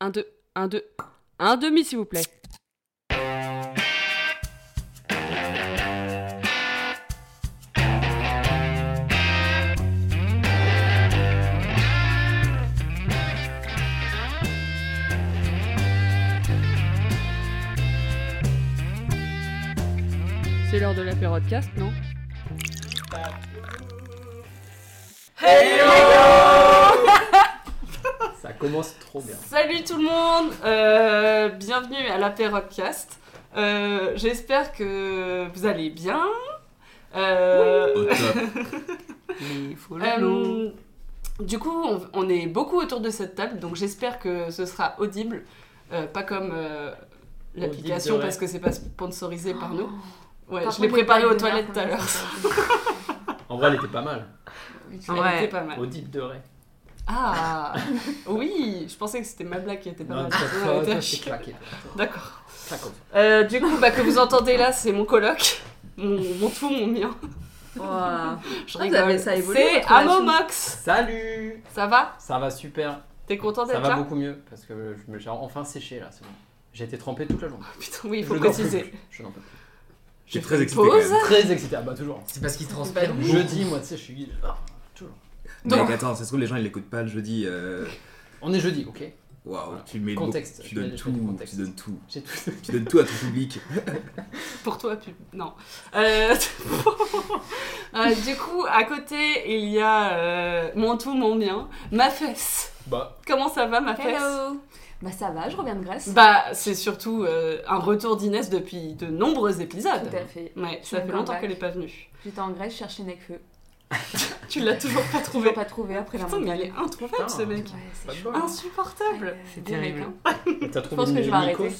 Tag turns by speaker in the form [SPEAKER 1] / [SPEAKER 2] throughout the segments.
[SPEAKER 1] Un, deux, un, deux, un demi, s'il vous plaît. C'est l'heure de la podcast, non
[SPEAKER 2] Ça commence trop bien.
[SPEAKER 1] Salut tout le monde, euh, bienvenue à la Perroquecast. Euh, J'espère que vous allez bien. Euh,
[SPEAKER 3] Au top.
[SPEAKER 1] euh, du coup, on, on est beaucoup autour de cette table, donc j'espère que ce sera audible, euh, pas comme euh, l'application
[SPEAKER 2] Audible, ouais.
[SPEAKER 1] parce que c'est pas sponsorisé par nous. Ouais, Euh, je
[SPEAKER 4] Par
[SPEAKER 1] l'ai
[SPEAKER 4] contre, les
[SPEAKER 1] préparé aux
[SPEAKER 4] blagues de
[SPEAKER 1] toilettes
[SPEAKER 4] merde,
[SPEAKER 1] tout à l'heure.
[SPEAKER 2] En vrai, elle était pas mal.
[SPEAKER 1] Elle
[SPEAKER 4] Ouais.
[SPEAKER 1] était pas mal.
[SPEAKER 2] Audit de Ray.
[SPEAKER 1] Ah oui, je pensais que c'était ma blague qui était pas mal.
[SPEAKER 2] t'as-
[SPEAKER 1] Ouais,
[SPEAKER 2] toi,
[SPEAKER 1] t'as
[SPEAKER 2] toi, t'es
[SPEAKER 1] chier.
[SPEAKER 2] claqué.
[SPEAKER 1] D'accord.
[SPEAKER 2] Claquons.
[SPEAKER 1] Euh, du coup, bah, que vous entendez là, c'est mon coloc. Mon, mon tout, mon mien.
[SPEAKER 4] Ouah.
[SPEAKER 1] Je
[SPEAKER 4] Ah, vous
[SPEAKER 1] rigole.
[SPEAKER 4] avez- ça évolue,
[SPEAKER 1] C'est
[SPEAKER 4] votre relation.
[SPEAKER 1] Amomox.
[SPEAKER 2] Salut
[SPEAKER 1] Ça va
[SPEAKER 2] Ça va super.
[SPEAKER 1] T'es content
[SPEAKER 2] Ça
[SPEAKER 1] d'être
[SPEAKER 2] va
[SPEAKER 1] là
[SPEAKER 2] beaucoup mieux parce que je me- j'ai enfin séché là, c'est bon. J'ai été trempé toute la journée.
[SPEAKER 1] Putain, oui, il
[SPEAKER 2] Je
[SPEAKER 1] faut
[SPEAKER 2] n'en peux
[SPEAKER 1] préciser.
[SPEAKER 2] plus. Je n'en peux plus.
[SPEAKER 3] J'ai
[SPEAKER 1] Je
[SPEAKER 3] très
[SPEAKER 1] fais
[SPEAKER 3] excité.
[SPEAKER 1] pause.
[SPEAKER 3] quand même.
[SPEAKER 2] Très excité. Ah bah toujours.
[SPEAKER 5] C'est parce qu'il
[SPEAKER 1] Bah,
[SPEAKER 4] transpire.
[SPEAKER 2] Jeudi, moi, tu sais, je suis. Ah, toujours.
[SPEAKER 1] Donc-
[SPEAKER 3] Mec, attends, ça se trouve, les gens ils l'écoutent pas le jeudi. euh,
[SPEAKER 2] On est jeudi, ok
[SPEAKER 3] Waouh,
[SPEAKER 2] Voilà.
[SPEAKER 3] tu mets le
[SPEAKER 2] Contexte,
[SPEAKER 3] tu
[SPEAKER 2] je mets-
[SPEAKER 3] donnes
[SPEAKER 2] je mets du
[SPEAKER 3] tout,
[SPEAKER 2] contexte.
[SPEAKER 3] tu donnes tout.
[SPEAKER 2] J'ai tout.
[SPEAKER 3] Tu donnes tout à ton public.
[SPEAKER 1] Pour toi, pub. Non. Euh, euh, du coup, à côté, il y a euh, mon tout, mon mien. Ma fesse.
[SPEAKER 2] Bah,
[SPEAKER 1] Comment ça va, ma fesse
[SPEAKER 4] Hello. Bah ça va, je reviens de Grèce.
[SPEAKER 1] Bah, c'est surtout euh, un retour d'Inès depuis de nombreux épisodes.
[SPEAKER 4] euh, Tout à fait.
[SPEAKER 1] Ouais,
[SPEAKER 4] Je
[SPEAKER 1] ça fait
[SPEAKER 4] suis
[SPEAKER 1] longtemps
[SPEAKER 4] back.
[SPEAKER 1] qu'elle n'est pas venue.
[SPEAKER 4] J'étais en Grèce, je cherchais Necfeu.
[SPEAKER 1] Tu l'as toujours pas
[SPEAKER 4] Je
[SPEAKER 1] trouvée.
[SPEAKER 4] l'ai E. pas trouvé après la
[SPEAKER 1] Putain, mais elle est
[SPEAKER 4] montagne.
[SPEAKER 1] introuvable, ce
[SPEAKER 2] Putain.
[SPEAKER 1] mec.
[SPEAKER 4] Ouais,
[SPEAKER 2] pas
[SPEAKER 4] c'est
[SPEAKER 2] de
[SPEAKER 4] chaud.
[SPEAKER 2] bol.
[SPEAKER 1] Ah, Insupportable.
[SPEAKER 4] Ouais,
[SPEAKER 5] C'est
[SPEAKER 4] bon
[SPEAKER 5] terrible.
[SPEAKER 4] mec, hein.
[SPEAKER 2] T'as trouvé
[SPEAKER 4] pense que je vais
[SPEAKER 2] Nikos
[SPEAKER 4] arrêter.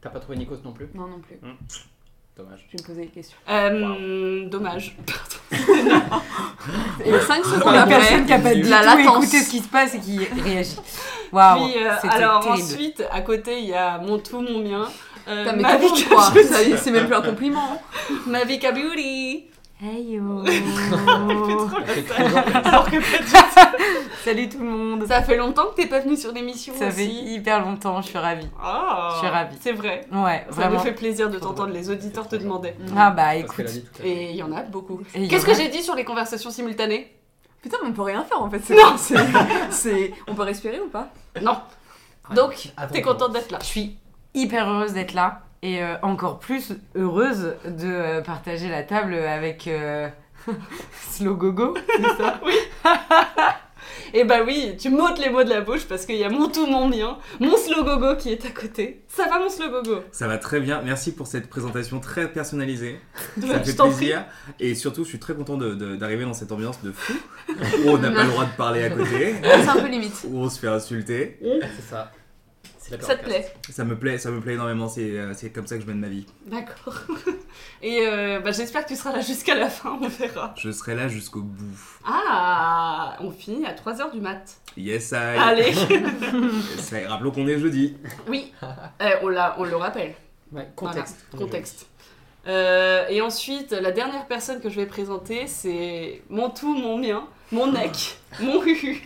[SPEAKER 2] T'as pas trouvé Nikos non plus
[SPEAKER 4] Non, non plus.
[SPEAKER 2] Dommage.
[SPEAKER 4] Je vais me poser des questions.
[SPEAKER 1] Euh, Dommage.
[SPEAKER 4] Et 5
[SPEAKER 2] On
[SPEAKER 5] On
[SPEAKER 4] secondes
[SPEAKER 2] a
[SPEAKER 5] a
[SPEAKER 4] après.
[SPEAKER 5] Bah, personne qui a pas
[SPEAKER 2] du
[SPEAKER 5] du
[SPEAKER 4] tout
[SPEAKER 5] tout
[SPEAKER 4] latence.
[SPEAKER 5] écouté ce qui se passe et qui réagit. Waouh,
[SPEAKER 1] Puis, euh,
[SPEAKER 5] c'était
[SPEAKER 1] alors
[SPEAKER 5] terrible.
[SPEAKER 1] ensuite, à côté, il y a mon tout, mon mien. Euh,
[SPEAKER 4] Putain, mais
[SPEAKER 1] ma,
[SPEAKER 4] tout le
[SPEAKER 1] vie,
[SPEAKER 4] monde croit. Ça y est, C'est même plus un compliment. hein.
[SPEAKER 1] ma vie qu'a beauty.
[SPEAKER 5] Hey yo.
[SPEAKER 2] T'as fait trop d'enfants.
[SPEAKER 5] Oh. Salut tout le monde.
[SPEAKER 1] Ça fait longtemps que t'es pas venue sur l'émission
[SPEAKER 5] Ça fait
[SPEAKER 1] aussi.
[SPEAKER 5] hyper longtemps, je suis ravie.
[SPEAKER 1] Ah,
[SPEAKER 5] Je suis ravie.
[SPEAKER 1] C'est vrai.
[SPEAKER 5] Ouais,
[SPEAKER 1] Ça me
[SPEAKER 5] vraiment.
[SPEAKER 1] fait plaisir de
[SPEAKER 2] Trop
[SPEAKER 1] t'entendre,
[SPEAKER 2] drôle.
[SPEAKER 1] les auditeurs te
[SPEAKER 2] C'est trop
[SPEAKER 1] demandaient.
[SPEAKER 5] Ah bah
[SPEAKER 2] Parce qu'elle
[SPEAKER 5] écoute.
[SPEAKER 2] a dit tout à l'heure.
[SPEAKER 1] Et il y en a beaucoup.
[SPEAKER 5] Et il y
[SPEAKER 1] Qu'est-ce
[SPEAKER 5] en
[SPEAKER 1] que
[SPEAKER 5] a-
[SPEAKER 1] j'ai dit sur les conversations simultanées
[SPEAKER 4] Putain, mais on peut rien faire en fait. c'est-
[SPEAKER 1] Non.
[SPEAKER 4] c'est- C'est. On peut respirer ou pas
[SPEAKER 1] Non.
[SPEAKER 2] Ah,
[SPEAKER 1] Donc,
[SPEAKER 2] attends,
[SPEAKER 1] t'es
[SPEAKER 2] attends.
[SPEAKER 1] contente d'être là.
[SPEAKER 5] Je suis hyper heureuse d'être là et euh, encore plus heureuse de euh, partager la table avec euh, Slogogo.
[SPEAKER 1] Et bah oui, tu m'ôtes les mots de la bouche parce qu'il y a mon tout, mon mien, mon slogogo qui est à côté. Ça va, mon slogogo
[SPEAKER 3] Ça va très bien. Merci pour cette présentation très personnalisée. Ça
[SPEAKER 1] Je
[SPEAKER 3] fait
[SPEAKER 1] t'en prie.
[SPEAKER 3] plaisir. Et surtout, je suis très content de- de- d'arriver dans cette ambiance de fou où on n'a pas le droit de parler à côté,
[SPEAKER 4] C'est un peu limite.
[SPEAKER 3] où on se fait insulter.
[SPEAKER 2] C'est ça. C'est la
[SPEAKER 1] Ça te
[SPEAKER 2] période
[SPEAKER 1] plaît
[SPEAKER 3] Ça me plaît, ça me plaît énormément. C'est euh, c'est comme ça que je mène ma vie.
[SPEAKER 1] D'accord. Et euh, bah, j'espère que tu seras là jusqu'à la fin, on verra.
[SPEAKER 3] Je serai là jusqu'au bout.
[SPEAKER 1] Ah, on finit à 3h du mat.
[SPEAKER 3] Yes, I.
[SPEAKER 1] Allez.
[SPEAKER 3] Yes, I. Rappelons qu'on est jeudi.
[SPEAKER 1] Oui, Euh, on, l'a- on le rappelle.
[SPEAKER 2] Ouais, contexte.
[SPEAKER 1] Voilà, contexte. Euh, et ensuite, la dernière personne que je vais présenter, c'est mon tout, mon mien, mon nec, mon huhu.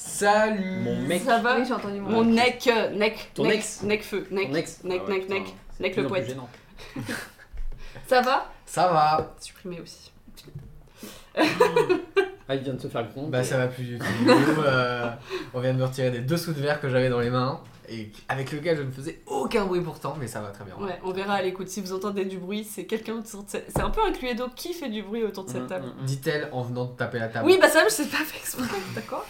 [SPEAKER 2] Salut Mon mec.
[SPEAKER 1] Ça va
[SPEAKER 4] Oui, j'ai entendu
[SPEAKER 1] Bah, Mon
[SPEAKER 4] mon.
[SPEAKER 1] nec, euh, nec,
[SPEAKER 2] Ton
[SPEAKER 1] nec,
[SPEAKER 2] ex.
[SPEAKER 1] nec feu, nec,
[SPEAKER 2] Ton ex.
[SPEAKER 1] nec,
[SPEAKER 2] Ah ouais,
[SPEAKER 1] nec, nec,
[SPEAKER 2] putain, c'est
[SPEAKER 1] nec
[SPEAKER 2] de plus
[SPEAKER 1] le
[SPEAKER 2] en plus
[SPEAKER 1] poète.
[SPEAKER 2] gênant.
[SPEAKER 1] Ça va
[SPEAKER 6] Ça va
[SPEAKER 1] Supprimer aussi.
[SPEAKER 2] Ah, il vient de se faire gronder.
[SPEAKER 6] Bah ça va plus du tout. Du coup, euh, on vient de me retirer des dessous de verre que j'avais dans les mains et avec lequel je ne faisais aucun bruit pourtant, mais ça va très bien.
[SPEAKER 1] Ouais, on verra à l'écoute. Si vous entendez du bruit, c'est quelqu'un autour de cette... C'est un peu un cluedo qui fait du bruit autour de
[SPEAKER 2] Mm.
[SPEAKER 1] cette table.
[SPEAKER 6] Dit-elle en venant de taper
[SPEAKER 2] Ah
[SPEAKER 6] la table.
[SPEAKER 1] Oui, bah ça, je sais pas fait exprès, d'accord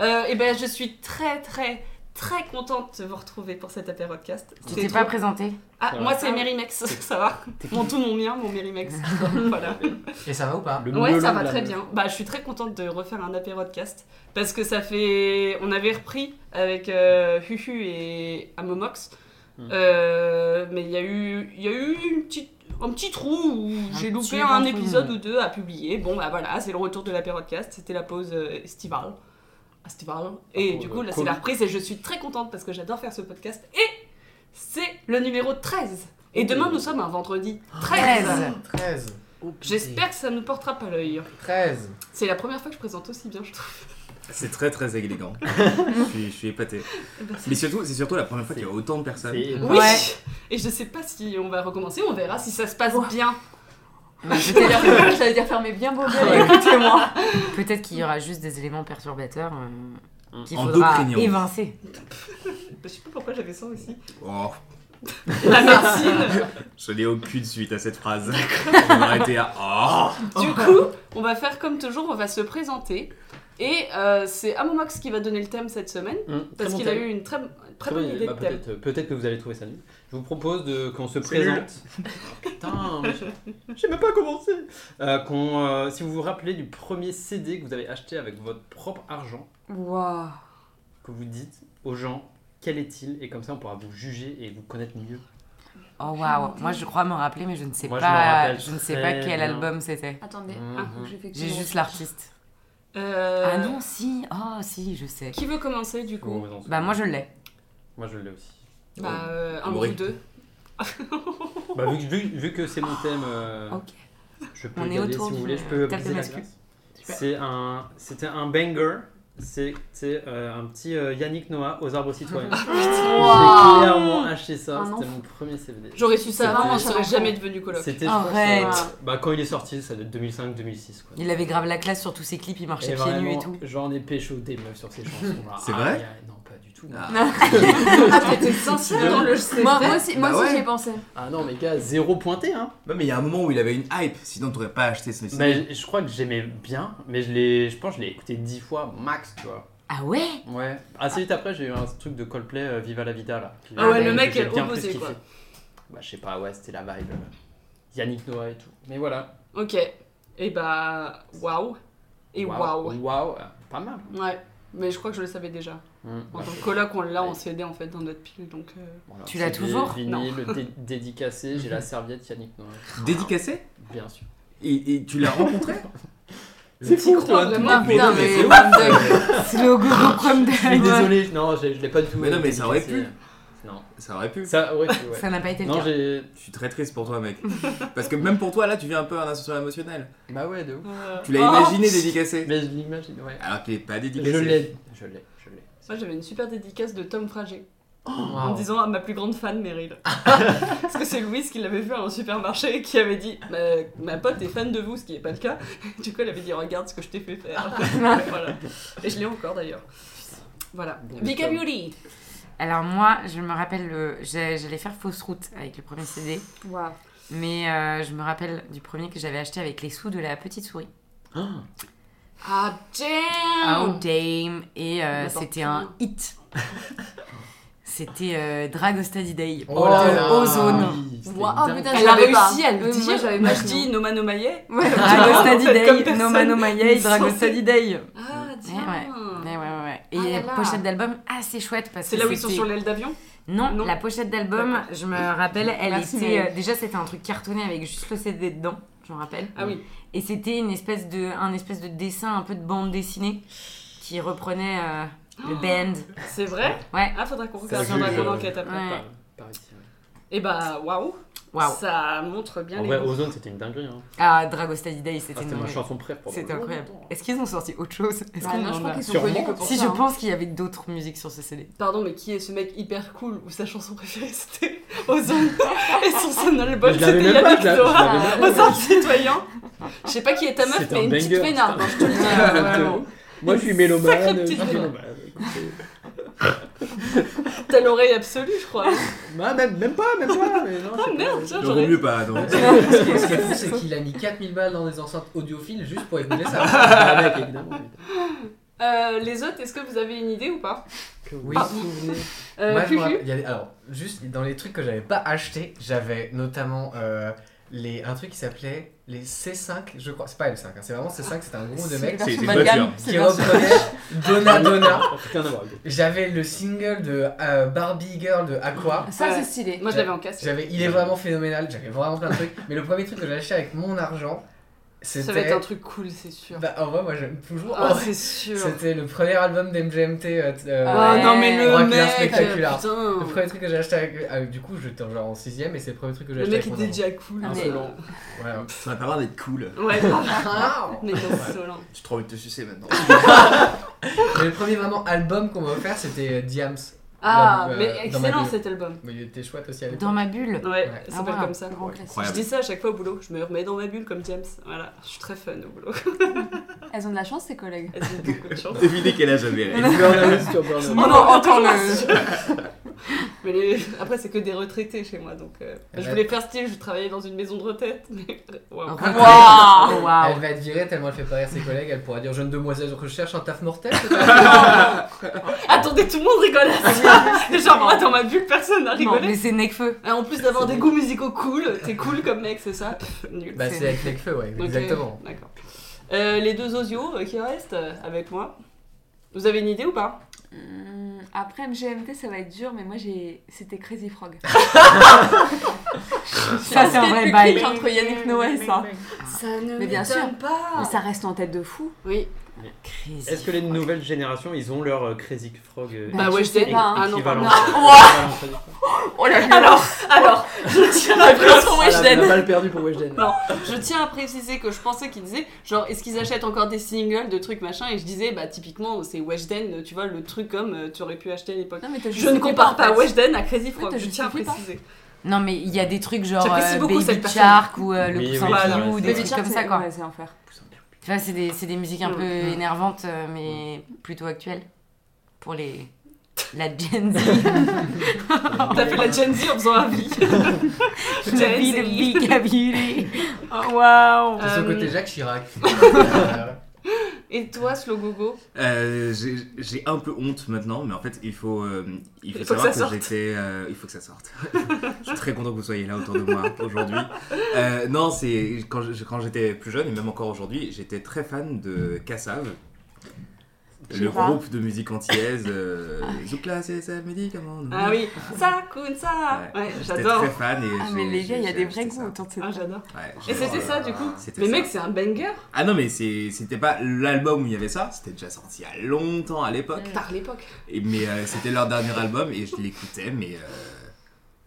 [SPEAKER 1] euh, Et ben, je suis très, très, très contente de vous retrouver pour cet apéro-podcast.
[SPEAKER 5] Tu
[SPEAKER 1] C'est
[SPEAKER 5] t'es
[SPEAKER 1] trop-
[SPEAKER 5] pas présenté
[SPEAKER 1] Ah,
[SPEAKER 2] Ça
[SPEAKER 1] moi,
[SPEAKER 2] va.
[SPEAKER 1] c'est Mérimex, ça va. Mon tout, mon mien, mon Mérimex. voilà.
[SPEAKER 6] Et ça va ou pas
[SPEAKER 2] Le
[SPEAKER 1] Ouais,
[SPEAKER 2] melon
[SPEAKER 1] ça va
[SPEAKER 2] de la
[SPEAKER 1] très
[SPEAKER 2] meuf.
[SPEAKER 1] bien. Bah, je suis très contente de refaire un apéro-podcast parce que ça fait. On avait repris avec euh, Huhu et Amomox.
[SPEAKER 2] Mm.
[SPEAKER 1] Euh, mais il y a eu, il y a eu une petite- un petit trou où j'ai
[SPEAKER 5] petit
[SPEAKER 1] loupé
[SPEAKER 5] ventre
[SPEAKER 1] un
[SPEAKER 5] mou.
[SPEAKER 1] épisode ou deux à publier. Bon, bah voilà, c'est le retour de l'apéro-podcast. C'était la pause euh, estivale. Ah, Estivale. Et
[SPEAKER 2] pour
[SPEAKER 1] du
[SPEAKER 2] le
[SPEAKER 1] coup, là, c'est
[SPEAKER 2] Ah, Covid.
[SPEAKER 1] la reprise et je suis très contente parce que j'adore faire ce podcast. Et c'est le numéro 13.
[SPEAKER 2] Oh.
[SPEAKER 1] Et demain, nous sommes un vendredi
[SPEAKER 2] Ah,
[SPEAKER 1] 13.
[SPEAKER 5] 13
[SPEAKER 6] 13
[SPEAKER 1] J'espère que ça ne nous portera pas l'œil.
[SPEAKER 6] 13
[SPEAKER 1] C'est la première fois que je présente aussi bien, je trouve.
[SPEAKER 3] C'est très très élégant. je, suis, je suis épaté.
[SPEAKER 1] Eh ben,
[SPEAKER 3] Mais surtout, c'est surtout la première fois qu'il y a autant de personnes.
[SPEAKER 2] C'est-
[SPEAKER 1] Oui
[SPEAKER 5] Ouais.
[SPEAKER 1] Et je sais pas si on va recommencer, on verra si ça se passe bien.
[SPEAKER 4] C'est-à-dire que- J'allais dire fermez bien vos gueules et
[SPEAKER 5] Ouais.
[SPEAKER 4] écoutez-moi.
[SPEAKER 5] Peut-être qu'il y aura juste des éléments perturbateurs euh, qu'il faudra
[SPEAKER 3] Endocriniens.
[SPEAKER 5] évincer.
[SPEAKER 1] Je sais pas pourquoi j'avais ça aussi.
[SPEAKER 3] Oh,
[SPEAKER 1] La médecine
[SPEAKER 3] je n'ai aucune suite à cette phrase. On va arrêter à. Oh
[SPEAKER 1] Du coup, on va faire comme toujours, on va se présenter. Et euh, c'est Amomox qui va donner le thème cette semaine,
[SPEAKER 2] Hum, très
[SPEAKER 1] parce
[SPEAKER 2] bon
[SPEAKER 1] qu'il a
[SPEAKER 2] thème.
[SPEAKER 1] eu une très, très
[SPEAKER 2] Très
[SPEAKER 1] bonne
[SPEAKER 2] bonne
[SPEAKER 1] idée
[SPEAKER 2] bah,
[SPEAKER 1] de thème.
[SPEAKER 2] peut-être, peut-être que vous allez trouver ça nul. Je vous propose de, qu'on se
[SPEAKER 3] C'est nul.
[SPEAKER 2] présente. Oh, Putain, mais j'ai- j'ai même pas commencé. Euh, qu'on, euh, si vous vous rappelez du premier CD que vous avez acheté avec votre propre argent,
[SPEAKER 4] Waouh.
[SPEAKER 2] que vous dites aux gens quel est-il, et comme ça on pourra vous juger et vous connaître mieux.
[SPEAKER 5] Oh waouh, moi je crois m'en rappeler, mais je ne sais
[SPEAKER 2] Moi, je m'en
[SPEAKER 5] pas, euh,
[SPEAKER 2] rappelle
[SPEAKER 5] je ne sais
[SPEAKER 2] très
[SPEAKER 5] pas quel
[SPEAKER 2] bien.
[SPEAKER 5] album c'était.
[SPEAKER 4] Attendez.
[SPEAKER 2] Mhm.
[SPEAKER 5] J'ai juste l'artiste.
[SPEAKER 1] Euh,
[SPEAKER 5] Ah non, si, oh si, je sais.
[SPEAKER 1] Qui veut commencer du coup
[SPEAKER 2] Vous vous en
[SPEAKER 5] Bah moi
[SPEAKER 2] souvenez
[SPEAKER 5] je l'ai.
[SPEAKER 2] Moi, je l'ai aussi.
[SPEAKER 1] Bah, euh, un
[SPEAKER 3] Laurie.
[SPEAKER 1] ou deux.
[SPEAKER 2] Bah, vu, que- vu- vu que c'est mon thème, euh,
[SPEAKER 5] Ok.
[SPEAKER 2] je peux
[SPEAKER 5] On est
[SPEAKER 2] y aller,
[SPEAKER 5] autour
[SPEAKER 2] si vous
[SPEAKER 5] du-
[SPEAKER 2] voulez, je peux
[SPEAKER 5] table
[SPEAKER 2] briser
[SPEAKER 5] de
[SPEAKER 2] la
[SPEAKER 5] bascule.
[SPEAKER 2] glace.
[SPEAKER 5] Super.
[SPEAKER 2] C'est un, c'était un banger. C'était euh, un petit euh, Yannick Noah aux arbres citoyens. J'ai clairement acheté ça.
[SPEAKER 4] Un
[SPEAKER 2] C'était
[SPEAKER 4] enfant.
[SPEAKER 2] mon premier CBD.
[SPEAKER 1] J'aurais su ça
[SPEAKER 2] C'était-
[SPEAKER 1] avant, je
[SPEAKER 5] ça
[SPEAKER 1] serais
[SPEAKER 5] va.
[SPEAKER 1] jamais devenu coloc.
[SPEAKER 2] C'était je pense,
[SPEAKER 5] Arrête.
[SPEAKER 2] euh, bah, quand il est sorti, ça doit être 2005-2006. quoi.
[SPEAKER 5] Il avait grave la classe sur tous ses clips, il marchait
[SPEAKER 2] Et
[SPEAKER 5] pieds nus et
[SPEAKER 2] vraiment,
[SPEAKER 5] tout.
[SPEAKER 2] J'en ai pécho des meufs sur ces chansons. là.
[SPEAKER 3] C'est
[SPEAKER 2] Ah,
[SPEAKER 3] vrai
[SPEAKER 2] y a- Non, pas du tout.
[SPEAKER 3] Ah.
[SPEAKER 1] Ah, t'étais sincère dans le CP.
[SPEAKER 4] Moi, moi aussi, moi
[SPEAKER 3] Bah
[SPEAKER 4] aussi
[SPEAKER 3] ouais.
[SPEAKER 4] j'y ai pensé.
[SPEAKER 2] Ah non, mais gars, zéro pointé. Hein.
[SPEAKER 3] Non, mais il y a un moment où il avait une hype, sinon t'aurais pas acheté ce message.
[SPEAKER 2] Mais je crois que j'aimais bien, mais je, l'ai- je pense que je l'ai écouté 10 fois max, tu vois.
[SPEAKER 5] Ah ouais
[SPEAKER 2] Ouais. Assez vite après, j'ai eu un truc de Coldplay euh, Viva la Vida là.
[SPEAKER 1] Ah ouais,
[SPEAKER 2] Euh,
[SPEAKER 1] le mec
[SPEAKER 2] j'ai
[SPEAKER 1] est
[SPEAKER 2] bien
[SPEAKER 1] opposé,
[SPEAKER 2] plus kiffé.
[SPEAKER 1] quoi.
[SPEAKER 2] Bah, je sais pas, ouais, c'était la vibe. euh, Yannick Noah et tout. Mais voilà.
[SPEAKER 1] Ok. Et bah, waouh. Et waouh.
[SPEAKER 2] Waouh, euh, pas mal.
[SPEAKER 1] Ouais. Mais je crois que je le savais déjà.
[SPEAKER 2] Hum,
[SPEAKER 1] En
[SPEAKER 2] bah,
[SPEAKER 1] tant
[SPEAKER 2] je-
[SPEAKER 1] que coloc, on l'a en
[SPEAKER 2] Ouais.
[SPEAKER 1] CD en fait dans notre pile, donc. euh,
[SPEAKER 2] voilà,
[SPEAKER 5] Tu l'as
[SPEAKER 2] c'est des
[SPEAKER 5] toujours
[SPEAKER 2] vinyles dé- dédicacés, j'ai la serviette Yannick Noah.
[SPEAKER 3] Dédicacé
[SPEAKER 2] Bien sûr.
[SPEAKER 3] et, et tu l'as rencontré
[SPEAKER 2] C'est
[SPEAKER 1] fou, crois toi, vraiment
[SPEAKER 5] Ah
[SPEAKER 1] Mais
[SPEAKER 5] putain,
[SPEAKER 3] non, mais
[SPEAKER 5] mais
[SPEAKER 3] c'est
[SPEAKER 5] what the- c'est le gogo prom
[SPEAKER 2] Je suis
[SPEAKER 5] de
[SPEAKER 2] désolé, non, je, je l'ai pas du tout.
[SPEAKER 3] Mais non, mais
[SPEAKER 2] euh,
[SPEAKER 3] ça aurait
[SPEAKER 2] dédicacé. Non.
[SPEAKER 3] Ça aurait pu.
[SPEAKER 2] Ça aurait pu, ouais.
[SPEAKER 5] Ça n'a pas été le
[SPEAKER 2] Non,
[SPEAKER 5] cas.
[SPEAKER 2] j'ai.
[SPEAKER 3] Je suis très triste pour toi, mec. Parce que même pour toi, là, tu viens un peu à un ascenseur émotionnel.
[SPEAKER 2] Bah ouais, de ouf.
[SPEAKER 1] euh,
[SPEAKER 3] Tu l'as
[SPEAKER 1] oh
[SPEAKER 3] imaginé dédicacé.
[SPEAKER 2] Mais je l'imagine, ouais.
[SPEAKER 3] Alors qu'il est pas dédicacé.
[SPEAKER 2] Je l'ai. Je l'ai, je l'ai.
[SPEAKER 1] Moi j'avais une super dédicace de Tom Frager en
[SPEAKER 2] Waouh.
[SPEAKER 1] disant à ma plus grande fan Meryl. Parce que c'est Louise qui l'avait vu à un supermarché et qui avait dit ma, ma pote est fan de vous, ce qui n'est pas le cas. Du coup elle avait dit regarde ce que je t'ai fait faire. Voilà. Et je l'ai encore d'ailleurs. Voilà.
[SPEAKER 2] Bon,
[SPEAKER 1] Vika
[SPEAKER 2] Tom.
[SPEAKER 1] Beauty
[SPEAKER 5] Alors moi, je me rappelle, le- j'ai- j'allais faire fausse route avec le premier CD,
[SPEAKER 4] Waouh.
[SPEAKER 5] mais euh, je me rappelle du premier que j'avais acheté avec les sous de la petite souris.
[SPEAKER 2] Ah.
[SPEAKER 1] Ah
[SPEAKER 5] Oh
[SPEAKER 1] damn
[SPEAKER 5] damn Et euh,
[SPEAKER 1] Attends,
[SPEAKER 5] c'était
[SPEAKER 1] putain.
[SPEAKER 5] un hit. C'était euh, Drag Study Day.
[SPEAKER 6] Oh
[SPEAKER 5] de
[SPEAKER 6] là là.
[SPEAKER 5] Ozone.
[SPEAKER 2] Ah Oui, c'était
[SPEAKER 4] Waouh,
[SPEAKER 2] dingue.
[SPEAKER 4] putain,
[SPEAKER 1] Elle a
[SPEAKER 4] j'avais
[SPEAKER 1] réussi
[SPEAKER 4] pas.
[SPEAKER 1] à le
[SPEAKER 4] Oui, moi,
[SPEAKER 1] dire.
[SPEAKER 4] j'avais
[SPEAKER 1] Moi
[SPEAKER 4] pas
[SPEAKER 1] je
[SPEAKER 4] ce
[SPEAKER 1] dis
[SPEAKER 4] nom.
[SPEAKER 1] Nomano Maillet.
[SPEAKER 4] Ouais.
[SPEAKER 5] Drag
[SPEAKER 1] En
[SPEAKER 5] Study
[SPEAKER 1] fait, comme
[SPEAKER 5] Day,
[SPEAKER 1] personne
[SPEAKER 5] No Man No Mayei,
[SPEAKER 1] n'est
[SPEAKER 5] Drag
[SPEAKER 1] censé.
[SPEAKER 5] Study Day.
[SPEAKER 1] Ah
[SPEAKER 5] Eh ouais.
[SPEAKER 1] damn
[SPEAKER 5] Eh ouais, ouais, ouais. Et
[SPEAKER 4] Oh. Ah là
[SPEAKER 5] la
[SPEAKER 4] là.
[SPEAKER 5] pochette d'album assez chouette parce que
[SPEAKER 1] C'est là où ils sont
[SPEAKER 5] c'était-
[SPEAKER 1] sur l'aile d'avion
[SPEAKER 5] Non,
[SPEAKER 1] Non.
[SPEAKER 5] la pochette d'album, je me rappelle, elle
[SPEAKER 4] Merci,
[SPEAKER 5] était.
[SPEAKER 4] Maëlle.
[SPEAKER 5] euh, déjà, c'était un truc cartonné avec juste le CD dedans, je me rappelle.
[SPEAKER 1] Ah oui.
[SPEAKER 5] Et c'était une espèce de, un espèce de dessin, un peu de bande dessinée, qui reprenait euh, le
[SPEAKER 1] Oh.
[SPEAKER 5] band.
[SPEAKER 1] C'est vrai
[SPEAKER 5] Ouais.
[SPEAKER 1] Ah, faudra qu'on
[SPEAKER 2] Ça
[SPEAKER 1] regarde,
[SPEAKER 2] juge,
[SPEAKER 1] faudra qu'on
[SPEAKER 2] euh,
[SPEAKER 1] enquête après.
[SPEAKER 5] Ouais.
[SPEAKER 2] Par- par ici, hein. ouais.
[SPEAKER 1] Et bah, waouh
[SPEAKER 5] Waouh.
[SPEAKER 1] Ça montre bien
[SPEAKER 2] En
[SPEAKER 1] les
[SPEAKER 2] vrai,
[SPEAKER 1] goûts.
[SPEAKER 2] Ozone, c'était une dinguerie. Hein.
[SPEAKER 5] Ah, Dragostady Day,
[SPEAKER 2] Ah,
[SPEAKER 5] c'était
[SPEAKER 2] c'était
[SPEAKER 5] une
[SPEAKER 2] ma
[SPEAKER 5] dinguerie.
[SPEAKER 2] chanson préf pour
[SPEAKER 5] C'était incroyable. Est-ce qu'ils ont sorti autre chose Est-ce
[SPEAKER 4] Bah
[SPEAKER 5] qu'on
[SPEAKER 4] non, je
[SPEAKER 5] en
[SPEAKER 4] crois
[SPEAKER 5] a
[SPEAKER 4] qu'ils sont
[SPEAKER 2] Sûrement.
[SPEAKER 4] connus que pour
[SPEAKER 5] Si
[SPEAKER 4] ça.
[SPEAKER 5] je
[SPEAKER 4] hein.
[SPEAKER 5] pense qu'il y avait d'autres musiques sur ce CD.
[SPEAKER 1] Pardon, mais qui est ce mec hyper cool où sa chanson préférée c'était Ozone et sur son album
[SPEAKER 2] je l'avais
[SPEAKER 1] c'était
[SPEAKER 2] même pas,
[SPEAKER 1] Yannick
[SPEAKER 2] je l'avais- je
[SPEAKER 1] Noah
[SPEAKER 2] l'avais même pas.
[SPEAKER 1] Ozone citoyen Je sais pas qui est ta meuf,
[SPEAKER 2] C'est
[SPEAKER 1] mais
[SPEAKER 2] un
[SPEAKER 1] une petite
[SPEAKER 2] banger,
[SPEAKER 1] peinarde,
[SPEAKER 2] c'est un-
[SPEAKER 1] hein, je te le dis. vraiment.
[SPEAKER 2] Moi, je suis mélomane.
[SPEAKER 1] Sacrée
[SPEAKER 2] je suis
[SPEAKER 1] petite mélomane.
[SPEAKER 2] mélomane, écoutez.
[SPEAKER 1] T'as l'oreille absolue, je crois.
[SPEAKER 2] Bah, même, même pas, même pas. Mais non, je
[SPEAKER 1] Ah
[SPEAKER 2] sais pas.
[SPEAKER 1] merde, tiens,
[SPEAKER 3] Donc, vaut
[SPEAKER 1] j'aurais.
[SPEAKER 3] mieux pas. non.
[SPEAKER 6] Ce qui est- ce qui est fou, c'est qu'il a mis 4000 balles dans des enceintes audiophiles juste pour écouter ça.
[SPEAKER 2] Ah, mec, évidemment. évidemment.
[SPEAKER 1] Euh, les autres, est-ce que vous avez une idée ou pas
[SPEAKER 2] Que
[SPEAKER 6] Oui.
[SPEAKER 2] vous vous souvenez.
[SPEAKER 1] Ah, Euh,
[SPEAKER 6] Moi, je me
[SPEAKER 1] Fufu
[SPEAKER 6] rappelle- il y a des- alors, juste dans les trucs que j'avais pas acheté, j'avais notamment euh, les, un truc qui s'appelait les C5, je crois. C'est pas L5, hein, c'est vraiment C5, c'était un groupe de
[SPEAKER 5] C'est
[SPEAKER 6] mecs
[SPEAKER 5] la
[SPEAKER 3] C'est
[SPEAKER 5] version
[SPEAKER 3] une
[SPEAKER 5] bas
[SPEAKER 3] bonne
[SPEAKER 5] de gamme,
[SPEAKER 3] gamme.
[SPEAKER 5] c'est
[SPEAKER 6] qui
[SPEAKER 5] la version-
[SPEAKER 6] reprenaient Donna Donna.
[SPEAKER 1] ah.
[SPEAKER 2] Rien à voir. ok.
[SPEAKER 6] J'avais le single de euh, Barbie Girl de Aqua.
[SPEAKER 4] Ça,
[SPEAKER 1] Ouais.
[SPEAKER 4] c'est stylé.
[SPEAKER 1] Moi je l'avais en casse.
[SPEAKER 6] J'avais, il est vraiment phénoménal, j'avais vraiment plein de trucs. Mais le premier truc que j'ai acheté avec mon argent, c'était.
[SPEAKER 1] Ça va être un truc cool, c'est sûr.
[SPEAKER 6] Bah, en vrai, moi j'aime toujours.
[SPEAKER 1] Ah,
[SPEAKER 6] en vrai,
[SPEAKER 1] c'est sûr.
[SPEAKER 6] c'était le premier album d'MGMT. euh, t- euh,
[SPEAKER 1] Ah
[SPEAKER 5] Ouais.
[SPEAKER 1] non, mais le
[SPEAKER 6] Braqueur
[SPEAKER 1] mec
[SPEAKER 6] spectaculaire.
[SPEAKER 1] Putain
[SPEAKER 6] Le premier truc que j'ai acheté avec, avec- Du coup, j'étais genre en 6 et c'est le premier truc que j'ai
[SPEAKER 1] Le
[SPEAKER 6] acheté
[SPEAKER 1] mec
[SPEAKER 6] avec
[SPEAKER 1] était
[SPEAKER 6] mon
[SPEAKER 1] déjà cool.
[SPEAKER 5] Ah,
[SPEAKER 1] mais-
[SPEAKER 5] c'est
[SPEAKER 2] long.
[SPEAKER 6] argent. hein.
[SPEAKER 3] Ça n'a pas l'air d'être cool.
[SPEAKER 1] Ouais, grave.
[SPEAKER 6] Voilà.
[SPEAKER 1] Mais insolent.
[SPEAKER 3] J'ai trop envie de te sucer maintenant.
[SPEAKER 6] Le premier vraiment album qu'on m'a offert, c'était euh, Diams.
[SPEAKER 1] Ah,
[SPEAKER 6] Là, euh,
[SPEAKER 1] mais
[SPEAKER 6] dans ma
[SPEAKER 1] excellent
[SPEAKER 6] bulle.
[SPEAKER 1] cet album.
[SPEAKER 6] Mais il était chouette aussi à l'époque.
[SPEAKER 5] Dans ma bulle.
[SPEAKER 1] Ouais,
[SPEAKER 6] Ouais.
[SPEAKER 1] c'est
[SPEAKER 5] Ah,
[SPEAKER 1] pas
[SPEAKER 5] voilà,
[SPEAKER 1] comme ça.
[SPEAKER 5] grand
[SPEAKER 3] Ouais,
[SPEAKER 5] classique.
[SPEAKER 1] Je
[SPEAKER 3] incroyable.
[SPEAKER 1] dis ça à chaque fois au boulot, je me remets dans ma bulle comme James. Voilà, je suis très fun au boulot.
[SPEAKER 4] Elles ont de la chance, ces collègues.
[SPEAKER 1] Elles ont beaucoup de chance.
[SPEAKER 3] Devinez quel âge avait Ray.
[SPEAKER 1] Oh
[SPEAKER 5] non, encore le.
[SPEAKER 1] Mais les- après, c'est que des retraités chez moi, donc euh, je voulais faire style, je travaillais dans une maison de retraite. Mais... Waouh.
[SPEAKER 5] Waouh! Waouh.
[SPEAKER 6] Elle va être virée tellement elle fait pas rire ses collègues, elle pourra dire jeune demoiselle, je recherche un taf mortel. peut-être
[SPEAKER 1] Attendez, tout le monde rigole à ça. Genre, moi, dans ma bulle, personne n'a
[SPEAKER 5] Non,
[SPEAKER 1] rigolé.
[SPEAKER 5] mais c'est Necfeu.
[SPEAKER 1] Et Ah, En plus d'avoir des goûts musicaux cool, t'es cool comme mec, c'est ça Pff, Nul.
[SPEAKER 6] bah c'est avec les feux, ouais,
[SPEAKER 1] Ok,
[SPEAKER 6] exactement.
[SPEAKER 1] D'accord. Euh, les deux osios euh, qui restent euh, avec moi. Vous avez une idée ou pas
[SPEAKER 4] Hum, Après MGMT, ça va être dur, mais moi, j'ai... c'était Crazy Frog.
[SPEAKER 5] Ça, c'est un vrai
[SPEAKER 4] Clic
[SPEAKER 5] bail.
[SPEAKER 4] entre Yannick Noah et ça.
[SPEAKER 1] Ça ne
[SPEAKER 4] Mais bien sûr.
[SPEAKER 1] m'étonne pas.
[SPEAKER 4] Mais ça reste en tête de fou.
[SPEAKER 1] Oui.
[SPEAKER 5] Crazy.
[SPEAKER 2] Est-ce que les nouvelles générations, ils ont leur euh, Crazy Frog euh,
[SPEAKER 1] Bah ouais, je
[SPEAKER 4] sais
[SPEAKER 1] sais
[SPEAKER 4] pas, hein.
[SPEAKER 1] Ah non,
[SPEAKER 2] équivalent
[SPEAKER 1] pardon.
[SPEAKER 2] équivalent Crazy Frog
[SPEAKER 4] Oh là là Alors,
[SPEAKER 1] Alors, je tiens à
[SPEAKER 4] pour
[SPEAKER 1] préciser.
[SPEAKER 4] Weshden.
[SPEAKER 6] balle perdue pour Weshden.
[SPEAKER 1] Non, je tiens à préciser que je pensais qu'ils disaient genre est-ce qu'ils achètent encore des singles de trucs machin et je disais bah typiquement c'est Weshden tu vois le truc comme euh, tu aurais pu acheter à l'époque.
[SPEAKER 4] Non, mais t'as
[SPEAKER 1] Je
[SPEAKER 4] juste
[SPEAKER 1] ne compare
[SPEAKER 4] compris,
[SPEAKER 1] pas
[SPEAKER 4] en fait.
[SPEAKER 1] Weshden à Crazy Frog. je hein.
[SPEAKER 4] t'as juste
[SPEAKER 1] tiens à
[SPEAKER 4] compris, pas.
[SPEAKER 1] préciser.
[SPEAKER 5] Non, mais il y a des trucs genre
[SPEAKER 1] J'apprécie
[SPEAKER 5] euh,
[SPEAKER 1] beaucoup cette
[SPEAKER 5] Baby
[SPEAKER 1] personne.
[SPEAKER 5] Shark ou euh, Le
[SPEAKER 2] Oui,
[SPEAKER 5] Poussin
[SPEAKER 2] oui,
[SPEAKER 1] voilà,
[SPEAKER 5] Pilou,
[SPEAKER 2] c'est
[SPEAKER 5] des
[SPEAKER 2] vrai.
[SPEAKER 5] trucs comme ça, quoi.
[SPEAKER 4] Ouais, c'est l'enfer.
[SPEAKER 5] Tu vois, c'est des, c'est des musiques un peu
[SPEAKER 1] Mm.
[SPEAKER 5] énervantes, euh, mais plutôt actuelles. Pour les... la Gen Z.
[SPEAKER 1] T'as fait la Gen Z en faisant un vie.
[SPEAKER 5] La vie de Big Abulé. Oh, waouh
[SPEAKER 6] De son
[SPEAKER 1] Euh,
[SPEAKER 6] côté, Jacques Chirac. Euh,
[SPEAKER 1] Et toi Slogogo
[SPEAKER 3] Euh, j'ai- J'ai un peu honte maintenant, mais en fait, il faut, euh, il faut,
[SPEAKER 1] Il faut que
[SPEAKER 3] savoir
[SPEAKER 1] ça
[SPEAKER 3] que, j'étais. euh, il faut que ça sorte. je suis très content que vous soyez là autour de moi aujourd'hui. Euh, non, c'est quand je- quand j'étais plus jeune et même encore aujourd'hui, j'étais très fan de Cassav.
[SPEAKER 5] Je
[SPEAKER 3] Le
[SPEAKER 5] sais pas.
[SPEAKER 3] groupe de musique antillaise, euh, Zoukla, c'est ça, médicament. nous.
[SPEAKER 5] Mm.
[SPEAKER 1] Ah oui, ça, Kun, ça. Ouais,
[SPEAKER 3] j'étais
[SPEAKER 1] j'adore.
[SPEAKER 3] très fan. Et
[SPEAKER 4] Ah,
[SPEAKER 3] j'ai-
[SPEAKER 4] mais les gars, il y a
[SPEAKER 3] j'ai-
[SPEAKER 4] des
[SPEAKER 3] j'ai
[SPEAKER 4] vrais
[SPEAKER 3] acheté
[SPEAKER 4] goûts
[SPEAKER 3] ça.
[SPEAKER 4] autour de cette
[SPEAKER 1] Ah, j'adore.
[SPEAKER 3] Ouais, j'ai-
[SPEAKER 1] Et c'était ça du coup
[SPEAKER 3] C'était
[SPEAKER 1] Mais
[SPEAKER 3] ça.
[SPEAKER 1] mec, c'est un banger
[SPEAKER 3] Ah non, mais c'est- c'était pas l'album où il y avait ça, c'était déjà sorti il y a longtemps à l'époque.
[SPEAKER 1] par l'époque.
[SPEAKER 3] Et- mais euh, c'était leur dernier album et je l'écoutais, mais euh,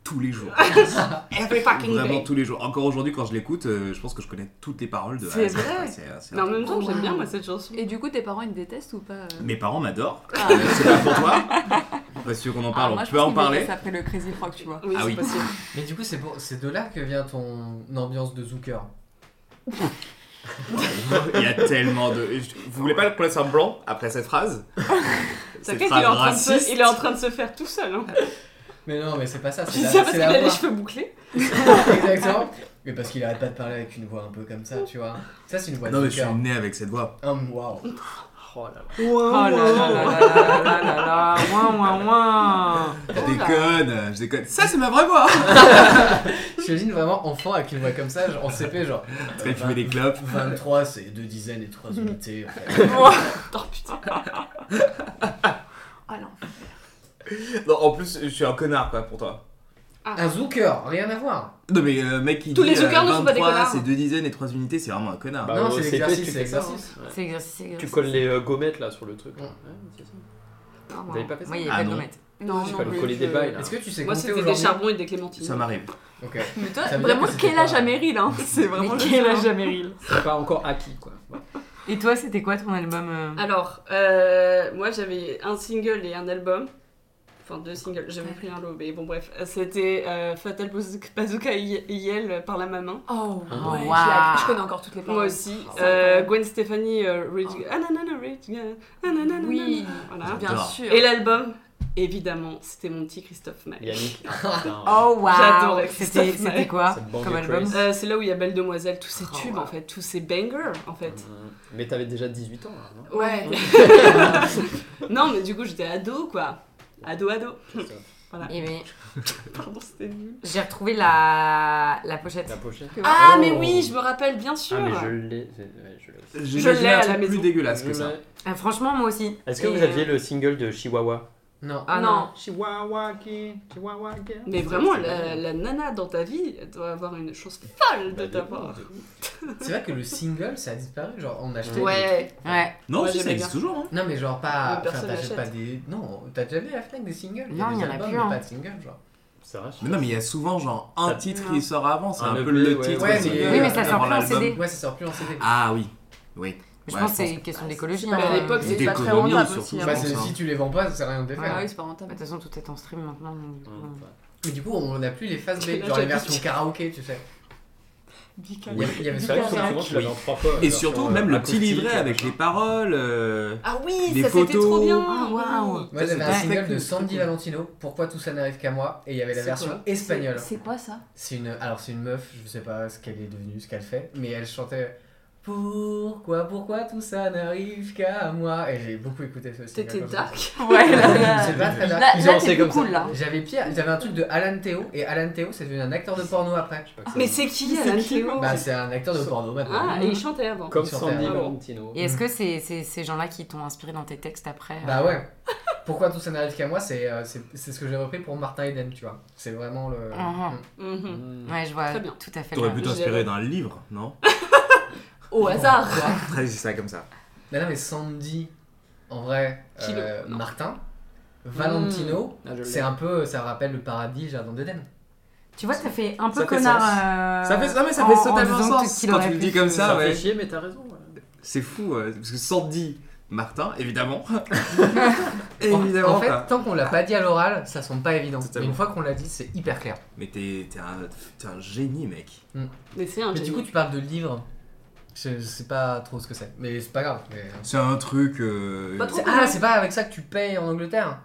[SPEAKER 3] tous les jours.
[SPEAKER 1] Every fucking
[SPEAKER 3] Vraiment
[SPEAKER 1] day.
[SPEAKER 3] tous les jours. Encore aujourd'hui, quand je l'écoute, euh, je pense que je connais toutes les paroles de A à
[SPEAKER 1] C'est
[SPEAKER 3] Z,
[SPEAKER 1] vrai.
[SPEAKER 3] quoi. C'est- euh, c'est
[SPEAKER 1] Mais en même temps,
[SPEAKER 4] Oh,
[SPEAKER 1] j'aime bien
[SPEAKER 4] wow.
[SPEAKER 1] moi cette chanson.
[SPEAKER 4] Et du coup, tes parents, ils te détestent ou pas euh
[SPEAKER 3] Mes parents m'adorent.
[SPEAKER 4] Ah.
[SPEAKER 3] Euh, c'est pas pour toi. Parce qu'on en
[SPEAKER 4] Ah,
[SPEAKER 3] parle,
[SPEAKER 4] moi,
[SPEAKER 3] on
[SPEAKER 4] je
[SPEAKER 3] peut
[SPEAKER 4] pense
[SPEAKER 3] en
[SPEAKER 4] qu'ils
[SPEAKER 3] parler.
[SPEAKER 4] détestent après le Crazy Frog, tu vois.
[SPEAKER 1] Oui,
[SPEAKER 3] Ah
[SPEAKER 1] c'est
[SPEAKER 3] oui.
[SPEAKER 1] possible.
[SPEAKER 6] Mais du coup, c'est pour- c'est de là que vient ton ambiance de Zooker.
[SPEAKER 3] Il y a tellement de. je- Vous voulez pas le placer en blanc après cette phrase Cette
[SPEAKER 1] T'inquiète, il, est en train de se- il est en train de se faire tout seul. Hein.
[SPEAKER 6] Mais non, mais c'est pas ça,
[SPEAKER 1] Je
[SPEAKER 6] c'est
[SPEAKER 1] dis
[SPEAKER 6] la,
[SPEAKER 1] ça parce
[SPEAKER 6] c'est
[SPEAKER 1] qu'il
[SPEAKER 6] la
[SPEAKER 1] a les
[SPEAKER 6] voix.
[SPEAKER 1] cheveux bouclés.
[SPEAKER 6] Exactement. Mais parce qu'il arrête pas de parler avec une voix un peu comme ça, tu vois. Ça, c'est une voix
[SPEAKER 3] Non,
[SPEAKER 6] de
[SPEAKER 3] mais je suis
[SPEAKER 6] Zooker.
[SPEAKER 3] né avec cette voix.
[SPEAKER 6] Hum, waouh.
[SPEAKER 2] Oh là là.
[SPEAKER 5] Oh
[SPEAKER 1] Ah
[SPEAKER 5] là là là là là là là là Ouin, ouin, ouin
[SPEAKER 3] Je
[SPEAKER 1] Oh là.
[SPEAKER 3] déconne, je déconne. Ça, c'est ma vraie voix
[SPEAKER 6] J'imagine vraiment enfant avec une voix comme ça, genre, en CP, genre.
[SPEAKER 3] Très fumer des clopes.
[SPEAKER 6] 23, c'est deux dizaines et trois unités. en fait.
[SPEAKER 1] Oh putain.
[SPEAKER 4] Ah non.
[SPEAKER 3] Non, en plus, je suis un connard, quoi, pour toi.
[SPEAKER 1] Ah.
[SPEAKER 5] Ah,
[SPEAKER 6] Un Zooker, rien à voir.
[SPEAKER 3] Non mais euh, mec qui
[SPEAKER 1] Tous
[SPEAKER 3] dit
[SPEAKER 1] les hackers ne sont pas des
[SPEAKER 3] 23,
[SPEAKER 1] connards.
[SPEAKER 3] c'est deux dizaines et trois unités, bah, c'est vraiment un connard.
[SPEAKER 6] Non,
[SPEAKER 2] Bah, au
[SPEAKER 6] c'est
[SPEAKER 2] CP,
[SPEAKER 6] l'exercice,
[SPEAKER 2] tu
[SPEAKER 6] c'est
[SPEAKER 2] fais
[SPEAKER 6] l'exercice.
[SPEAKER 2] ça. Ouais.
[SPEAKER 5] C'est exercice, c'est
[SPEAKER 2] Tu
[SPEAKER 5] exercice.
[SPEAKER 2] colles les euh, gommettes là sur le truc.
[SPEAKER 6] Mm.
[SPEAKER 2] Ouais, c'est ça.
[SPEAKER 1] Ah,
[SPEAKER 2] Vous avez pas fait ça
[SPEAKER 5] Moi, il y
[SPEAKER 3] Ah
[SPEAKER 5] avait pas de
[SPEAKER 3] non.
[SPEAKER 5] gommette.
[SPEAKER 1] Non,
[SPEAKER 2] Il
[SPEAKER 1] non,
[SPEAKER 2] fallait
[SPEAKER 1] mais
[SPEAKER 2] coller
[SPEAKER 1] je-
[SPEAKER 2] des bails là.
[SPEAKER 6] Est-ce que tu sais
[SPEAKER 1] Moi,
[SPEAKER 6] compter
[SPEAKER 1] c'était des
[SPEAKER 6] aujourd'hui
[SPEAKER 1] charbons et des clémentines.
[SPEAKER 3] Ça m'arrive.
[SPEAKER 6] Ok.
[SPEAKER 4] Mais toi,
[SPEAKER 6] Ça veut
[SPEAKER 4] vraiment,
[SPEAKER 6] dire que
[SPEAKER 4] quel
[SPEAKER 6] c'était
[SPEAKER 4] âge
[SPEAKER 6] pas-
[SPEAKER 4] à Meryl, hein C'est vraiment
[SPEAKER 5] Mais
[SPEAKER 4] le
[SPEAKER 5] quel
[SPEAKER 4] jeu,
[SPEAKER 5] âge
[SPEAKER 4] hein.
[SPEAKER 5] à Meryl
[SPEAKER 2] C'est pas encore acquis quoi. Ouais.
[SPEAKER 5] Et toi, c'était quoi ton album euh
[SPEAKER 1] Alors, euh, moi j'avais un single et un album. Enfin, deux singles, j'avais pris un lot, mais bon, bref. C'était euh, Fatal Bazooka- Bazooka Y- Yell par la maman.
[SPEAKER 4] Oh,
[SPEAKER 2] Ah,
[SPEAKER 4] ouais. je
[SPEAKER 5] waouh.
[SPEAKER 4] l'ai- Je connais encore toutes les paroles.
[SPEAKER 1] Moi aussi.
[SPEAKER 4] Oh.
[SPEAKER 1] Euh, Gwen Stefani, euh, Rich. Ah, nanana, Rich. Girl. Ah, nanana,
[SPEAKER 4] Oui,
[SPEAKER 1] nanana. Voilà.
[SPEAKER 4] bien
[SPEAKER 3] J'adore.
[SPEAKER 4] sûr.
[SPEAKER 1] Et l'album, évidemment, c'était mon petit Christophe Maé.
[SPEAKER 2] Yannick. ah, putain,
[SPEAKER 5] Oh waouh
[SPEAKER 1] J'adorais
[SPEAKER 5] C'était
[SPEAKER 1] Christophe Maé.
[SPEAKER 5] c'était quoi
[SPEAKER 2] Cette bande
[SPEAKER 5] comme
[SPEAKER 2] de
[SPEAKER 5] album
[SPEAKER 2] Chris.
[SPEAKER 1] Euh, c'est là où il y a Belle Demoiselle, tous ces
[SPEAKER 5] Oh,
[SPEAKER 1] tubes
[SPEAKER 5] ouais.
[SPEAKER 1] en fait, tous ces bangers en fait.
[SPEAKER 2] Mm. Mais t'avais déjà 18 ans là, non
[SPEAKER 4] Ouais.
[SPEAKER 1] Non, mais du coup j'étais ado quoi. Ado, ado.
[SPEAKER 5] Eh ben,
[SPEAKER 1] Pardon, c'était nul.
[SPEAKER 5] J'ai retrouvé la, la pochette.
[SPEAKER 2] La pochette.
[SPEAKER 1] Ah, mais
[SPEAKER 2] Oh.
[SPEAKER 1] oui, je me rappelle bien sûr.
[SPEAKER 2] Ah mais je l'ai. c'est- ouais, je l'ai aussi.
[SPEAKER 3] J'ai
[SPEAKER 1] Je
[SPEAKER 3] imaginé
[SPEAKER 1] l'ai
[SPEAKER 3] un
[SPEAKER 1] à
[SPEAKER 3] truc
[SPEAKER 1] la maison.
[SPEAKER 3] plus dégueulasse que ça.
[SPEAKER 5] Ah, franchement, moi aussi.
[SPEAKER 2] Est-ce que
[SPEAKER 5] Et,
[SPEAKER 2] vous aviez le single de Chihuahua
[SPEAKER 6] Non.
[SPEAKER 5] Ah non.
[SPEAKER 4] non.
[SPEAKER 2] Chihuahua qui, Chihuahua qui.
[SPEAKER 1] Mais vraiment, la, la nana dans ta vie doit avoir une chose folle
[SPEAKER 2] Bah,
[SPEAKER 1] de ta part.
[SPEAKER 6] C'est vrai que le single, ça a disparu. Genre, on achetait. des-
[SPEAKER 1] Ouais.
[SPEAKER 5] Ouais.
[SPEAKER 3] Non,
[SPEAKER 1] Ouais,
[SPEAKER 3] si, ça
[SPEAKER 1] j'aimais
[SPEAKER 3] existe toujours. Hein.
[SPEAKER 6] Non, mais genre, pas.
[SPEAKER 1] Mais personne
[SPEAKER 6] enfin, t'achètes
[SPEAKER 1] l'achète.
[SPEAKER 6] pas des. Non, t'as déjà vu à la Fnac des singles
[SPEAKER 5] Non,
[SPEAKER 6] des
[SPEAKER 5] il y en a
[SPEAKER 6] albums, mais
[SPEAKER 5] plus, hein.
[SPEAKER 6] Pas de single, genre.
[SPEAKER 2] C'est vrai.
[SPEAKER 3] Mais non, mais il y a souvent genre un
[SPEAKER 2] Ça-
[SPEAKER 3] titre
[SPEAKER 5] Non.
[SPEAKER 3] qui sort avant, c'est
[SPEAKER 2] Un
[SPEAKER 3] un, peu
[SPEAKER 2] EP,
[SPEAKER 3] le
[SPEAKER 2] ouais,
[SPEAKER 3] titre.
[SPEAKER 6] ouais,
[SPEAKER 3] c'est-
[SPEAKER 6] mais- Oui, mais ça
[SPEAKER 5] sort
[SPEAKER 3] avant
[SPEAKER 5] plus en
[SPEAKER 3] l'album.
[SPEAKER 5] CD.
[SPEAKER 6] Ouais, ça sort plus en CD.
[SPEAKER 3] Ah oui, oui.
[SPEAKER 5] Je
[SPEAKER 3] Ouais,
[SPEAKER 5] pense
[SPEAKER 3] je
[SPEAKER 5] que c'est
[SPEAKER 3] pense
[SPEAKER 5] une question d'écologie.
[SPEAKER 1] Bah,
[SPEAKER 5] hein.
[SPEAKER 1] à l'époque,
[SPEAKER 5] Ouais,
[SPEAKER 1] c'était pas très
[SPEAKER 3] d'économie,
[SPEAKER 1] rentable
[SPEAKER 3] surtout,
[SPEAKER 1] aussi.
[SPEAKER 3] je
[SPEAKER 1] hein.
[SPEAKER 6] Bah, c'est-
[SPEAKER 3] pense, hein.
[SPEAKER 6] si tu les vends pas, ça sert à rien de les faire.
[SPEAKER 1] Ah oui, c'est pas rentable.
[SPEAKER 5] De toute façon, tout est en stream maintenant. donc,
[SPEAKER 3] Mm.
[SPEAKER 2] Ouais.
[SPEAKER 5] euh,
[SPEAKER 6] Mais du coup, on n'a plus les phases B,
[SPEAKER 1] Là,
[SPEAKER 6] genre les
[SPEAKER 1] j'appuie.
[SPEAKER 6] versions karaoké, tu sais.
[SPEAKER 1] Bical.
[SPEAKER 6] Il y avait- il y avait
[SPEAKER 2] C'est
[SPEAKER 6] ça.
[SPEAKER 2] vrai que souvent, tu l'avais en trois fois.
[SPEAKER 3] Et
[SPEAKER 2] version,
[SPEAKER 3] surtout,
[SPEAKER 2] euh,
[SPEAKER 3] même le petit
[SPEAKER 2] acoustique,
[SPEAKER 3] livret
[SPEAKER 2] euh,
[SPEAKER 3] avec les paroles. euh,
[SPEAKER 1] Ah oui,
[SPEAKER 3] Des
[SPEAKER 1] ça c'était
[SPEAKER 3] photos.
[SPEAKER 1] trop bien.
[SPEAKER 5] Ah, waouh.
[SPEAKER 6] Moi, j'avais
[SPEAKER 3] Ça,
[SPEAKER 6] un
[SPEAKER 3] c'était
[SPEAKER 6] single
[SPEAKER 3] très cool,
[SPEAKER 6] de
[SPEAKER 3] très
[SPEAKER 6] Sandy
[SPEAKER 3] cool.
[SPEAKER 6] Valentino, Pourquoi tout ça n'arrive qu'à moi, et il y avait la
[SPEAKER 1] C'est
[SPEAKER 6] version
[SPEAKER 1] quoi
[SPEAKER 6] espagnole.
[SPEAKER 4] C'est quoi ça
[SPEAKER 6] C'est une, alors c'est une meuf, je sais pas ce qu'elle est devenue, ce qu'elle fait, mais elle chantait Pourquoi, pourquoi tout ça n'arrive qu'à moi Et j'ai beaucoup écouté ce single.
[SPEAKER 1] C'était
[SPEAKER 6] comme ça.
[SPEAKER 1] dark.
[SPEAKER 5] Ouais, là,
[SPEAKER 6] C'est
[SPEAKER 5] là,
[SPEAKER 6] pas très
[SPEAKER 5] là,
[SPEAKER 4] Bah,
[SPEAKER 6] dark. Ils ont
[SPEAKER 5] là,
[SPEAKER 6] lancé
[SPEAKER 5] c'est plus
[SPEAKER 6] comme ça.
[SPEAKER 5] cool là.
[SPEAKER 6] J'avais pire, j'avais un truc de Alan Théo, et Alan Théo c'est devenu un acteur de porno après.
[SPEAKER 2] je sais pas que ça-
[SPEAKER 1] Mais c'est qui Alan Théo
[SPEAKER 6] Bah c'est un acteur de porno maintenant.
[SPEAKER 1] Ah, et il chantait avant.
[SPEAKER 2] Comme
[SPEAKER 6] sur
[SPEAKER 2] Sandy
[SPEAKER 1] Terre.
[SPEAKER 2] Valentino.
[SPEAKER 5] Et est-ce que c'est c'est ces gens-là qui t'ont inspiré dans tes textes après euh,
[SPEAKER 6] Bah ouais. Pourquoi tout ça n'arrive qu'à moi, c'est euh, c'est c'est ce que j'ai repris pour Martin Eden, tu vois. C'est vraiment le.
[SPEAKER 5] Mhm.
[SPEAKER 1] Mhm.
[SPEAKER 2] Mm.
[SPEAKER 5] Ouais, je vois
[SPEAKER 1] Très bien.
[SPEAKER 5] tout à fait.
[SPEAKER 3] T'aurais
[SPEAKER 5] le-
[SPEAKER 3] pu t'inspirer d'un livre, non
[SPEAKER 1] Au hasard.
[SPEAKER 3] Très ça comme ça.
[SPEAKER 6] Non, non, mais Sandy, en vrai,
[SPEAKER 1] Kilo,
[SPEAKER 6] euh,
[SPEAKER 1] non.
[SPEAKER 6] Martin, Valentino,
[SPEAKER 2] Hmm. Ah, je l'ai.
[SPEAKER 6] c'est un peu, ça rappelle le paradis, jardin d'Eden.
[SPEAKER 5] Tu vois, ça fait un
[SPEAKER 3] Ça
[SPEAKER 5] peu
[SPEAKER 3] fait
[SPEAKER 5] connard.
[SPEAKER 3] sens.
[SPEAKER 5] euh,
[SPEAKER 3] Ça fait, non, mais ça
[SPEAKER 5] en-
[SPEAKER 3] fait
[SPEAKER 5] en
[SPEAKER 3] totalement
[SPEAKER 5] disant
[SPEAKER 3] sens
[SPEAKER 5] qu'il
[SPEAKER 3] quand
[SPEAKER 5] aurait
[SPEAKER 3] tu le
[SPEAKER 5] pu
[SPEAKER 3] dis comme
[SPEAKER 5] se-
[SPEAKER 3] ça,
[SPEAKER 2] Ça fait
[SPEAKER 3] Ah, ouais.
[SPEAKER 2] chier, mais t'as raison. ouais.
[SPEAKER 3] C'est fou, euh, parce que Sandy, Martin, évidemment.
[SPEAKER 6] En-
[SPEAKER 3] évidemment.
[SPEAKER 6] en fait,
[SPEAKER 2] Ah.
[SPEAKER 3] pas.
[SPEAKER 6] tant qu'on l'a pas dit à l'oral, ça semble pas évident.
[SPEAKER 3] Totalement.
[SPEAKER 6] Mais une fois qu'on l'a dit, c'est hyper clair.
[SPEAKER 2] Ah,
[SPEAKER 3] Mais t'es t'es un, t'es un génie, mec.
[SPEAKER 1] Mais c'est un
[SPEAKER 6] Mais du
[SPEAKER 1] génie.
[SPEAKER 6] coup, tu parles de livre. Je, je sais pas trop ce que c'est, mais c'est pas grave. mais-
[SPEAKER 3] C'est un truc. euh,
[SPEAKER 1] Pas trop.
[SPEAKER 6] C'est- Ah, c'est pas avec ça que tu payes en Angleterre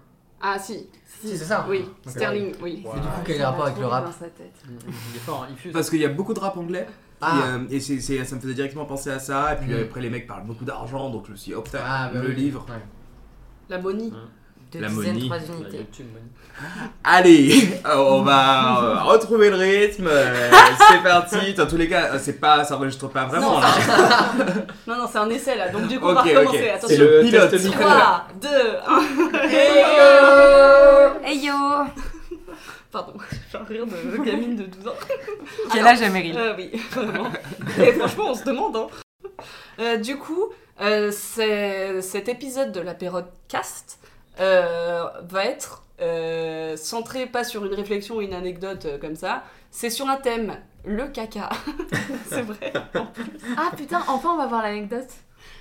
[SPEAKER 1] Ah si.
[SPEAKER 6] Si, c'est ça.
[SPEAKER 1] Oui,
[SPEAKER 6] Ok.
[SPEAKER 1] Sterling, oui.
[SPEAKER 2] Ouais.
[SPEAKER 6] Mais du coup, quel est le
[SPEAKER 4] Ça va
[SPEAKER 6] rapport avec
[SPEAKER 4] trop
[SPEAKER 6] le
[SPEAKER 4] dans
[SPEAKER 6] rap
[SPEAKER 4] sa tête.
[SPEAKER 2] Il est fort, hein, il fuse.
[SPEAKER 3] Parce qu'il y a beaucoup de rap anglais.
[SPEAKER 6] Ah.
[SPEAKER 3] Et, euh, et c'est- c'est- ça me faisait directement penser à ça. Et puis
[SPEAKER 6] Mm.
[SPEAKER 3] après, les mecs parlent beaucoup d'argent, donc je me suis dit, oh putain,
[SPEAKER 6] Ah, bah
[SPEAKER 3] le
[SPEAKER 6] oui.
[SPEAKER 3] livre.
[SPEAKER 6] Ouais.
[SPEAKER 1] La Monie.
[SPEAKER 5] Deux
[SPEAKER 3] La
[SPEAKER 5] dizaines,
[SPEAKER 3] Monie.
[SPEAKER 5] trois
[SPEAKER 2] Il a
[SPEAKER 5] unités.
[SPEAKER 2] eu une bonne-
[SPEAKER 3] Allez, on va euh, retrouver le rythme. euh, c'est parti. Dans tous les cas, euh, c'est pas, ça enregistre pas vraiment.
[SPEAKER 1] Non,
[SPEAKER 3] là.
[SPEAKER 1] Non, non, c'est un essai là, donc du coup on va
[SPEAKER 3] Ok, ok.
[SPEAKER 1] recommencer.
[SPEAKER 2] C'est
[SPEAKER 1] Attention.
[SPEAKER 2] le
[SPEAKER 3] Pilote.
[SPEAKER 2] test micro.
[SPEAKER 1] 3, 2, 1.
[SPEAKER 5] Hey yo
[SPEAKER 1] Pardon, j'ai un rire de gamine de 12 ans.
[SPEAKER 5] Quel
[SPEAKER 1] Alors,
[SPEAKER 5] âge a Meryl
[SPEAKER 1] euh, Oui, vraiment. Et franchement, on se demande. Hein. Euh, du coup, euh, c'est- cet épisode de la période cast euh, va être euh, centré pas sur une réflexion ou une anecdote euh, comme ça, c'est sur un thème, le caca. c'est vrai.
[SPEAKER 4] Ah putain, enfin on va voir l'anecdote.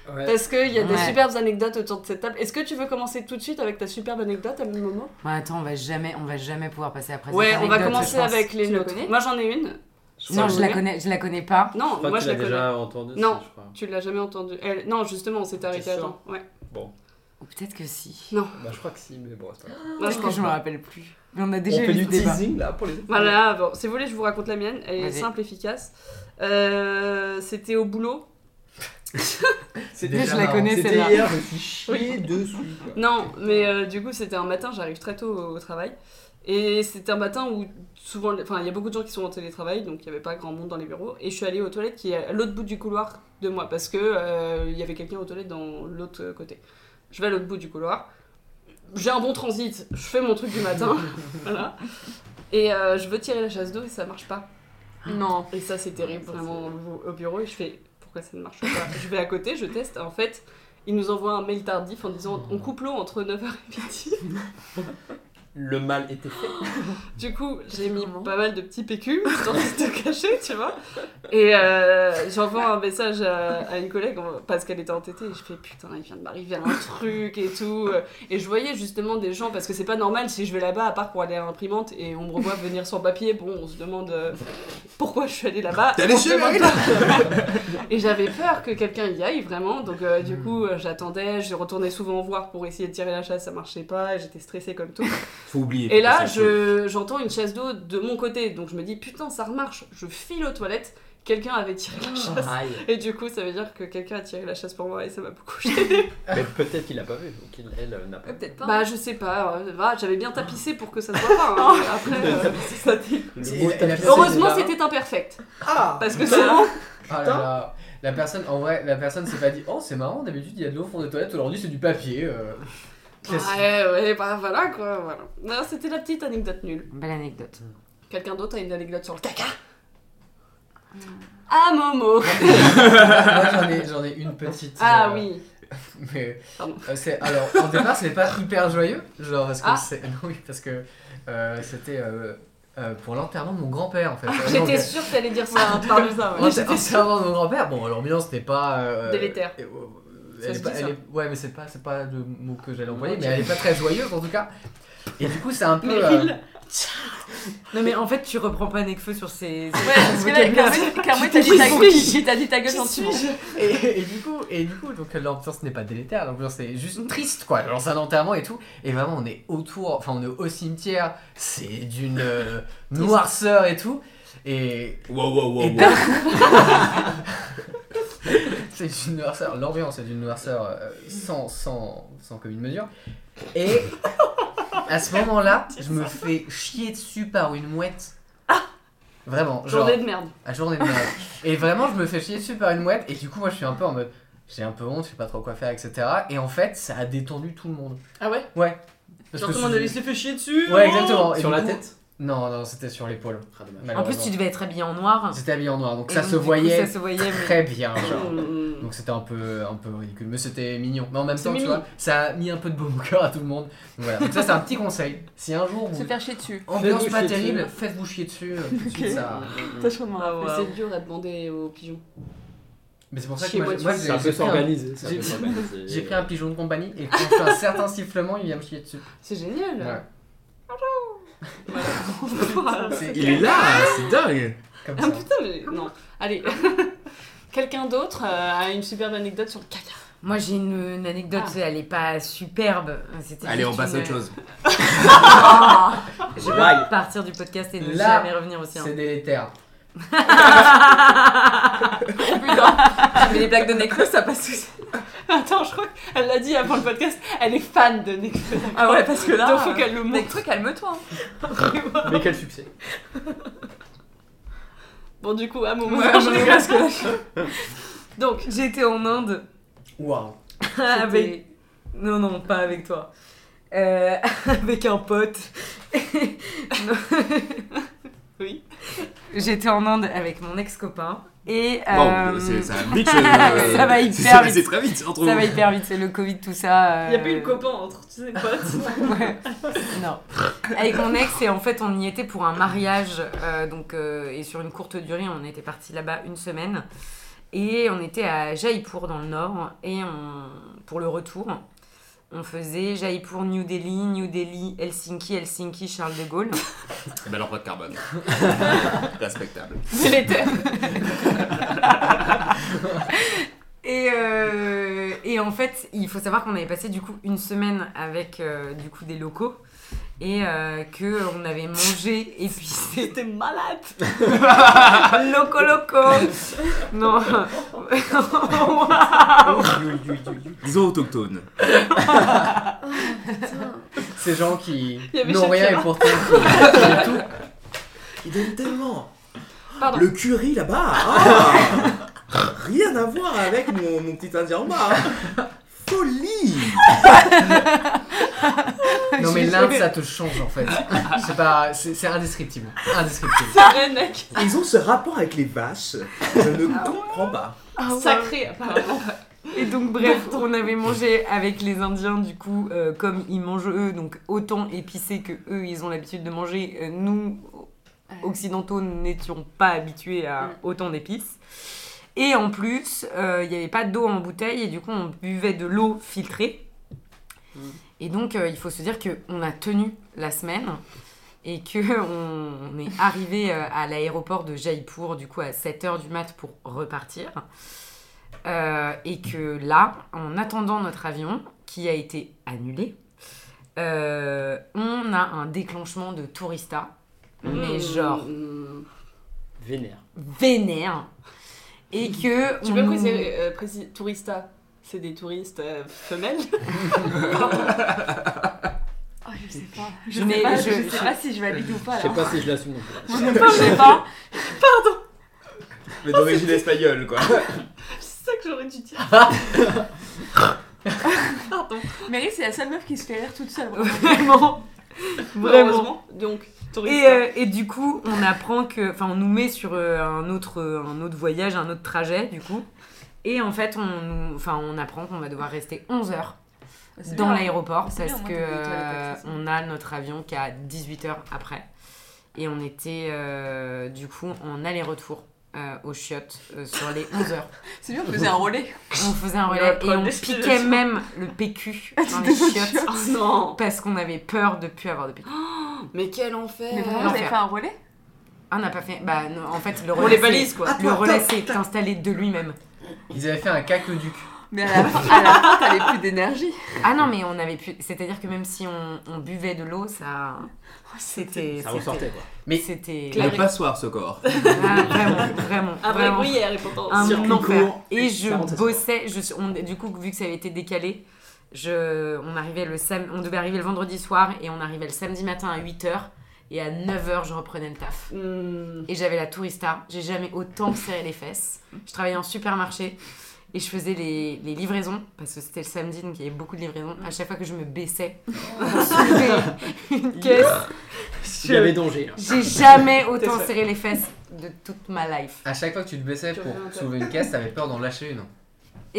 [SPEAKER 1] Parce qu'il y a des
[SPEAKER 5] Ouais.
[SPEAKER 1] superbes anecdotes autour de cette table. Est-ce que tu veux commencer tout de suite avec ta superbe anecdote à Momo
[SPEAKER 5] Ouais, attends, on va jamais, on va jamais pouvoir passer après. cette
[SPEAKER 1] Ouais, on va
[SPEAKER 5] anecdote, je
[SPEAKER 1] commencer
[SPEAKER 5] pense.
[SPEAKER 1] avec les
[SPEAKER 4] Tu la
[SPEAKER 1] nôtres.
[SPEAKER 4] connais
[SPEAKER 1] Moi j'en ai une.
[SPEAKER 5] Non,
[SPEAKER 1] Ouais.
[SPEAKER 5] je la connais, je la connais pas.
[SPEAKER 1] Non,
[SPEAKER 2] Je crois
[SPEAKER 1] moi
[SPEAKER 2] que
[SPEAKER 1] je la
[SPEAKER 2] tu l'as
[SPEAKER 1] connais.
[SPEAKER 2] déjà entendu. si,
[SPEAKER 1] Non.
[SPEAKER 2] je crois.
[SPEAKER 1] Tu l'as jamais entendue. Elle- Non, justement, on s'est arrêté à
[SPEAKER 2] sûr
[SPEAKER 1] temps. Ouais.
[SPEAKER 2] Bon,
[SPEAKER 5] Ou Oh, peut-être que si.
[SPEAKER 2] bah, je crois que si, mais bon, c'est pas grave.
[SPEAKER 1] Non,
[SPEAKER 5] Parce
[SPEAKER 1] je
[SPEAKER 5] que
[SPEAKER 1] pense
[SPEAKER 5] je me
[SPEAKER 1] pas.
[SPEAKER 5] rappelle plus. Mais on a
[SPEAKER 2] On
[SPEAKER 5] déjà
[SPEAKER 2] fait
[SPEAKER 5] eu
[SPEAKER 2] du
[SPEAKER 5] ce débat.
[SPEAKER 2] teasing là pour les autres.
[SPEAKER 1] Voilà, bon, si vous voulez, je vous raconte la mienne. Elle est
[SPEAKER 5] Vas-y.
[SPEAKER 1] simple, efficace. Euh, C'était au boulot.
[SPEAKER 6] C'est
[SPEAKER 5] Mais
[SPEAKER 6] déjà
[SPEAKER 5] je la
[SPEAKER 6] marrant.
[SPEAKER 5] connais
[SPEAKER 2] C'était
[SPEAKER 5] celle-là.
[SPEAKER 2] hier, je me suis chié dessus. quoi.
[SPEAKER 1] Non, mais euh, du coup, c'était un matin, j'arrive très tôt au, au travail. Et c'était un matin où souvent, enfin, il y a beaucoup de gens qui sont en télétravail, donc il n'y avait pas grand monde dans les bureaux. Et je suis allée aux toilettes qui est à l'autre bout du couloir de moi, parce que euh, il y avait quelqu'un aux toilettes dans l'autre côté. Je vais à l'autre bout du couloir. J'ai un bon transit, je fais mon truc du matin. voilà. Et euh, je veux tirer la chasse d'eau et ça marche pas.
[SPEAKER 4] Non.
[SPEAKER 1] Et ça, c'est terrible,
[SPEAKER 2] Ça,
[SPEAKER 1] vraiment, au- au bureau. Et je fais, pourquoi ça ne marche pas Je vais à côté, je teste. En fait, ils nous envoient un mail tardif en disant, on coupe l'eau entre 9h et midi.
[SPEAKER 2] Le mal était fait.
[SPEAKER 1] Du coup, j'ai mis
[SPEAKER 4] Comment
[SPEAKER 1] pas mal de petits PQ, histoire de se cacher, tu vois. Et euh, j'envoie un message à, à une collègue en- parce qu'elle était entêtée. Et je fais, putain, il vient de m'arriver un truc et tout. euh. Et je voyais justement des gens, parce que c'est pas normal si je vais là-bas, à part pour aller à l'imprimante, et on me revoit venir sans papier. Bon, on se demande euh, pourquoi je suis allée là-bas.
[SPEAKER 3] T'es allée
[SPEAKER 1] On se
[SPEAKER 3] chez
[SPEAKER 1] demande
[SPEAKER 3] Marie,
[SPEAKER 1] pas. Et j'avais peur que quelqu'un y aille vraiment. Donc, euh, du coup, euh, j'attendais. Je retournais souvent voir pour essayer de tirer la chasse. Ça marchait pas. Et j'étais stressée comme tout.
[SPEAKER 3] Faut oublier.
[SPEAKER 1] Et là,
[SPEAKER 3] Ça, faut-
[SPEAKER 1] je- j'entends une chasse d'eau de mon côté, donc je me dis putain, ça remarche. Je file aux toilettes. Quelqu'un avait tiré la chasse.
[SPEAKER 2] Aïe.
[SPEAKER 1] Et du coup, ça veut dire que quelqu'un a tiré la chasse pour moi et ça m'a beaucoup gêné.
[SPEAKER 2] Mais peut-être qu'il l'a pas vu, ou qu'il elle euh, n'a pas
[SPEAKER 4] Ouais,
[SPEAKER 2] vu.
[SPEAKER 4] Peut-être pas.
[SPEAKER 1] bah, je sais pas. euh, va, J'avais bien tapissé pour que ça se voit pas. hein. Après, euh, ça dit-
[SPEAKER 6] C'est- hein.
[SPEAKER 2] Le mot
[SPEAKER 6] elle a-
[SPEAKER 2] tapis,
[SPEAKER 6] elle a-
[SPEAKER 1] heureusement,
[SPEAKER 2] Ah, c'est
[SPEAKER 1] c'était imperfect.
[SPEAKER 2] Ah
[SPEAKER 1] Parce que sinon,
[SPEAKER 6] Ah là là. La personne, en vrai, la personne s'est pas dit Oh, c'est marrant, d'habitude il y a de l'eau au fond des toilettes, aujourd'hui c'est du papier. euh. Classique.
[SPEAKER 1] ouais, ouais, bah voilà quoi. Voilà. Non, C'était la petite anecdote nulle.
[SPEAKER 5] Belle anecdote.
[SPEAKER 1] Quelqu'un d'autre a une anecdote sur le caca Ah Momo.
[SPEAKER 6] Moi j'en ai, j'en ai une petite.
[SPEAKER 1] Ah
[SPEAKER 6] euh,
[SPEAKER 1] oui.
[SPEAKER 6] Mais
[SPEAKER 1] Pardon.
[SPEAKER 6] euh, c'est alors au départ, c'était pas hyper joyeux, genre parce que
[SPEAKER 1] Ah.
[SPEAKER 6] c'est- oui, parce que euh, c'était euh, euh, pour l'enterrement de mon grand-père en fait.
[SPEAKER 1] Ah, J'étais sûre que t'allais dire ça, hein, tu parles de ça, ouais.
[SPEAKER 6] L'enterrement l'enterrement de mon grand-père, bon l'ambiance n'est pas... euh,
[SPEAKER 1] Délétère.
[SPEAKER 6] euh, euh,
[SPEAKER 1] Ça
[SPEAKER 6] elle
[SPEAKER 1] se
[SPEAKER 6] est pas-
[SPEAKER 1] dit,
[SPEAKER 6] elle
[SPEAKER 1] ça.
[SPEAKER 6] est- ouais mais c'est pas, c'est pas le mot que j'allais employer, mais elle est pas très joyeuse en tout cas. Et du coup c'est un peu...
[SPEAKER 1] Mais
[SPEAKER 6] euh,
[SPEAKER 1] Will,
[SPEAKER 5] Non, mais en fait, tu reprends pas Nekfeu sur ses.
[SPEAKER 4] Ouais, parce que là, clairement, clairement, t'as dit ta gueule, t'as dit ta gueule gentiment.
[SPEAKER 6] et, et du coup, et du coup, donc l'ambiance n'est pas délétère, l'ambiance c'est juste triste quoi. Genre c'est un enterrement et tout, et vraiment on est autour, enfin on est au cimetière, c'est d'une euh, noirceur et tout, et
[SPEAKER 3] Wow, wow, wow,
[SPEAKER 6] Et
[SPEAKER 3] wow.
[SPEAKER 6] d'un coup- c'est d'une noirceur, l'ambiance est d'une noirceur euh, sans, sans, sans commune mesure. Et à ce moment-là, je me fais chier dessus par une mouette. Vraiment, genre,
[SPEAKER 1] Journée de merde.
[SPEAKER 6] à journée de merde. Et vraiment, je me fais chier dessus par une mouette, et du coup, moi je suis un peu en mode, j'ai un peu honte, je sais pas trop quoi faire, etc. Et en fait, ça a détendu tout le monde.
[SPEAKER 1] Ah ouais
[SPEAKER 6] Ouais. Parce
[SPEAKER 1] Genre
[SPEAKER 6] que
[SPEAKER 1] tout le monde
[SPEAKER 6] je-
[SPEAKER 1] allait se les fait chier dessus
[SPEAKER 6] Ouais, exactement. Et
[SPEAKER 2] Sur
[SPEAKER 6] du
[SPEAKER 2] la
[SPEAKER 6] coup- Ah,
[SPEAKER 2] tête
[SPEAKER 6] Non, non, c'était sur l'épaule.
[SPEAKER 5] En plus, tu devais être habillé en noir.
[SPEAKER 6] C'était habillé en noir, donc
[SPEAKER 5] Et
[SPEAKER 6] ça
[SPEAKER 5] donc,
[SPEAKER 6] se
[SPEAKER 5] du coup,
[SPEAKER 6] voyait
[SPEAKER 5] ça se voyait, mais-
[SPEAKER 6] très bien, genre.
[SPEAKER 1] Mmh.
[SPEAKER 6] Donc c'était un peu, un peu ridicule, mais c'était mignon. Mais en même
[SPEAKER 1] C'est
[SPEAKER 6] temps, tu
[SPEAKER 1] mimi.
[SPEAKER 6] vois, ça a mis un peu de baume au cœur à tout le monde. Voilà. Donc ça, c'est un petit conseil. Si un jour
[SPEAKER 4] Se
[SPEAKER 6] vous...
[SPEAKER 4] faire chier dessus.
[SPEAKER 6] Ambiance
[SPEAKER 2] Faites-vous
[SPEAKER 6] pas
[SPEAKER 2] chier
[SPEAKER 6] terrible,
[SPEAKER 2] dessus.
[SPEAKER 6] faites-vous chier dessus. euh, tout de suite,
[SPEAKER 4] Ok.
[SPEAKER 6] ça-
[SPEAKER 1] Ah, mais
[SPEAKER 4] ouais.
[SPEAKER 1] C'est dur à demander aux pigeons.
[SPEAKER 6] Mais c'est pour ça que
[SPEAKER 1] Chez
[SPEAKER 6] moi,
[SPEAKER 1] moi, tu
[SPEAKER 6] moi,
[SPEAKER 1] vois,
[SPEAKER 6] j'ai-
[SPEAKER 2] Ça peut
[SPEAKER 6] j'ai pris un-
[SPEAKER 2] s'organiser. ça
[SPEAKER 6] j'ai-
[SPEAKER 2] peut s'organiser.
[SPEAKER 6] j'ai pris un pigeon de compagnie et quand je fais un certain sifflement, il vient me chier dessus.
[SPEAKER 1] C'est génial.
[SPEAKER 6] Voilà.
[SPEAKER 1] Voilà.
[SPEAKER 3] C'est- Il est là, c'est dingue.
[SPEAKER 6] Comme
[SPEAKER 1] Ah
[SPEAKER 6] ça.
[SPEAKER 1] putain, mais non. Allez. Quelqu'un d'autre euh, a une superbe anecdote sur le caca.
[SPEAKER 5] Moi, j'ai une, une anecdote, elle est pas superbe. C'était
[SPEAKER 3] Allez,
[SPEAKER 5] juste
[SPEAKER 3] on passe à
[SPEAKER 5] une-
[SPEAKER 3] autre chose.
[SPEAKER 5] Ah Je vais
[SPEAKER 2] Bye.
[SPEAKER 5] partir du podcast et ne
[SPEAKER 6] Là,
[SPEAKER 5] jamais revenir aussi. hein.
[SPEAKER 6] C'est délétère.
[SPEAKER 4] Oh putain.
[SPEAKER 5] Mais les blagues de Nekfeu, ça passe aussi.
[SPEAKER 1] Attends, je crois qu'elle l'a dit avant le podcast, elle est fan de Nekfeu.
[SPEAKER 5] Ah ouais, parce que là.
[SPEAKER 1] Donc faut qu'elle le montre.
[SPEAKER 4] Nekfeu, calme-toi.
[SPEAKER 2] Mais quel succès.
[SPEAKER 1] Bon, du coup, à mon moment,
[SPEAKER 5] Ouais,
[SPEAKER 1] je
[SPEAKER 5] moi,
[SPEAKER 1] rigole.
[SPEAKER 5] parce que là, je-
[SPEAKER 1] Donc,
[SPEAKER 5] J'étais en Inde
[SPEAKER 6] Waouh.
[SPEAKER 5] avec. Non, non, pas avec toi. Euh, avec un pote.
[SPEAKER 1] Oui.
[SPEAKER 5] J'étais en Inde avec mon ex-copain et.
[SPEAKER 3] Wow,
[SPEAKER 5] euh,
[SPEAKER 3] c'est-
[SPEAKER 5] ça...
[SPEAKER 3] ça va vite. euh,
[SPEAKER 5] ça va hyper
[SPEAKER 3] c'est- c'est-
[SPEAKER 5] vite.
[SPEAKER 3] C'est très vite entre
[SPEAKER 5] va
[SPEAKER 3] vous.
[SPEAKER 5] hyper vite, c'est le Covid, tout
[SPEAKER 1] il
[SPEAKER 5] ça. euh,
[SPEAKER 1] n'y a pas eu le copain entre tous ces potes.
[SPEAKER 5] Ouais. Non. Avec mon ex, et en fait, on y était pour un mariage. euh, donc, euh, et sur une courte durée, on était parti là-bas une semaine. Et on était à Jaipur, dans le nord. Et on, pour le retour, on faisait Jaipur, New Delhi, New Delhi, Helsinki, Helsinki, Charles de Gaulle.
[SPEAKER 3] Eh ben, l'empreinte carbone. Respectable.
[SPEAKER 5] Délétère. et, euh, et en fait, il faut savoir qu'on avait passé du coup une semaine avec euh, du coup des locaux et euh, que on avait mangé épicé
[SPEAKER 1] T'es malade.
[SPEAKER 5] loco loco. Non.
[SPEAKER 3] Disons autochtone.
[SPEAKER 6] Ces gens qui
[SPEAKER 1] Il y avait
[SPEAKER 6] n'ont rien
[SPEAKER 1] Shakira.
[SPEAKER 6] et pourtant qui- qui ont tout.
[SPEAKER 3] Il donne tellement.
[SPEAKER 1] Pardon.
[SPEAKER 3] Le curry là-bas. ah Rien à voir avec mon, mon petit indien en bas. hein. Folie.
[SPEAKER 6] Non mais l'Inde ça te change en fait. Je sais pas, c'est c'est indescriptible. Indescriptible.
[SPEAKER 1] C'est vrai, mec.
[SPEAKER 3] Ils ont ce rapport avec les vaches. Je ne
[SPEAKER 1] Ah
[SPEAKER 3] comprends pas.
[SPEAKER 1] Sacré, apparemment.
[SPEAKER 5] Et donc bref, on avait mangé avec les Indiens du coup, euh, comme ils mangent eux, donc autant épicé que eux, ils ont l'habitude de manger. Euh, nous, occidentaux, n'étions pas habitués à autant d'épices. Et en plus, euh, il n'y avait pas d'eau en bouteille et du coup, on buvait de l'eau filtrée. Et donc, euh, il faut se dire qu'on a tenu la semaine et que on, on est arrivé euh, à l'aéroport de Jaipur du coup à 7h du mat pour repartir. Euh, et que là, en attendant notre avion, qui a été annulé, euh, on a un déclenchement de tourista,
[SPEAKER 1] Hmm.
[SPEAKER 5] mais genre
[SPEAKER 1] Mmh.
[SPEAKER 2] Vénère.
[SPEAKER 5] vénère. Et que.
[SPEAKER 1] Tu
[SPEAKER 5] on-
[SPEAKER 1] peux préciser, euh, préciser- tourista C'est des touristes euh, femelles
[SPEAKER 4] Oh, je sais pas. Je
[SPEAKER 5] Mais
[SPEAKER 4] sais pas,
[SPEAKER 5] je-
[SPEAKER 4] je,
[SPEAKER 5] je-
[SPEAKER 4] sais pas si je valide ou pas
[SPEAKER 2] Je sais
[SPEAKER 4] là.
[SPEAKER 2] pas si je l'assume non plus.
[SPEAKER 4] Je sais pas.
[SPEAKER 3] Mais d'origine espagnole quoi.
[SPEAKER 1] C'est ça que j'aurais dû dire.
[SPEAKER 4] Mary, c'est la seule meuf qui se fait rire toute seule.
[SPEAKER 5] Vraiment. Vraiment.
[SPEAKER 1] Heureusement. Donc, tourista.
[SPEAKER 5] Et, euh, et du coup, on apprend que. Enfin, on nous met sur euh, un, autre, euh, un autre voyage, un autre trajet, du coup. Et en fait, on, nous- enfin, on apprend qu'on va devoir rester 11 heures dans l'aéroport
[SPEAKER 4] C'est
[SPEAKER 5] parce
[SPEAKER 4] bien, au moins,
[SPEAKER 5] que
[SPEAKER 4] t'as des toilettes
[SPEAKER 5] euh,
[SPEAKER 4] accessibles.
[SPEAKER 5] on a notre avion qu'à 18 heures après. Et on était euh, du coup en aller-retour euh, aux chiottes euh, sur les 11 heures.
[SPEAKER 4] C'est bien, on faisait un relais.
[SPEAKER 5] On faisait un
[SPEAKER 1] Le
[SPEAKER 5] relais et
[SPEAKER 1] problème
[SPEAKER 5] on
[SPEAKER 1] des
[SPEAKER 5] piquait
[SPEAKER 1] chiottes.
[SPEAKER 5] même le PQ dans
[SPEAKER 4] Dans
[SPEAKER 5] les
[SPEAKER 4] les
[SPEAKER 5] chiottes
[SPEAKER 1] Oh non
[SPEAKER 5] parce qu'on avait peur de plus avoir de PQ.
[SPEAKER 1] Mais quel enfer
[SPEAKER 4] Mais vraiment,
[SPEAKER 5] non,
[SPEAKER 4] vous avez
[SPEAKER 5] faire.
[SPEAKER 4] fait un relais
[SPEAKER 5] Ah, on n'a pas fait. Bah, non, en fait, le
[SPEAKER 1] On
[SPEAKER 5] relais.
[SPEAKER 1] les balise quoi
[SPEAKER 5] Le relais s'est installé de lui-même.
[SPEAKER 6] Ils avaient fait un cacoduc.
[SPEAKER 4] Mais à la fin, à la fin, t'avais plus d'énergie.
[SPEAKER 5] Ah non, mais on avait pu. C'est-à-dire que même si on, on buvait de l'eau, ça.
[SPEAKER 2] Oh, Ça
[SPEAKER 5] C'était. c'était-
[SPEAKER 2] ressortait quoi.
[SPEAKER 5] Mais c'était.
[SPEAKER 3] Il est passoire ce corps.
[SPEAKER 5] Ah, vraiment, vraiment.
[SPEAKER 1] Un vrai
[SPEAKER 5] vraiment.
[SPEAKER 1] gruyère et pourtant
[SPEAKER 5] un
[SPEAKER 2] Circuit
[SPEAKER 5] enfer.
[SPEAKER 2] court.
[SPEAKER 5] Et
[SPEAKER 2] Ça rentre,
[SPEAKER 5] je
[SPEAKER 2] ça
[SPEAKER 5] bossais, je, on- du coup, vu que ça avait été décalé, je, on, arrivait le sam- on devait arriver le vendredi soir et on arrivait le samedi matin à 8h. Et à 9h, je reprenais le taf.
[SPEAKER 1] Hmm.
[SPEAKER 5] Et j'avais la tourista. J'ai jamais autant serré les fesses. Je travaillais en supermarché et je faisais les, les livraisons parce que c'était le samedi donc il y avait beaucoup de livraisons. À chaque fois que je me baissais, pour soulever une caisse.
[SPEAKER 2] Il y avait danger là.
[SPEAKER 5] J'ai jamais autant
[SPEAKER 1] C'est ça.
[SPEAKER 5] serré les fesses de toute ma life.
[SPEAKER 6] À chaque fois que tu te baissais
[SPEAKER 1] Tu
[SPEAKER 6] pour
[SPEAKER 1] reviens, toi.
[SPEAKER 6] soulever une caisse, t'avais peur d'en lâcher une.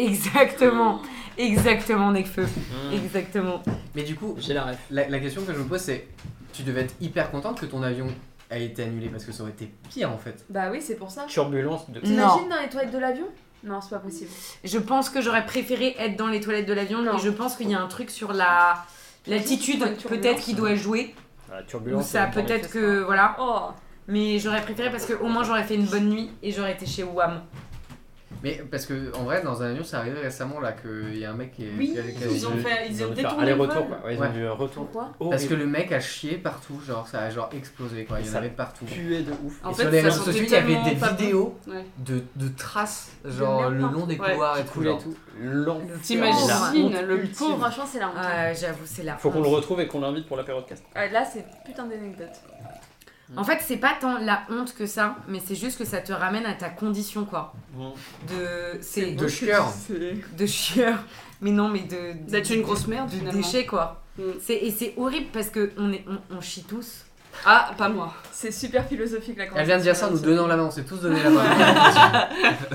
[SPEAKER 5] Exactement, exactement, Necfeu.
[SPEAKER 2] Mm.
[SPEAKER 5] Exactement.
[SPEAKER 6] Mais du coup,
[SPEAKER 2] Mmh. J'ai la ref.
[SPEAKER 6] la, la question que je me pose, c'est tu devais être hyper contente que ton avion a été annulé parce que ça aurait été pire en fait.
[SPEAKER 7] Bah oui, c'est pour ça.
[SPEAKER 2] Turbulence de.
[SPEAKER 7] T'imagines dans les toilettes de l'avion Non, c'est pas possible.
[SPEAKER 5] Je pense que j'aurais préféré être dans les toilettes de l'avion
[SPEAKER 7] Non.
[SPEAKER 5] et je pense qu'il y a un truc sur la l'altitude
[SPEAKER 7] Sur une turbulence.
[SPEAKER 5] peut-être qui doit jouer
[SPEAKER 2] Ah,
[SPEAKER 5] ou
[SPEAKER 2] turbulence.
[SPEAKER 5] ça
[SPEAKER 2] dans les
[SPEAKER 5] peut-être
[SPEAKER 2] fesses.
[SPEAKER 5] que voilà.
[SPEAKER 1] Oh
[SPEAKER 5] Mais j'aurais préféré parce que au moins j'aurais fait une bonne nuit et j'aurais été chez Wam.
[SPEAKER 6] Mais parce que en vrai, dans un avion, c'est arrivé récemment là qu'il y a un mec qui est.
[SPEAKER 1] Oui,
[SPEAKER 6] qui avait
[SPEAKER 1] ils ont
[SPEAKER 6] quasi-
[SPEAKER 1] fait, ils ont
[SPEAKER 2] dû faire
[SPEAKER 1] détourné le
[SPEAKER 2] aller-retour
[SPEAKER 1] vol.
[SPEAKER 2] quoi. Ouais, ils ont
[SPEAKER 6] Ouais.
[SPEAKER 2] dû euh, retour.
[SPEAKER 7] Pourquoi
[SPEAKER 6] Parce que le mec a chié partout, genre ça a genre explosé quoi, il y en
[SPEAKER 2] Ça
[SPEAKER 6] avait partout.
[SPEAKER 2] puait de ouf.
[SPEAKER 1] En
[SPEAKER 6] et
[SPEAKER 1] fait,
[SPEAKER 6] sur les
[SPEAKER 1] ça
[SPEAKER 6] réseaux
[SPEAKER 1] sentait
[SPEAKER 6] sociaux, il y avait
[SPEAKER 1] tellement
[SPEAKER 6] des
[SPEAKER 1] pas bon.
[SPEAKER 6] vidéos
[SPEAKER 1] Ouais.
[SPEAKER 6] de, de traces, genre
[SPEAKER 7] merde
[SPEAKER 6] le long des
[SPEAKER 1] Ouais.
[SPEAKER 6] couloirs et
[SPEAKER 2] Ça
[SPEAKER 6] tout.
[SPEAKER 2] coulait
[SPEAKER 6] genre.
[SPEAKER 2] et tout. L'enfer.
[SPEAKER 5] T'imagines
[SPEAKER 2] La
[SPEAKER 1] T'imagines
[SPEAKER 2] honte
[SPEAKER 1] le
[SPEAKER 2] ultime.
[SPEAKER 7] Pauvre, franchement, c'est la honte.
[SPEAKER 5] Euh, J'avoue c'est la
[SPEAKER 2] Faut qu'on le
[SPEAKER 5] honte.
[SPEAKER 2] retrouve et qu'on l'invite pour l'apéro de cast.
[SPEAKER 7] Ouais, Là, c'est putain d'anecdote.
[SPEAKER 5] En fait c'est pas tant la honte que ça, mais c'est juste que ça te ramène à ta condition quoi. De c'est
[SPEAKER 6] De chieur.
[SPEAKER 1] C'est-
[SPEAKER 5] de chieur. Mais non mais de de-
[SPEAKER 1] D'être une grosse merde
[SPEAKER 5] de
[SPEAKER 1] finalement.
[SPEAKER 5] déchets quoi.
[SPEAKER 1] Mm.
[SPEAKER 5] C'est et c'est horrible parce que on est on, on chie tous.
[SPEAKER 1] Ah, pas moi.
[SPEAKER 7] C'est super philosophique la conversation.
[SPEAKER 6] Elle vient de dire ça en nous donnant la main, on s'est tous donné la main.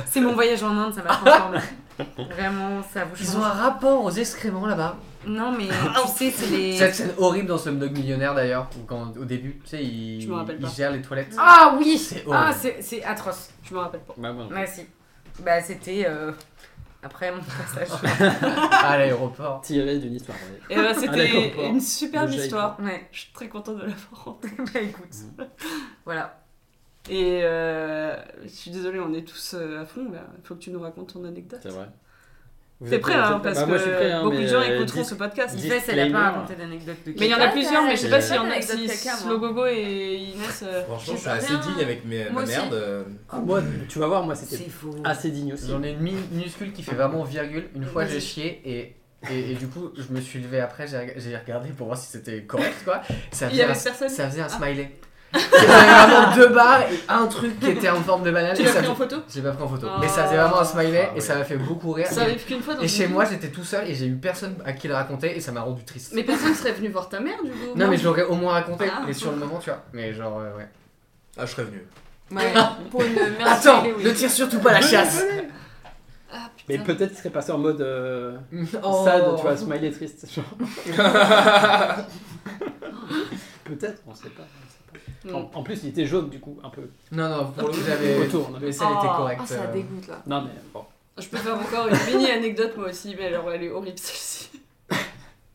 [SPEAKER 5] C'est mon voyage en Inde, ça m'a transformé. Vraiment, ça vous change.
[SPEAKER 6] Ils ont un rapport aux excréments là-bas.
[SPEAKER 5] Non, mais
[SPEAKER 2] Ah,
[SPEAKER 5] tu sais, c'est
[SPEAKER 6] Cette
[SPEAKER 5] les.
[SPEAKER 6] scène horrible dans Slumdog Millionnaire d'ailleurs, où quand au début, tu sais, il,
[SPEAKER 1] Je me rappelle
[SPEAKER 6] il
[SPEAKER 1] pas.
[SPEAKER 6] gère les toilettes.
[SPEAKER 5] Ah oui
[SPEAKER 6] C'est horrible.
[SPEAKER 5] Ah, c'est c'est atroce.
[SPEAKER 1] Je me rappelle pas.
[SPEAKER 2] Bah, bon.
[SPEAKER 5] Merci. Bah, c'était euh, après mon passage. Bah,
[SPEAKER 6] à Ah, l'aéroport.
[SPEAKER 2] Tiré d'une histoire. ouais.
[SPEAKER 1] Et bah,
[SPEAKER 2] d'accord,
[SPEAKER 1] c'était
[SPEAKER 2] d'accord.
[SPEAKER 1] une superbe
[SPEAKER 2] Le jaillet.
[SPEAKER 1] histoire.
[SPEAKER 5] ouais,
[SPEAKER 1] Je suis très contente de l'avoir rentrée.
[SPEAKER 5] bah écoute. Voilà.
[SPEAKER 1] Et euh, je suis désolée, on est tous euh, à fond là. Faut que tu nous racontes ton anecdote.
[SPEAKER 2] C'est vrai. Vous
[SPEAKER 1] T'es
[SPEAKER 2] êtes
[SPEAKER 1] prêt
[SPEAKER 2] vous
[SPEAKER 1] hein,
[SPEAKER 2] êtes
[SPEAKER 1] parce
[SPEAKER 2] Bah,
[SPEAKER 1] que
[SPEAKER 2] moi, je suis prêt, hein,
[SPEAKER 1] beaucoup
[SPEAKER 2] mais,
[SPEAKER 1] de gens
[SPEAKER 2] euh,
[SPEAKER 1] écouteront
[SPEAKER 2] dis-
[SPEAKER 1] ce podcast.
[SPEAKER 2] dis-
[SPEAKER 5] Il fait, c'est elle a
[SPEAKER 2] Disclaimer.
[SPEAKER 5] pas raconté d'anecdote de
[SPEAKER 1] Mais il y en a
[SPEAKER 7] Quelqu'un,
[SPEAKER 1] plusieurs, mais je sais pas
[SPEAKER 7] t'as-
[SPEAKER 1] si, on a,
[SPEAKER 7] t'as
[SPEAKER 1] si
[SPEAKER 7] l'anecdote quelqu'un, moi.
[SPEAKER 1] Slogogo et Inès. euh,
[SPEAKER 3] Franchement,
[SPEAKER 7] J'ai
[SPEAKER 3] je suis assez
[SPEAKER 7] rien.
[SPEAKER 3] digne avec mes,
[SPEAKER 7] Moi
[SPEAKER 3] ma
[SPEAKER 7] aussi.
[SPEAKER 3] merde. euh,
[SPEAKER 2] Ah, moi, tu vas voir, moi,
[SPEAKER 5] C'est
[SPEAKER 2] c'était
[SPEAKER 5] faux.
[SPEAKER 2] assez digne aussi.
[SPEAKER 6] J'en ai une minuscule qui fait vraiment virgule. Une fois, j'ai chié et. Et, et du coup, je me suis levé après, j'ai reg- j'ai regardé pour voir si c'était correct quoi. Ça
[SPEAKER 1] Il y
[SPEAKER 6] faisait,
[SPEAKER 1] avait Ah.
[SPEAKER 6] un,
[SPEAKER 1] personne.
[SPEAKER 6] ça faisait un smiley. J'avais vraiment deux barres et un truc qui était en forme de banane.
[SPEAKER 1] Tu
[SPEAKER 6] et
[SPEAKER 1] l'as
[SPEAKER 6] ça
[SPEAKER 1] pris en
[SPEAKER 6] faisait-
[SPEAKER 1] photo
[SPEAKER 6] Je l'ai pas pris en photo.
[SPEAKER 1] Oh.
[SPEAKER 6] Mais ça faisait vraiment un smiley
[SPEAKER 3] Ah
[SPEAKER 6] et ça m'a fait beaucoup rire.
[SPEAKER 1] Ça
[SPEAKER 6] Et-
[SPEAKER 1] arrive qu'une fois dans
[SPEAKER 6] Et
[SPEAKER 1] une
[SPEAKER 6] chez
[SPEAKER 1] vie.
[SPEAKER 6] moi, j'étais tout seul et j'ai eu personne à qui le raconter et ça m'a rendu triste.
[SPEAKER 1] Mais personne serait venu voir ta mère du coup. au
[SPEAKER 6] Non,
[SPEAKER 1] moins.
[SPEAKER 6] mais je l'aurais au moins raconté,
[SPEAKER 1] Ah.
[SPEAKER 6] mais sur le moment, tu vois. Mais genre, euh, ouais.
[SPEAKER 3] Ah, je serais venu.
[SPEAKER 4] Ouais, pour une merde.
[SPEAKER 6] Attends,
[SPEAKER 4] mêlée, oui.
[SPEAKER 6] ne tire surtout pas la chasse
[SPEAKER 1] Ah
[SPEAKER 2] Mais
[SPEAKER 1] putain.
[SPEAKER 2] peut-être qu'il serait passé en mode euh,
[SPEAKER 6] Oh.
[SPEAKER 2] sad, tu vois, smiley triste. genre. peut-être, on sait pas. on sait
[SPEAKER 1] Mm.
[SPEAKER 2] pas. En, en plus, il était jaune du coup, un peu.
[SPEAKER 6] Non, non, pour le coup, j'avais.
[SPEAKER 2] Autour, on avait-
[SPEAKER 6] Mais ça, elle était
[SPEAKER 1] Oh.
[SPEAKER 6] correcte.
[SPEAKER 4] Ah, ça
[SPEAKER 6] euh.
[SPEAKER 4] dégoûte là.
[SPEAKER 2] Non, mais bon.
[SPEAKER 1] Je peux faire encore une mini anecdote moi aussi, mais alors elle est horrible celle-ci.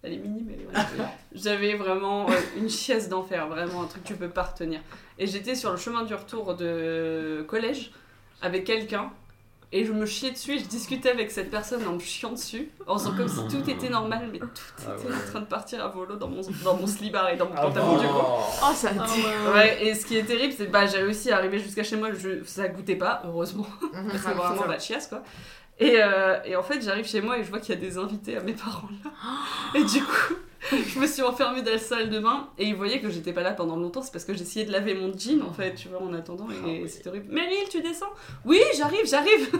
[SPEAKER 1] Elle est mini, mais elle est horrible. J'avais vraiment euh, une chiasse d'enfer, vraiment un truc que tu peux pas retenir. Et j'étais sur le chemin du retour de collège avec quelqu'un. Et je me chiais dessus et je discutais avec cette personne en me chiant dessus, en faisant comme si tout était normal, mais tout était
[SPEAKER 2] Ah ouais.
[SPEAKER 1] en train de partir à volo dans mon, dans mon slibard et dans mon
[SPEAKER 2] Ah
[SPEAKER 1] pantalon
[SPEAKER 2] bon.
[SPEAKER 1] du coup.
[SPEAKER 4] Oh, ça
[SPEAKER 7] Ah,
[SPEAKER 4] dégoûte.
[SPEAKER 1] Ouais, et ce qui est terrible, c'est que bah, j'ai réussi à arriver jusqu'à chez moi, je, ça goûtait pas, heureusement, parce que vraiment la chiasse quoi. Et, euh, et en fait, j'arrive chez moi et je vois qu'il y a des invités à mes parents là. Et du coup, je me suis enfermée dans la salle de bain et ils voyaient que j'étais pas là pendant longtemps, c'est parce que j'essayais de laver mon jean en fait, tu vois, en attendant, et
[SPEAKER 2] Ah oui.
[SPEAKER 1] c'est horrible. Meryl, tu descends Oui, j'arrive, j'arrive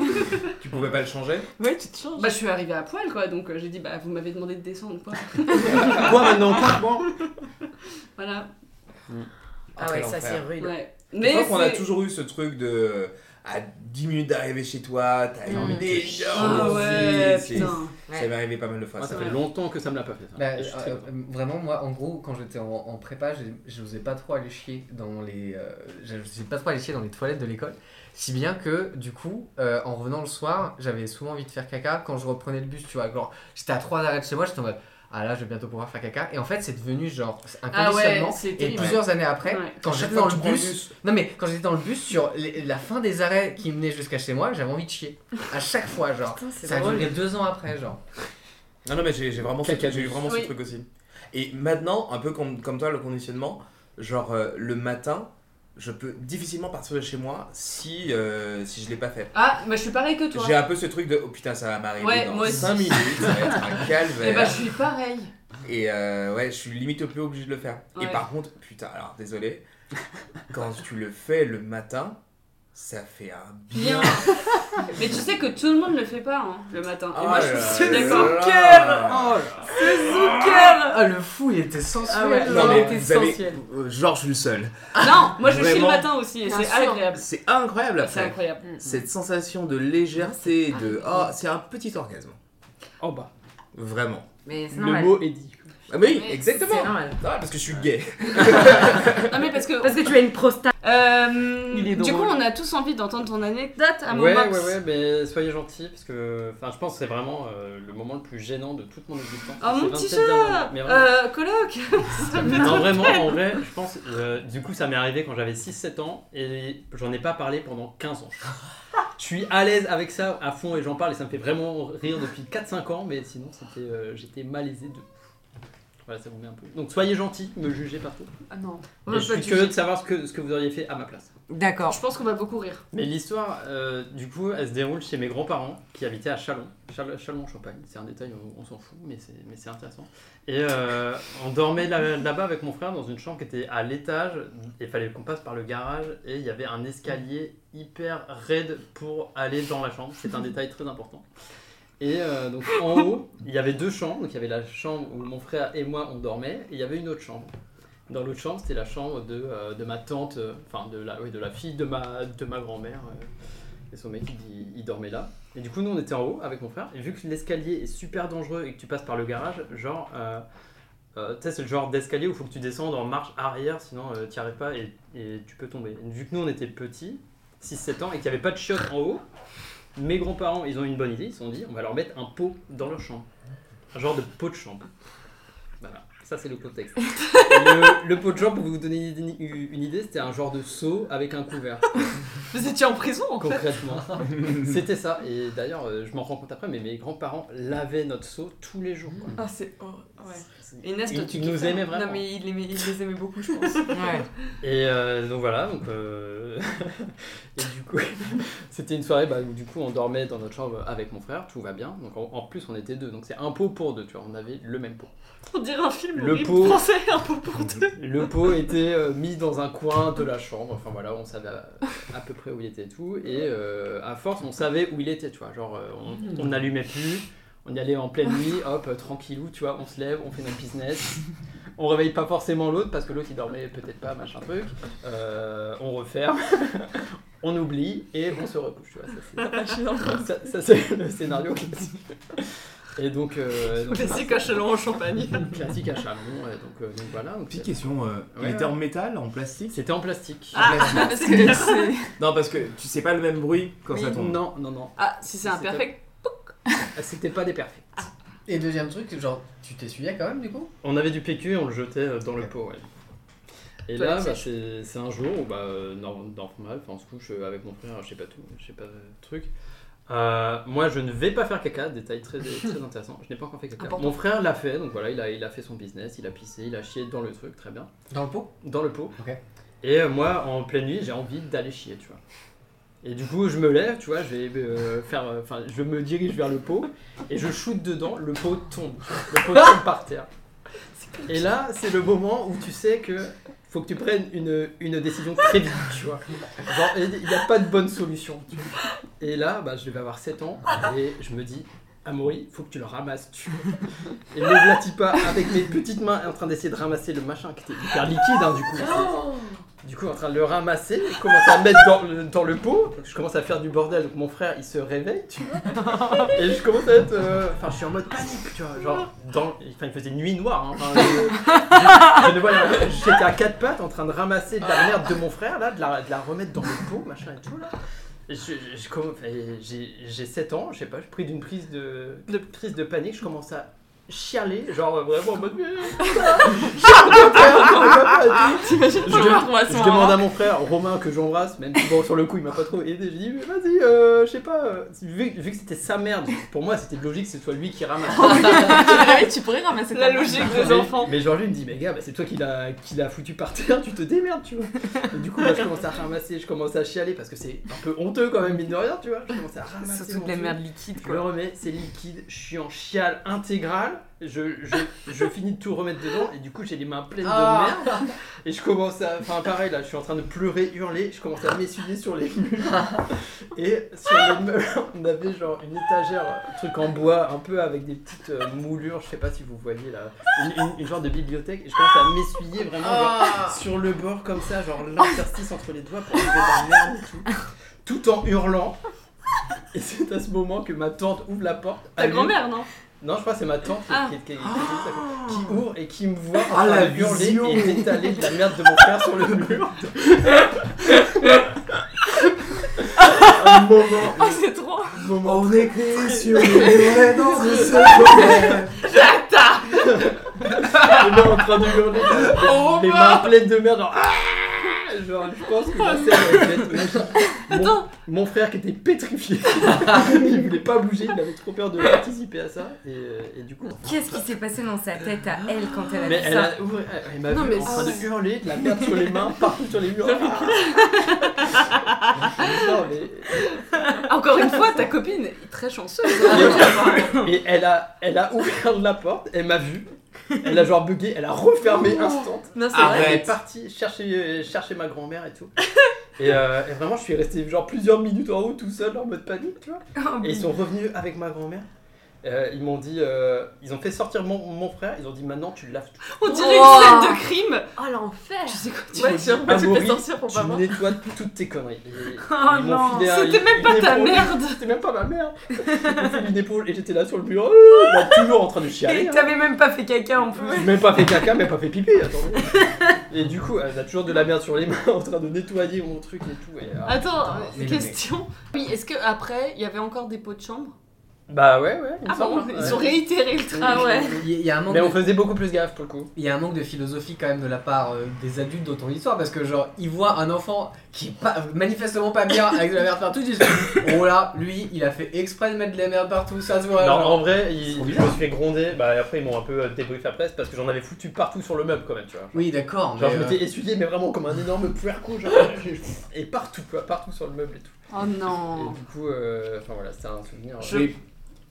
[SPEAKER 3] Tu pouvais pas le changer
[SPEAKER 4] Ouais, tu te changes.
[SPEAKER 1] Bah, je suis arrivée à poil quoi, donc euh, j'ai dit, bah, vous m'avez demandé de descendre quoi.
[SPEAKER 2] Ah, Quoi maintenant Quoi bon
[SPEAKER 1] Voilà,
[SPEAKER 5] Ah ouais, ça c'est rude.
[SPEAKER 1] ouais.
[SPEAKER 3] Je crois
[SPEAKER 1] Mais
[SPEAKER 3] qu'on a
[SPEAKER 1] c'est-
[SPEAKER 3] toujours eu ce truc de. À 10 minutes d'arriver chez toi, t'as
[SPEAKER 5] Mm.
[SPEAKER 3] une envie d'énormes
[SPEAKER 1] Mmh. Ah ouais,
[SPEAKER 3] envies, c'est-
[SPEAKER 1] putain.
[SPEAKER 3] Ça m'est arrivé pas mal de fois.
[SPEAKER 2] Moi,
[SPEAKER 3] ça.
[SPEAKER 2] ça fait longtemps que ça me l'a pas fait. ça.
[SPEAKER 6] Bah,
[SPEAKER 2] Et je suis très
[SPEAKER 6] euh,
[SPEAKER 2] content.
[SPEAKER 6] euh, vraiment, moi, en gros, quand j'étais en, en prépa, j'ai- je n'osais pas trop aller chier dans les, euh, je n'osais pas trop aller chier dans les toilettes de l'école, si bien que du coup, euh, en revenant le soir, j'avais souvent envie de faire caca quand je reprenais le bus, tu vois. Genre, j'étais à trois arrêts de chez moi, j'étais en mode, ah là, je vais bientôt pouvoir faire caca. Et en fait, c'est devenu genre un
[SPEAKER 1] Ah ouais,
[SPEAKER 6] conditionnement.
[SPEAKER 1] c'est
[SPEAKER 6] et
[SPEAKER 1] terrible.
[SPEAKER 6] plusieurs années après,
[SPEAKER 1] Ouais.
[SPEAKER 6] quand
[SPEAKER 3] Chaque
[SPEAKER 6] j'étais
[SPEAKER 3] fois
[SPEAKER 6] dans
[SPEAKER 3] que
[SPEAKER 6] le
[SPEAKER 3] tu prends le
[SPEAKER 6] bus, non mais quand j'étais dans le bus sur les- la fin des arrêts qui menaient jusqu'à chez moi, j'avais envie de chier à chaque fois, genre.
[SPEAKER 1] c'est
[SPEAKER 6] Ça a duré deux ans après, genre.
[SPEAKER 3] Non, non, mais j'ai j'ai vraiment, ce-
[SPEAKER 2] Caca
[SPEAKER 3] j'ai eu
[SPEAKER 2] douce.
[SPEAKER 3] vraiment
[SPEAKER 1] Oui.
[SPEAKER 3] ce truc aussi. Et maintenant, un peu comme, comme toi, le conditionnement, genre euh, le matin, je peux difficilement partir de chez moi si, euh, si je l'ai pas fait.
[SPEAKER 1] Ah, mais je suis pareil que toi.
[SPEAKER 3] J'ai un peu ce truc de oh putain, ça va m'arriver
[SPEAKER 1] Ouais,
[SPEAKER 3] dans
[SPEAKER 1] moi
[SPEAKER 3] 5
[SPEAKER 1] aussi.
[SPEAKER 3] minutes, ça va être un calvaire.
[SPEAKER 1] Et bah, je suis pareil.
[SPEAKER 3] Et euh, ouais, je suis limite plus obligé de le faire. Et
[SPEAKER 1] Ouais.
[SPEAKER 3] par contre, putain, alors désolé, quand tu le fais le matin, ça fait un bien.
[SPEAKER 1] Bien. mais tu sais que tout le monde ne le fait pas hein, le matin. Et moi,
[SPEAKER 3] Oh
[SPEAKER 1] je
[SPEAKER 3] là
[SPEAKER 1] suis
[SPEAKER 3] là
[SPEAKER 1] d'accord.
[SPEAKER 3] là.
[SPEAKER 6] Ah, le fou, il était sensuel.
[SPEAKER 5] Ah ouais,
[SPEAKER 6] genre.
[SPEAKER 3] Non, mais
[SPEAKER 5] T'es
[SPEAKER 3] vous avez-
[SPEAKER 5] sensuel.
[SPEAKER 3] euh, genre, je suis le seul.
[SPEAKER 1] Non, moi, je chie le
[SPEAKER 3] Vraiment.
[SPEAKER 1] matin aussi et
[SPEAKER 5] Bien
[SPEAKER 1] c'est
[SPEAKER 5] sûr.
[SPEAKER 1] agréable.
[SPEAKER 3] C'est incroyable
[SPEAKER 1] C'est
[SPEAKER 3] après.
[SPEAKER 1] incroyable. Ah,
[SPEAKER 3] Cette sensation de légèreté, de. Oh, c'est un petit orgasme.
[SPEAKER 2] En bas.
[SPEAKER 3] Vraiment.
[SPEAKER 5] Mais c'est
[SPEAKER 2] Oh, bah. Le
[SPEAKER 5] normal.
[SPEAKER 2] mot est dit.
[SPEAKER 3] Ah, mais oui,
[SPEAKER 1] Mais
[SPEAKER 5] C'est
[SPEAKER 3] exactement.
[SPEAKER 5] normal.
[SPEAKER 3] Ah, parce que je suis gay.
[SPEAKER 1] Non, mais parce que.
[SPEAKER 5] Parce que tu as une prostate.
[SPEAKER 1] Euh,
[SPEAKER 5] Il est
[SPEAKER 1] du coup,
[SPEAKER 5] drôle.
[SPEAKER 1] on a tous envie d'entendre ton anecdote à Ah, mon
[SPEAKER 2] Ouais,
[SPEAKER 1] max.
[SPEAKER 2] ouais, ouais, mais soyez gentils parce que enfin, je pense que c'est vraiment euh, le moment le plus gênant de toute mon existence.
[SPEAKER 1] Oh
[SPEAKER 2] C'est
[SPEAKER 1] mon petit
[SPEAKER 2] 27 dernières
[SPEAKER 1] chat
[SPEAKER 2] années. Mais vraiment.
[SPEAKER 1] Euh, coloc Ça me fait
[SPEAKER 2] Non,
[SPEAKER 1] trop
[SPEAKER 2] vraiment,
[SPEAKER 1] peine.
[SPEAKER 2] en vrai, je pense. euh, du coup, ça m'est arrivé quand j'avais 6-7 ans et j'en ai pas parlé pendant 15 ans. Je suis à l'aise avec ça à fond et j'en parle et ça me fait vraiment rire depuis 4-5 ans, mais sinon, c'était, euh, j'étais malaisé de. Voilà, ça vous met un peu. Donc soyez gentils, me jugez partout.
[SPEAKER 7] Ah non.
[SPEAKER 5] On
[SPEAKER 2] Et
[SPEAKER 5] va
[SPEAKER 2] je
[SPEAKER 5] pas
[SPEAKER 2] suis
[SPEAKER 5] te
[SPEAKER 2] curieux de savoir ce que, ce que vous auriez fait à ma place.
[SPEAKER 5] D'accord.
[SPEAKER 1] Je pense qu'on va beaucoup rire.
[SPEAKER 2] Mais l'histoire, euh, du coup, elle se déroule chez mes grands-parents qui habitaient à Chalon, Chal- Chalon-Champagne. C'est un détail, on, on s'en fout, mais c'est, mais c'est intéressant. Et euh, on dormait là- là-bas avec mon frère dans une chambre qui était à l'étage. Il fallait qu'on passe par le garage et il y avait un escalier hyper raide pour aller dans la chambre. C'est un détail très important. Et euh, donc en haut, il y avait deux chambres. Donc il y avait la chambre où mon frère et moi on dormait et il y avait une autre chambre. Dans l'autre chambre, c'était la chambre de, euh, de ma tante, euh, enfin de, la, oui, de la fille de ma, de ma grand-mère. euh, et son mec, il, il dormait là. Et du coup, nous, on était en haut avec mon frère. Et vu que l'escalier est super dangereux et que tu passes par le garage, genre, euh, euh, tu sais, c'est le genre d'escalier où il faut que tu descendes en marche arrière, sinon euh, tu arrives pas et, et tu peux tomber. Et vu que nous, on était petits, 6-7 ans, et qu'il n'y avait pas de chiottes en haut, mes grands-parents, ils ont eu une bonne idée. Ils se sont dit, on va leur mettre un pot dans leur chambre. Un genre de pot de chambre. Voilà, ça c'est le contexte. le, le pot de chambre, pour vous donner une, une idée, c'était un genre de seau avec un couvert,
[SPEAKER 1] Vous étiez en prison en fait
[SPEAKER 2] concrètement. c'était ça. Et d'ailleurs, euh, je m'en rends compte après, mais mes grands-parents lavaient notre seau tous les jours. quoi.
[SPEAKER 1] Ah, c'est. ouais.
[SPEAKER 2] C'est-
[SPEAKER 1] Inès, toi,
[SPEAKER 2] Ils- tu
[SPEAKER 1] kiffes
[SPEAKER 2] nous
[SPEAKER 1] ça
[SPEAKER 2] aimais vraiment.
[SPEAKER 7] Non, mais il, aimait- il les aimait beaucoup, je pense.
[SPEAKER 5] Ouais.
[SPEAKER 2] Et euh, donc voilà, donc euh, et du coup, c'était une soirée bah, où du coup on dormait dans notre chambre avec mon frère, tout va bien. Donc en, en plus on était deux, donc c'est un pot pour deux, tu vois, on avait le même pot.
[SPEAKER 1] On dirait un film
[SPEAKER 2] Le
[SPEAKER 1] horrible
[SPEAKER 2] pot.
[SPEAKER 1] français, un peu pour deux.
[SPEAKER 2] Le pot était euh, mis dans un coin de la chambre, enfin voilà, on savait à, à peu près où il était et tout, et euh, à force on savait où il était, tu vois, genre euh,
[SPEAKER 1] Hmm.
[SPEAKER 2] on- on n'allumait plus, on y allait en pleine nuit, hop, euh, tranquillou, tu vois, on se lève, on fait notre business, on réveille pas forcément l'autre parce que l'autre il dormait peut-être pas, machin truc, Euh, on referme, on oublie et on se recouche, tu vois, ça, c'est- ça, ça, c'est le scénario classique. Et donc, euh, donc,
[SPEAKER 1] Classique à Chalon en Champagne.
[SPEAKER 2] classique à Chalon, ouais, donc, euh, donc voilà. donc,
[SPEAKER 3] Petite question, euh, il
[SPEAKER 2] Ouais,
[SPEAKER 3] était
[SPEAKER 2] ouais.
[SPEAKER 3] en métal, en plastique
[SPEAKER 2] c'était en plastique.
[SPEAKER 5] Parce que c'est.
[SPEAKER 3] Non, parce que tu sais pas le même bruit quand ça tombe.
[SPEAKER 2] Non, non, non.
[SPEAKER 1] Ah, si c'est
[SPEAKER 2] Si
[SPEAKER 1] un
[SPEAKER 2] c'est
[SPEAKER 1] perfect.
[SPEAKER 2] Ah, C'était pas des perfects.
[SPEAKER 6] Et deuxième truc, genre, tu t'essuyais quand même du coup
[SPEAKER 2] On avait du PQ et on le jetait euh, dans le
[SPEAKER 6] Ok.
[SPEAKER 2] pot, ouais. Et
[SPEAKER 1] Toi,
[SPEAKER 2] là,
[SPEAKER 1] la
[SPEAKER 2] bah, c'est c'est un jour où, bah, euh, norm- normal, enfin, on se couche euh, avec mon frère, je sais pas tout, je sais pas euh, truc. Euh, moi, je ne vais pas faire caca, détail très, très intéressant. Je n'ai pas encore fait caca.
[SPEAKER 1] Important.
[SPEAKER 2] Mon frère l'a fait, donc voilà, il a, il a fait son business, il a pissé, il a chié dans le truc, très bien.
[SPEAKER 6] Dans le pot
[SPEAKER 2] dans le pot.
[SPEAKER 6] Ok.
[SPEAKER 2] Et euh, moi, en pleine nuit, j'ai envie d'aller chier, tu vois. Et du coup, je me lève, tu vois, je vais euh, faire, euh, enfin, je me dirige vers le pot et je shoot dedans, le pot tombe, le pot tombe par terre. Et là, c'est le moment où tu sais que faut que tu prennes une, une décision très vite, tu vois. Genre, il n'y a pas de bonne solution. tu vois. Et là, bah, je vais avoir 7 ans et je me dis, Amaury, faut que tu le ramasses, tu. Et me v'latis pas avec mes petites mains en train d'essayer de ramasser le machin qui était hyper liquide, hein, du coup. Du coup, en train de le ramasser, je commence à le mettre dans le, dans le pot, je commence à faire du bordel, donc mon frère il se réveille, tu vois. Et je commence à être. euh, Enfin, je suis en mode panique, tu vois. Genre, dans... enfin, il faisait nuit noire, hein. Enfin, je- je ne voyais rien. J'étais à quatre pattes en train de ramasser de la merde de mon frère, là, de la, de la remettre dans le pot, machin et tout, là. Et je- je- je comm- enfin, J'ai j'ai 7 ans, je sais pas, je pris d'une prise de, de crise de panique, je commence à chialer, genre vraiment en mode. Mais
[SPEAKER 1] T'imagines
[SPEAKER 2] Je
[SPEAKER 1] pas
[SPEAKER 2] demande-
[SPEAKER 1] le retrouver à ce
[SPEAKER 2] je
[SPEAKER 1] moment-là.
[SPEAKER 5] hein.
[SPEAKER 2] demande à mon frère Romain que j'embrasse, même si bon sur le coup il m'a pas trop aidé, j'ai dit mais vas-y, euh, je sais pas, euh, vu, vu que c'était sa merde, pour moi c'était logique que ce soit lui qui ramasse.
[SPEAKER 4] Ouais, tu pourrais ramasser
[SPEAKER 1] La
[SPEAKER 4] ta main.
[SPEAKER 1] logique des
[SPEAKER 2] mais,
[SPEAKER 1] enfants.
[SPEAKER 2] Mais genre lui il me dit mais gars bah, c'est toi qui l'a qui l'a foutu par terre, tu te démerdes tu vois. Et du coup moi je commence à ramasser, je commence à chialer parce que c'est un peu honteux quand même mine de rien tu vois. Je commence à ramasser.
[SPEAKER 5] Surtout
[SPEAKER 2] mon
[SPEAKER 5] de la
[SPEAKER 2] truc.
[SPEAKER 5] merde liquide,
[SPEAKER 2] Je le
[SPEAKER 5] quoi.
[SPEAKER 2] remets, c'est liquide, je suis en chiale intégrale, je, je, je finis de tout remettre dedans et du coup j'ai les mains pleines
[SPEAKER 5] Ah.
[SPEAKER 2] de merde et je commence à... Enfin pareil là, je suis en train de pleurer, hurler, je commence à m'essuyer sur les murs et sur les meubles on avait genre une étagère, un truc en bois un peu avec des petites euh, moulures, je sais pas si vous voyez là, une, une- une genre de bibliothèque et je commence à m'essuyer vraiment genre,
[SPEAKER 1] Ah.
[SPEAKER 2] sur le bord comme ça, genre l'interstice entre les doigts pour enlever la merde et tout, tout en hurlant. Et c'est à ce moment que ma tante ouvre la porte.
[SPEAKER 1] Ta
[SPEAKER 2] allume-
[SPEAKER 1] grand-mère, non
[SPEAKER 2] Non, je crois que c'est ma tante qui-
[SPEAKER 1] Ah.
[SPEAKER 2] qui, qui- qui- qui ouvre et qui me voit en
[SPEAKER 3] Ah,
[SPEAKER 2] train
[SPEAKER 3] la
[SPEAKER 2] de hurler
[SPEAKER 3] vision.
[SPEAKER 2] et d'étaler de la merde de mon frère sur le mur. Un moment,
[SPEAKER 7] Ah,
[SPEAKER 4] Oh, c'est trop.
[SPEAKER 2] un moment.
[SPEAKER 3] On est créé sur les dans de ce
[SPEAKER 2] Et là, en train de hurler,
[SPEAKER 1] Oh,
[SPEAKER 2] les
[SPEAKER 1] bah.
[SPEAKER 2] mains pleines de merde, genre. Ah Genre, je pense que la scène aurait dû être magique. Mon, mon frère qui était pétrifié, il voulait pas bouger, il avait trop peur de participer à ça. Et, euh, et du coup.
[SPEAKER 7] Qu'est-ce qui s'est passé dans sa tête à elle quand elle a
[SPEAKER 2] Mais
[SPEAKER 7] vu
[SPEAKER 2] elle,
[SPEAKER 7] ça
[SPEAKER 2] a ouvert- elle- elle m'a
[SPEAKER 7] Non,
[SPEAKER 2] vu
[SPEAKER 7] mais
[SPEAKER 2] en train
[SPEAKER 7] c'est-
[SPEAKER 2] de hurler, de la merde sur les mains, partout sur les murs. Non, mais-
[SPEAKER 1] Encore une fois, ta copine est très chanceuse. hein.
[SPEAKER 2] Et elle a, elle a ouvert la porte, elle m'a vu, elle a genre bugué, elle a
[SPEAKER 7] Oh.
[SPEAKER 2] refermé instant.
[SPEAKER 1] Non, c'est
[SPEAKER 2] Elle est
[SPEAKER 3] Arrête
[SPEAKER 2] partie chercher, euh, chercher ma grand-mère et tout. Et, euh, et vraiment, je suis resté genre plusieurs minutes en haut tout seul en mode panique, tu vois. Et ils sont revenus avec ma grand-mère. Euh, ils m'ont dit, euh, ils ont fait sortir mon, mon frère, ils ont dit maintenant tu laves tout.
[SPEAKER 1] On dirait
[SPEAKER 4] Wow.
[SPEAKER 1] une scène de crime.
[SPEAKER 7] Oh l'enfer
[SPEAKER 1] Je sais quoi, tu
[SPEAKER 2] Ouais,
[SPEAKER 1] vas
[SPEAKER 2] tiens,
[SPEAKER 1] dire, pourquoi tu
[SPEAKER 2] Amaury,
[SPEAKER 1] fais sortir pour
[SPEAKER 2] Tu
[SPEAKER 1] pas voir
[SPEAKER 2] nettoies toutes tes conneries. Et-
[SPEAKER 4] Oh
[SPEAKER 2] ils m'ont
[SPEAKER 4] non.
[SPEAKER 2] filé un-
[SPEAKER 1] C'était même
[SPEAKER 2] une- une
[SPEAKER 1] pas ta
[SPEAKER 2] épaule.
[SPEAKER 1] merde.
[SPEAKER 2] C'était même pas ma mère. Ils m'ont fait une épaule et j'étais là sur le bureau, euh, là, toujours en train de chialer.
[SPEAKER 5] Et
[SPEAKER 2] hein.
[SPEAKER 5] t'avais même pas fait caca en plus.
[SPEAKER 2] J'ai même pas fait caca, même pas fait pipi, attendez. Et du coup, elle a toujours de la merde sur les mains en train de nettoyer mon truc et tout. et, euh,
[SPEAKER 1] Attends,
[SPEAKER 6] putain, mais le
[SPEAKER 1] question. Oui, est-ce que après, il y avait encore des pots de chambre
[SPEAKER 2] Bah ouais, ouais. il me
[SPEAKER 1] Ah bon,
[SPEAKER 2] semble,
[SPEAKER 1] ils ont
[SPEAKER 2] ouais.
[SPEAKER 1] réitéré le
[SPEAKER 6] Ah
[SPEAKER 1] train, ouais.
[SPEAKER 6] Il y a- il y a un manque
[SPEAKER 2] Mais
[SPEAKER 6] de-
[SPEAKER 2] on faisait beaucoup plus gaffe pour le coup.
[SPEAKER 6] il y a un manque de philosophie quand même de la part euh, des adultes dans ton histoire parce que genre ils voient un enfant qui est pas manifestement pas bien avec de la merde partout ils se disent oh là lui il a fait exprès de mettre de la merde partout ça se voit
[SPEAKER 2] Non,
[SPEAKER 6] genre.
[SPEAKER 2] en vrai, ils,
[SPEAKER 6] Trop
[SPEAKER 2] je
[SPEAKER 6] bizarre.
[SPEAKER 2] me suis fait gronder. Bah après, ils m'ont un peu euh, débriefé la presse parce que j'en avais foutu partout sur le meuble quand même, tu vois.
[SPEAKER 6] oui d'accord mais
[SPEAKER 2] Genre, je
[SPEAKER 6] euh,
[SPEAKER 2] m'étais essuyé, mais vraiment comme un énorme puerco, genre, j'ai- et partout, quoi, partout sur le meuble et tout.
[SPEAKER 1] Oh non.
[SPEAKER 2] Et du coup, euh, enfin voilà, c'était un souvenir.
[SPEAKER 1] Je-
[SPEAKER 2] euh,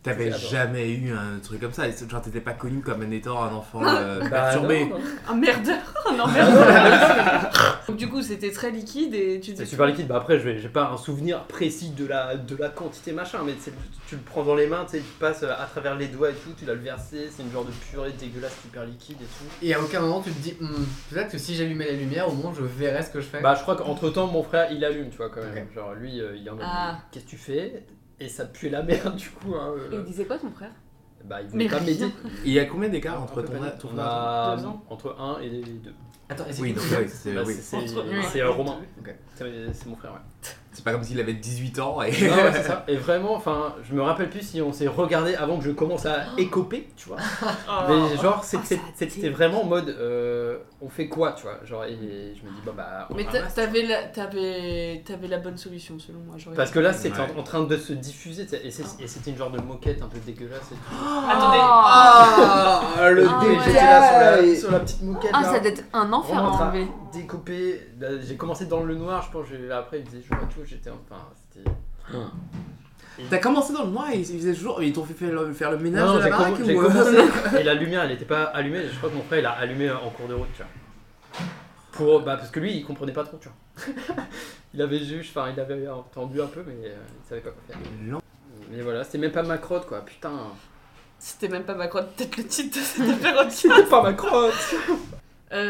[SPEAKER 3] Mais T'avais
[SPEAKER 2] J'adore.
[SPEAKER 3] jamais eu un truc comme ça, genre t'étais pas connu comme en étant un enfant euh,
[SPEAKER 2] bah,
[SPEAKER 3] perturbé.
[SPEAKER 2] non, non.
[SPEAKER 1] Un merdeur. Un emmerdeur. Donc du coup, c'était très liquide et tu
[SPEAKER 2] C'est
[SPEAKER 1] dis...
[SPEAKER 2] super liquide, bah après je vais- j'ai pas un souvenir précis de la, de la quantité machin, mais c'est- tu le prends dans les mains, tu sais, tu passes euh, à travers les doigts et tout, tu l'as le versé, c'est une genre de purée dégueulasse super liquide et tout.
[SPEAKER 6] et à aucun moment tu te dis Hmm, peut-être que si j'allumais la lumière au moins je verrais ce que je fais
[SPEAKER 2] Bah je crois qu'entre temps mon frère il allume, tu vois quand même, genre lui euh, il est en mode
[SPEAKER 4] Ah.
[SPEAKER 2] qu'est-ce que tu fais Et ça pue la merde du coup, hein, euh,
[SPEAKER 4] Et il disait quoi ton frère
[SPEAKER 2] bah il voulait
[SPEAKER 1] Mais
[SPEAKER 2] pas
[SPEAKER 1] rien.
[SPEAKER 2] m'aider.
[SPEAKER 3] Il y a combien d'écart
[SPEAKER 2] On
[SPEAKER 3] entre
[SPEAKER 2] peut
[SPEAKER 3] ton,
[SPEAKER 2] pas dire. Bah,
[SPEAKER 3] ton
[SPEAKER 2] On
[SPEAKER 3] frère
[SPEAKER 2] a
[SPEAKER 1] deux ans.
[SPEAKER 2] entre 1 et 2.
[SPEAKER 6] attends et c'est
[SPEAKER 3] Oui,
[SPEAKER 6] qui
[SPEAKER 3] donc
[SPEAKER 6] qui-
[SPEAKER 3] oui, c'est oui.
[SPEAKER 2] Bah, c'est
[SPEAKER 1] Entre-
[SPEAKER 2] c'est-
[SPEAKER 1] ouais.
[SPEAKER 2] c'est, euh, Romain,
[SPEAKER 6] Ok.
[SPEAKER 2] c'est c'est mon frère, ouais.
[SPEAKER 3] C'est pas comme s'il avait 18 ans et.
[SPEAKER 2] Ah ouais, c'est ça. Et vraiment, enfin, je me rappelle plus si on s'est regardé avant que je commence à
[SPEAKER 1] Oh.
[SPEAKER 2] écoper, tu vois.
[SPEAKER 4] Oh,
[SPEAKER 2] Mais genre, c'est- c'est- c'était vraiment en mode, euh, on fait quoi, tu vois. Genre, et je me dis, bah, bah. on
[SPEAKER 1] Mais t'a-
[SPEAKER 2] ramasse.
[SPEAKER 1] t'avais la, t'avais, t'avais la bonne solution selon moi. j'aurais-
[SPEAKER 2] Parce que là, c'était
[SPEAKER 3] Ouais.
[SPEAKER 2] en, en train de se diffuser, tu sais, et c'est- et c'était une genre de moquette un peu dégueulasse. Et tout.
[SPEAKER 1] Attendez.
[SPEAKER 7] Ah,
[SPEAKER 2] Ah, le
[SPEAKER 4] Ah
[SPEAKER 2] dé,
[SPEAKER 4] ouais.
[SPEAKER 2] j'étais là sur la, sur la petite moquette.
[SPEAKER 4] Ah,
[SPEAKER 2] là.
[SPEAKER 4] ça doit être hein, un enfer à
[SPEAKER 2] Vraiment en train
[SPEAKER 4] enlever.
[SPEAKER 2] de découper. Là, J'ai commencé dans le noir, je pense. j'ai- Après, il faisait jour et tout. J'étais enfin, c'était.
[SPEAKER 3] T'as commencé dans le noir et ils faisaient toujours. Ils t'ont fait faire le, faire le ménage
[SPEAKER 2] Non,
[SPEAKER 3] de la
[SPEAKER 2] j'ai
[SPEAKER 3] baraque
[SPEAKER 2] comm-
[SPEAKER 3] ou
[SPEAKER 2] j'ai
[SPEAKER 3] euh,
[SPEAKER 2] commencé et la lumière elle n'était pas allumée. Je crois que mon frère il a allumé euh, en cours de route, tu vois. Pour, bah, parce que lui il comprenait pas trop, tu vois. il avait juste, enfin il avait entendu un peu, mais euh, il savait pas quoi faire.
[SPEAKER 3] Non.
[SPEAKER 2] Et, Mais voilà, c'était même pas ma crotte, quoi, putain.
[SPEAKER 1] C'était même pas ma crotte, peut-être le titre de cette parodie.
[SPEAKER 2] C'était pas ma crotte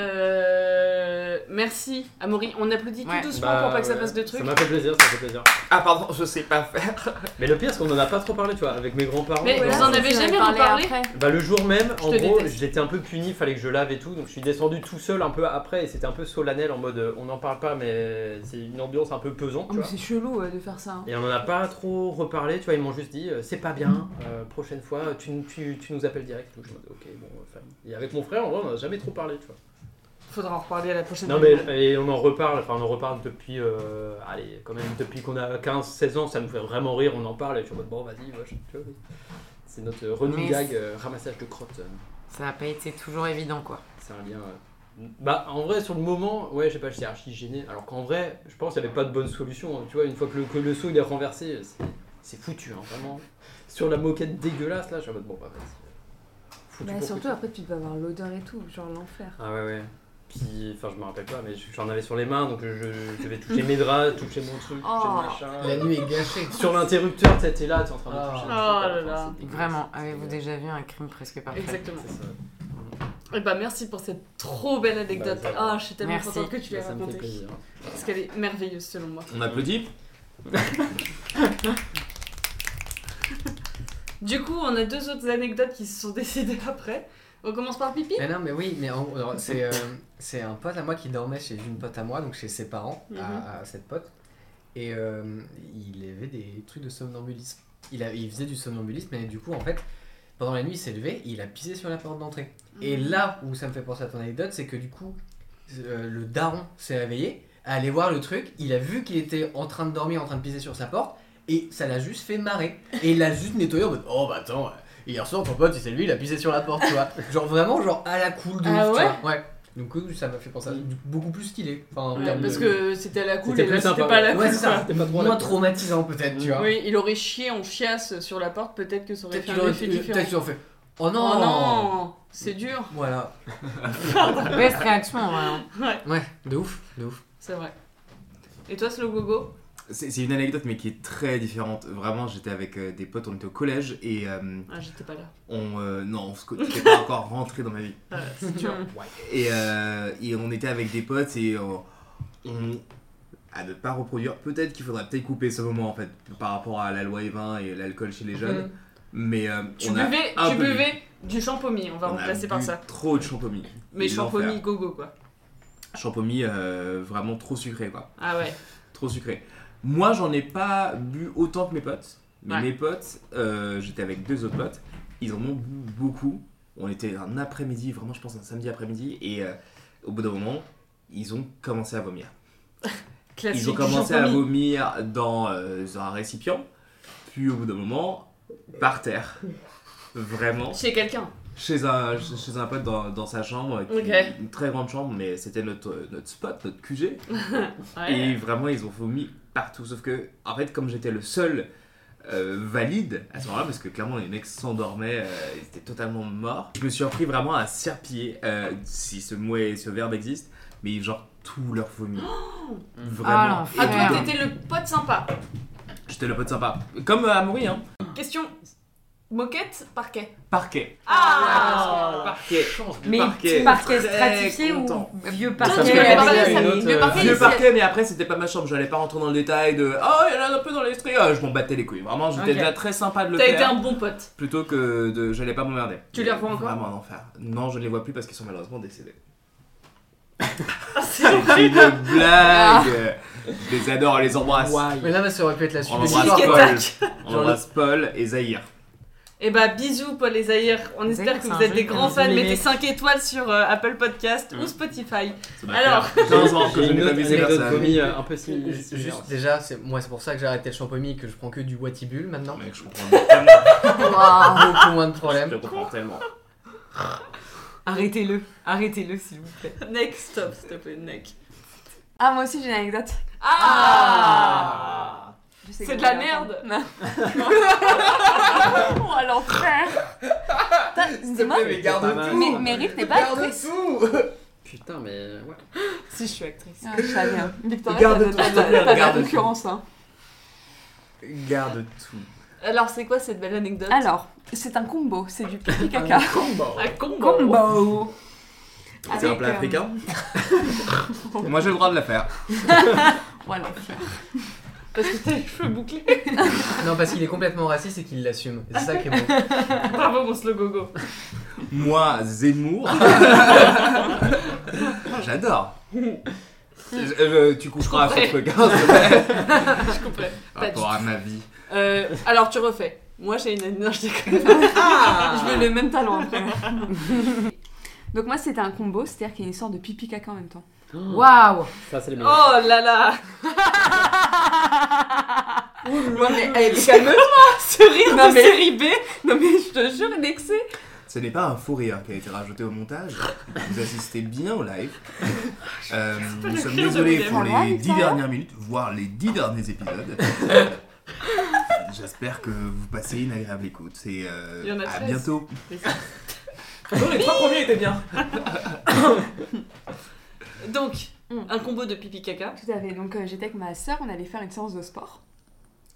[SPEAKER 1] Euh, merci, Amaury. On applaudit
[SPEAKER 5] Ouais.
[SPEAKER 1] tout doucement pour pas que ça fasse de trucs.
[SPEAKER 2] Bah, Ça m'a fait plaisir, ça m'a fait plaisir.
[SPEAKER 3] Ah, pardon, je sais pas faire.
[SPEAKER 2] Mais le pire, c'est qu'on en a pas trop parlé, tu vois, avec mes grands-parents.
[SPEAKER 1] Mais
[SPEAKER 2] genre-
[SPEAKER 1] vous en avez jamais reparlé
[SPEAKER 2] Bah le jour même, en
[SPEAKER 1] te
[SPEAKER 2] gros,
[SPEAKER 1] déteste.
[SPEAKER 2] j'étais un peu puni, fallait que je lave et tout, donc je suis descendu tout seul un peu après et c'était un peu solennel en mode euh, on n'en parle pas mais c'est une ambiance un peu
[SPEAKER 1] Oh,
[SPEAKER 2] pesante, tu vois.
[SPEAKER 4] c'est chelou de faire
[SPEAKER 1] hein.
[SPEAKER 4] ça.
[SPEAKER 2] Et on en a pas trop reparlé, tu vois, ils m'ont juste dit euh, c'est pas bien, euh, prochaine fois tu, nous- tu, tu nous appelles direct. Donc je me dis ok, bon, euh, fine. Et avec mon frère, en vrai, on en a jamais trop parlé, tu vois.
[SPEAKER 1] Faudra en reparler à la prochaine.
[SPEAKER 2] Non mais et on en reparle, enfin on en reparle depuis, euh, allez, quand même, depuis qu'on a 15-16 ans, ça nous fait vraiment rire, on en parle et je suis en mode bon vas-y, wesh, tu vois. C'est notre euh, running
[SPEAKER 5] Mais
[SPEAKER 2] gag,
[SPEAKER 5] c'est-
[SPEAKER 2] euh, ramassage de crottes. euh.
[SPEAKER 5] Ça n'a pas été toujours évident, quoi.
[SPEAKER 2] C'est un lien. euh, Bah, en vrai, sur le moment, ouais, je sais pas, j'étais archi gêné. Alors qu'en vrai, je pense qu'il n'y avait pas de bonne solution. hein. Tu vois, une fois que le, que le seau il est renversé, euh, c'est- c'est foutu, hein, vraiment. Sur la moquette dégueulasse, là, je suis en mode bon, bah vas-y. Foutu
[SPEAKER 4] Bah,
[SPEAKER 2] pour
[SPEAKER 4] surtout
[SPEAKER 2] foutu.
[SPEAKER 4] après, tu dois avoir l'odeur et tout, genre l'enfer.
[SPEAKER 2] Ah ouais, ouais. Puis, enfin, je me rappelle pas, mais je- j'en avais sur les mains, donc je, je devais toucher mes draps, toucher mon truc, toucher mon
[SPEAKER 4] Oh.
[SPEAKER 6] La
[SPEAKER 2] machin.
[SPEAKER 6] nuit est gâchée.
[SPEAKER 2] Sur l'interrupteur, t'étais là, t'es en train de
[SPEAKER 6] Ah.
[SPEAKER 2] toucher.
[SPEAKER 1] Oh
[SPEAKER 2] le truc,
[SPEAKER 1] là
[SPEAKER 2] enfin,
[SPEAKER 1] là.
[SPEAKER 2] c'est dégueulasse.
[SPEAKER 5] Vraiment, avez-vous déjà vu un crime presque parfait
[SPEAKER 1] Exactement.
[SPEAKER 2] C'est ça.
[SPEAKER 1] Et bah merci pour cette trop belle anecdote.
[SPEAKER 2] Bah, ça va.
[SPEAKER 1] ah, je suis tellement
[SPEAKER 5] Merci.
[SPEAKER 1] contente que tu l'aies
[SPEAKER 2] Bah, ça me fait
[SPEAKER 1] racontée.
[SPEAKER 2] plaisir.
[SPEAKER 1] Parce qu'elle est merveilleuse selon moi.
[SPEAKER 3] On applaudit
[SPEAKER 1] Du coup, on a deux autres anecdotes qui se sont décidées après. On commence par Pipi
[SPEAKER 6] Mais non, mais oui, mais en- alors, c'est euh, c'est un pote à moi qui dormait chez une pote à moi, donc chez ses parents, à-
[SPEAKER 1] Mhm.
[SPEAKER 6] à, cette pote. Et euh, il avait des trucs de somnambulisme. Il, a- il faisait du somnambulisme, mais du coup, en fait, pendant la nuit, il s'est levé et il a pissé sur la porte d'entrée. Et là où ça me fait penser à ton anecdote, c'est que du coup, euh, le daron s'est réveillé, allé voir le truc, il a vu qu'il était en train de dormir, en train de pisser sur sa porte, et ça l'a juste fait marrer. Et il l'a juste nettoyé en mode Oh bah attends, euh, hier soir ton pote, c'est lui, il a pissé sur la porte, tu vois. Genre vraiment, genre à la cool de
[SPEAKER 1] Ah
[SPEAKER 6] ouf, tu
[SPEAKER 1] ouais
[SPEAKER 6] vois. Ouais. Donc euh, ça m'a fait penser à du coup, beaucoup plus stylé. Enfin, en
[SPEAKER 1] Ouais,
[SPEAKER 6] termes
[SPEAKER 1] Parce
[SPEAKER 6] de-
[SPEAKER 1] que c'était à la cool
[SPEAKER 2] C'était
[SPEAKER 1] et là
[SPEAKER 2] plus sympa,
[SPEAKER 1] c'était pas à la
[SPEAKER 6] ouais.
[SPEAKER 1] cool.
[SPEAKER 6] Ouais, c'est ça.
[SPEAKER 1] quoi.
[SPEAKER 2] C'était pas trop à la
[SPEAKER 6] moins
[SPEAKER 2] cool.
[SPEAKER 6] traumatisant peut-être, tu vois.
[SPEAKER 1] Oui, il aurait chié en fiasse sur la porte, peut-être que ça aurait
[SPEAKER 6] Peut-être
[SPEAKER 1] fait
[SPEAKER 6] qu'il
[SPEAKER 1] un
[SPEAKER 6] aurait
[SPEAKER 1] effet différent.
[SPEAKER 6] peut-être qu'il aurait fait Oh non
[SPEAKER 1] Oh non, c'est dur.
[SPEAKER 6] Voilà.
[SPEAKER 5] Best réaction, vraiment.
[SPEAKER 6] Ouais, de ouf, de ouf.
[SPEAKER 1] C'est vrai. Et toi, Slogogo
[SPEAKER 3] C'est c'est une anecdote, mais qui est très différente. Vraiment, j'étais avec euh, des potes, on était au collège et euh,
[SPEAKER 1] Ah, j'étais pas là.
[SPEAKER 3] on. euh, non, on se co- j'étais pas encore rentré dans ma vie.
[SPEAKER 1] Ah, c'est dur.
[SPEAKER 3] Et, euh, et on était avec des potes et euh, on. À ne pas reproduire, peut-être qu'il faudrait peut-être couper ce moment en fait, par rapport à la loi E20 et l'alcool chez les jeunes. Mais euh,
[SPEAKER 1] Mm. Tu
[SPEAKER 3] on a
[SPEAKER 1] buvais,
[SPEAKER 3] un
[SPEAKER 1] tu
[SPEAKER 3] peu bu.
[SPEAKER 1] buvais du champomis, on va
[SPEAKER 3] On a
[SPEAKER 1] remplacer par
[SPEAKER 3] bu
[SPEAKER 1] ça.
[SPEAKER 3] Trop de champomis.
[SPEAKER 1] Mais champomis
[SPEAKER 3] L'enfer.
[SPEAKER 1] gogo quoi.
[SPEAKER 3] Champomis euh, vraiment trop sucré quoi.
[SPEAKER 1] Ah ouais.
[SPEAKER 3] Trop sucré. Moi, j'en ai pas bu autant que mes potes. Mais
[SPEAKER 1] Ouais.
[SPEAKER 3] mes potes, euh, j'étais avec deux autres potes, ils en ont bu beaucoup. On était un après-midi, vraiment, je pense, un samedi après-midi. Et euh, au bout d'un moment, ils ont commencé à vomir.
[SPEAKER 1] Classique.
[SPEAKER 3] Ils ont
[SPEAKER 1] du
[SPEAKER 3] commencé à
[SPEAKER 1] champomis.
[SPEAKER 3] vomir dans, euh, dans un récipient. Puis au bout d'un moment, par terre. Vraiment.
[SPEAKER 1] Chez quelqu'un.
[SPEAKER 3] Chez un, chez un pote dans, dans sa chambre, qui-
[SPEAKER 1] Ok.
[SPEAKER 3] une très grande chambre, mais c'était notre, euh, notre spot, notre QG.
[SPEAKER 1] Ouais.
[SPEAKER 3] Et vraiment, ils ont vomi partout. Sauf que, en fait, comme j'étais le seul euh, valide à ce moment-là, parce que clairement, les mecs s'endormaient, euh, ils étaient totalement morts, je me suis repris vraiment à serpiller, euh, si ce mot et ce verbe existe, mais genre tout leur vomi.
[SPEAKER 1] Oh
[SPEAKER 5] Ah,
[SPEAKER 3] Vraiment.
[SPEAKER 5] l'enfer.
[SPEAKER 1] Ah, toi, t'étais le pote sympa.
[SPEAKER 3] j'étais le pote sympa. Comme à Amaury, hein.
[SPEAKER 1] Question moquette, parquet.
[SPEAKER 3] Parquet.
[SPEAKER 1] Ah
[SPEAKER 3] Parquet.
[SPEAKER 5] Mais
[SPEAKER 3] Parquet.
[SPEAKER 4] parquet
[SPEAKER 3] Très
[SPEAKER 4] stratifié ou
[SPEAKER 3] content.
[SPEAKER 4] vieux
[SPEAKER 2] Ça me
[SPEAKER 1] Mais
[SPEAKER 2] fait
[SPEAKER 1] le
[SPEAKER 2] penser à
[SPEAKER 1] parquet,
[SPEAKER 2] une
[SPEAKER 1] ça-
[SPEAKER 2] autre,
[SPEAKER 1] le
[SPEAKER 2] euh,
[SPEAKER 1] parquet,
[SPEAKER 3] Vieux
[SPEAKER 1] c'est-
[SPEAKER 3] parquet, mais après c'était pas ma chambre, j'allais pas rentrer dans le détail de oh il y en a un peu dans l'esprit, Ah, je m'en battais les couilles. Vraiment, j'étais
[SPEAKER 1] Ok.
[SPEAKER 3] déjà très sympa de le
[SPEAKER 1] T'as
[SPEAKER 3] faire.
[SPEAKER 1] été un bon pote.
[SPEAKER 3] plutôt que de j'allais pas m'emmerder.
[SPEAKER 1] Tu les revois encore
[SPEAKER 3] Vraiment un enfer. Non, je ne les vois plus parce qu'ils sont malheureusement décédés.
[SPEAKER 1] Ah, C'est Ah.
[SPEAKER 3] C'est une blague Je les adore, on les embrasse.
[SPEAKER 6] Mais là, ça aurait pu être Ah,
[SPEAKER 2] Oh,
[SPEAKER 6] la suite
[SPEAKER 3] On
[SPEAKER 6] de
[SPEAKER 3] embrasse
[SPEAKER 1] Tic et
[SPEAKER 6] l'histoire.
[SPEAKER 3] Paul.
[SPEAKER 1] tac.
[SPEAKER 3] On embrasse Paul et Zahir.
[SPEAKER 1] Et bah bisous Paul et Zahir. On
[SPEAKER 5] Zahir,
[SPEAKER 1] espère que
[SPEAKER 5] c'est
[SPEAKER 1] vous
[SPEAKER 5] un
[SPEAKER 1] êtes
[SPEAKER 5] jeu
[SPEAKER 1] des
[SPEAKER 5] qui
[SPEAKER 1] grands
[SPEAKER 5] nous
[SPEAKER 1] fans.
[SPEAKER 5] aime.
[SPEAKER 1] Mettez 5 étoiles sur euh, Apple Podcast ou Spotify.
[SPEAKER 3] Ça m'a
[SPEAKER 1] Alors.
[SPEAKER 3] fait 15 ans que
[SPEAKER 2] J'ai
[SPEAKER 3] je
[SPEAKER 2] une
[SPEAKER 3] n'ai pas
[SPEAKER 2] autre
[SPEAKER 3] vu ces
[SPEAKER 2] anecdote
[SPEAKER 3] personnes.
[SPEAKER 2] vomi, euh, un peu similaire.
[SPEAKER 6] Ju- Juste déjà, c'est moi c'est pour ça que j'ai arrêté le champomis et que je prends que du Wattibul maintenant.
[SPEAKER 3] Mec, je comprends tellement.
[SPEAKER 6] Beaucoup moins de
[SPEAKER 3] Je
[SPEAKER 6] problèmes.
[SPEAKER 3] comprends tellement.
[SPEAKER 1] Ah,
[SPEAKER 5] Arrêtez-le, arrêtez-le, s'il vous plaît.
[SPEAKER 1] Next stop, s'il te plaît, Nick.
[SPEAKER 4] Ah, moi aussi j'ai une anecdote.
[SPEAKER 1] Ah,
[SPEAKER 4] Je sais
[SPEAKER 1] C'est
[SPEAKER 4] que
[SPEAKER 1] de la
[SPEAKER 4] vous allez
[SPEAKER 1] merde.
[SPEAKER 4] entendre. Non. oh, à l'enfer Putain, Dis-moi,
[SPEAKER 6] mais garde
[SPEAKER 2] tout.
[SPEAKER 4] mais Mérite n'est pas actrice
[SPEAKER 6] tout
[SPEAKER 2] Putain, mais. ouais.
[SPEAKER 1] Si je suis actrice.
[SPEAKER 4] Ah, Je savais, hein. Victoria,
[SPEAKER 3] Garde
[SPEAKER 4] t'as hein. de-
[SPEAKER 3] tout,
[SPEAKER 4] t'as de t'as de la
[SPEAKER 3] garde tout.
[SPEAKER 4] concurrence, hein.
[SPEAKER 3] Garde tout.
[SPEAKER 1] Alors, c'est quoi cette belle anecdote
[SPEAKER 4] Alors, c'est un combo, c'est du pipi caca.
[SPEAKER 1] un combo.
[SPEAKER 4] combo
[SPEAKER 3] C'est un
[SPEAKER 4] Avec,
[SPEAKER 3] plat
[SPEAKER 4] euh,
[SPEAKER 3] africain Moi j'ai le droit de la faire.
[SPEAKER 4] Voilà.
[SPEAKER 1] Parce que t'as les cheveux bouclés.
[SPEAKER 6] Non, parce qu'il est complètement raciste et qu'il l'assume. C'est ça qui est bon.
[SPEAKER 1] Bravo, mon slogogo.
[SPEAKER 3] Moi, Zemmour. J'adore. Je- je- tu coucheras sur
[SPEAKER 1] Hmm. Je
[SPEAKER 3] ce truc. hein, s'il te plaît.
[SPEAKER 1] Je comprends.
[SPEAKER 3] Par
[SPEAKER 1] Pas du
[SPEAKER 3] rapport à ma vie.
[SPEAKER 1] Euh, alors, tu refais. Moi, j'ai une. Non, je déconne.
[SPEAKER 4] Je veux le même talent après. Donc moi c'était un combo, c'est-à-dire qu'il y a une sorte de pipi caca en même temps.
[SPEAKER 5] Waouh
[SPEAKER 2] Ça, c'est les meilleurs.
[SPEAKER 1] Oh là là
[SPEAKER 4] Non mais elle
[SPEAKER 1] Ce rire
[SPEAKER 4] Non,
[SPEAKER 1] de
[SPEAKER 4] mais-
[SPEAKER 1] série B
[SPEAKER 4] Non mais je te jure, l'excès
[SPEAKER 3] Ce n'est pas un fou rire qui a été rajouté au montage. Vous assistez bien au live. Euh, nous
[SPEAKER 1] le
[SPEAKER 3] sommes
[SPEAKER 1] rire de
[SPEAKER 3] désolés
[SPEAKER 1] William.
[SPEAKER 3] pour
[SPEAKER 4] Ça va,
[SPEAKER 3] les dix
[SPEAKER 1] hein
[SPEAKER 4] Victoria
[SPEAKER 3] dernières minutes, voire les dix derniers épisodes. J'espère que vous passez une agréable écoute. Et euh,
[SPEAKER 1] Il y en a
[SPEAKER 3] à
[SPEAKER 1] 13.
[SPEAKER 3] bientôt.
[SPEAKER 2] les trois premiers étaient bien.
[SPEAKER 1] Donc,
[SPEAKER 4] Mm.
[SPEAKER 1] un combo de pipi caca.
[SPEAKER 4] Tout à fait, donc euh, j'étais avec ma soeur, on allait faire une séance de sport.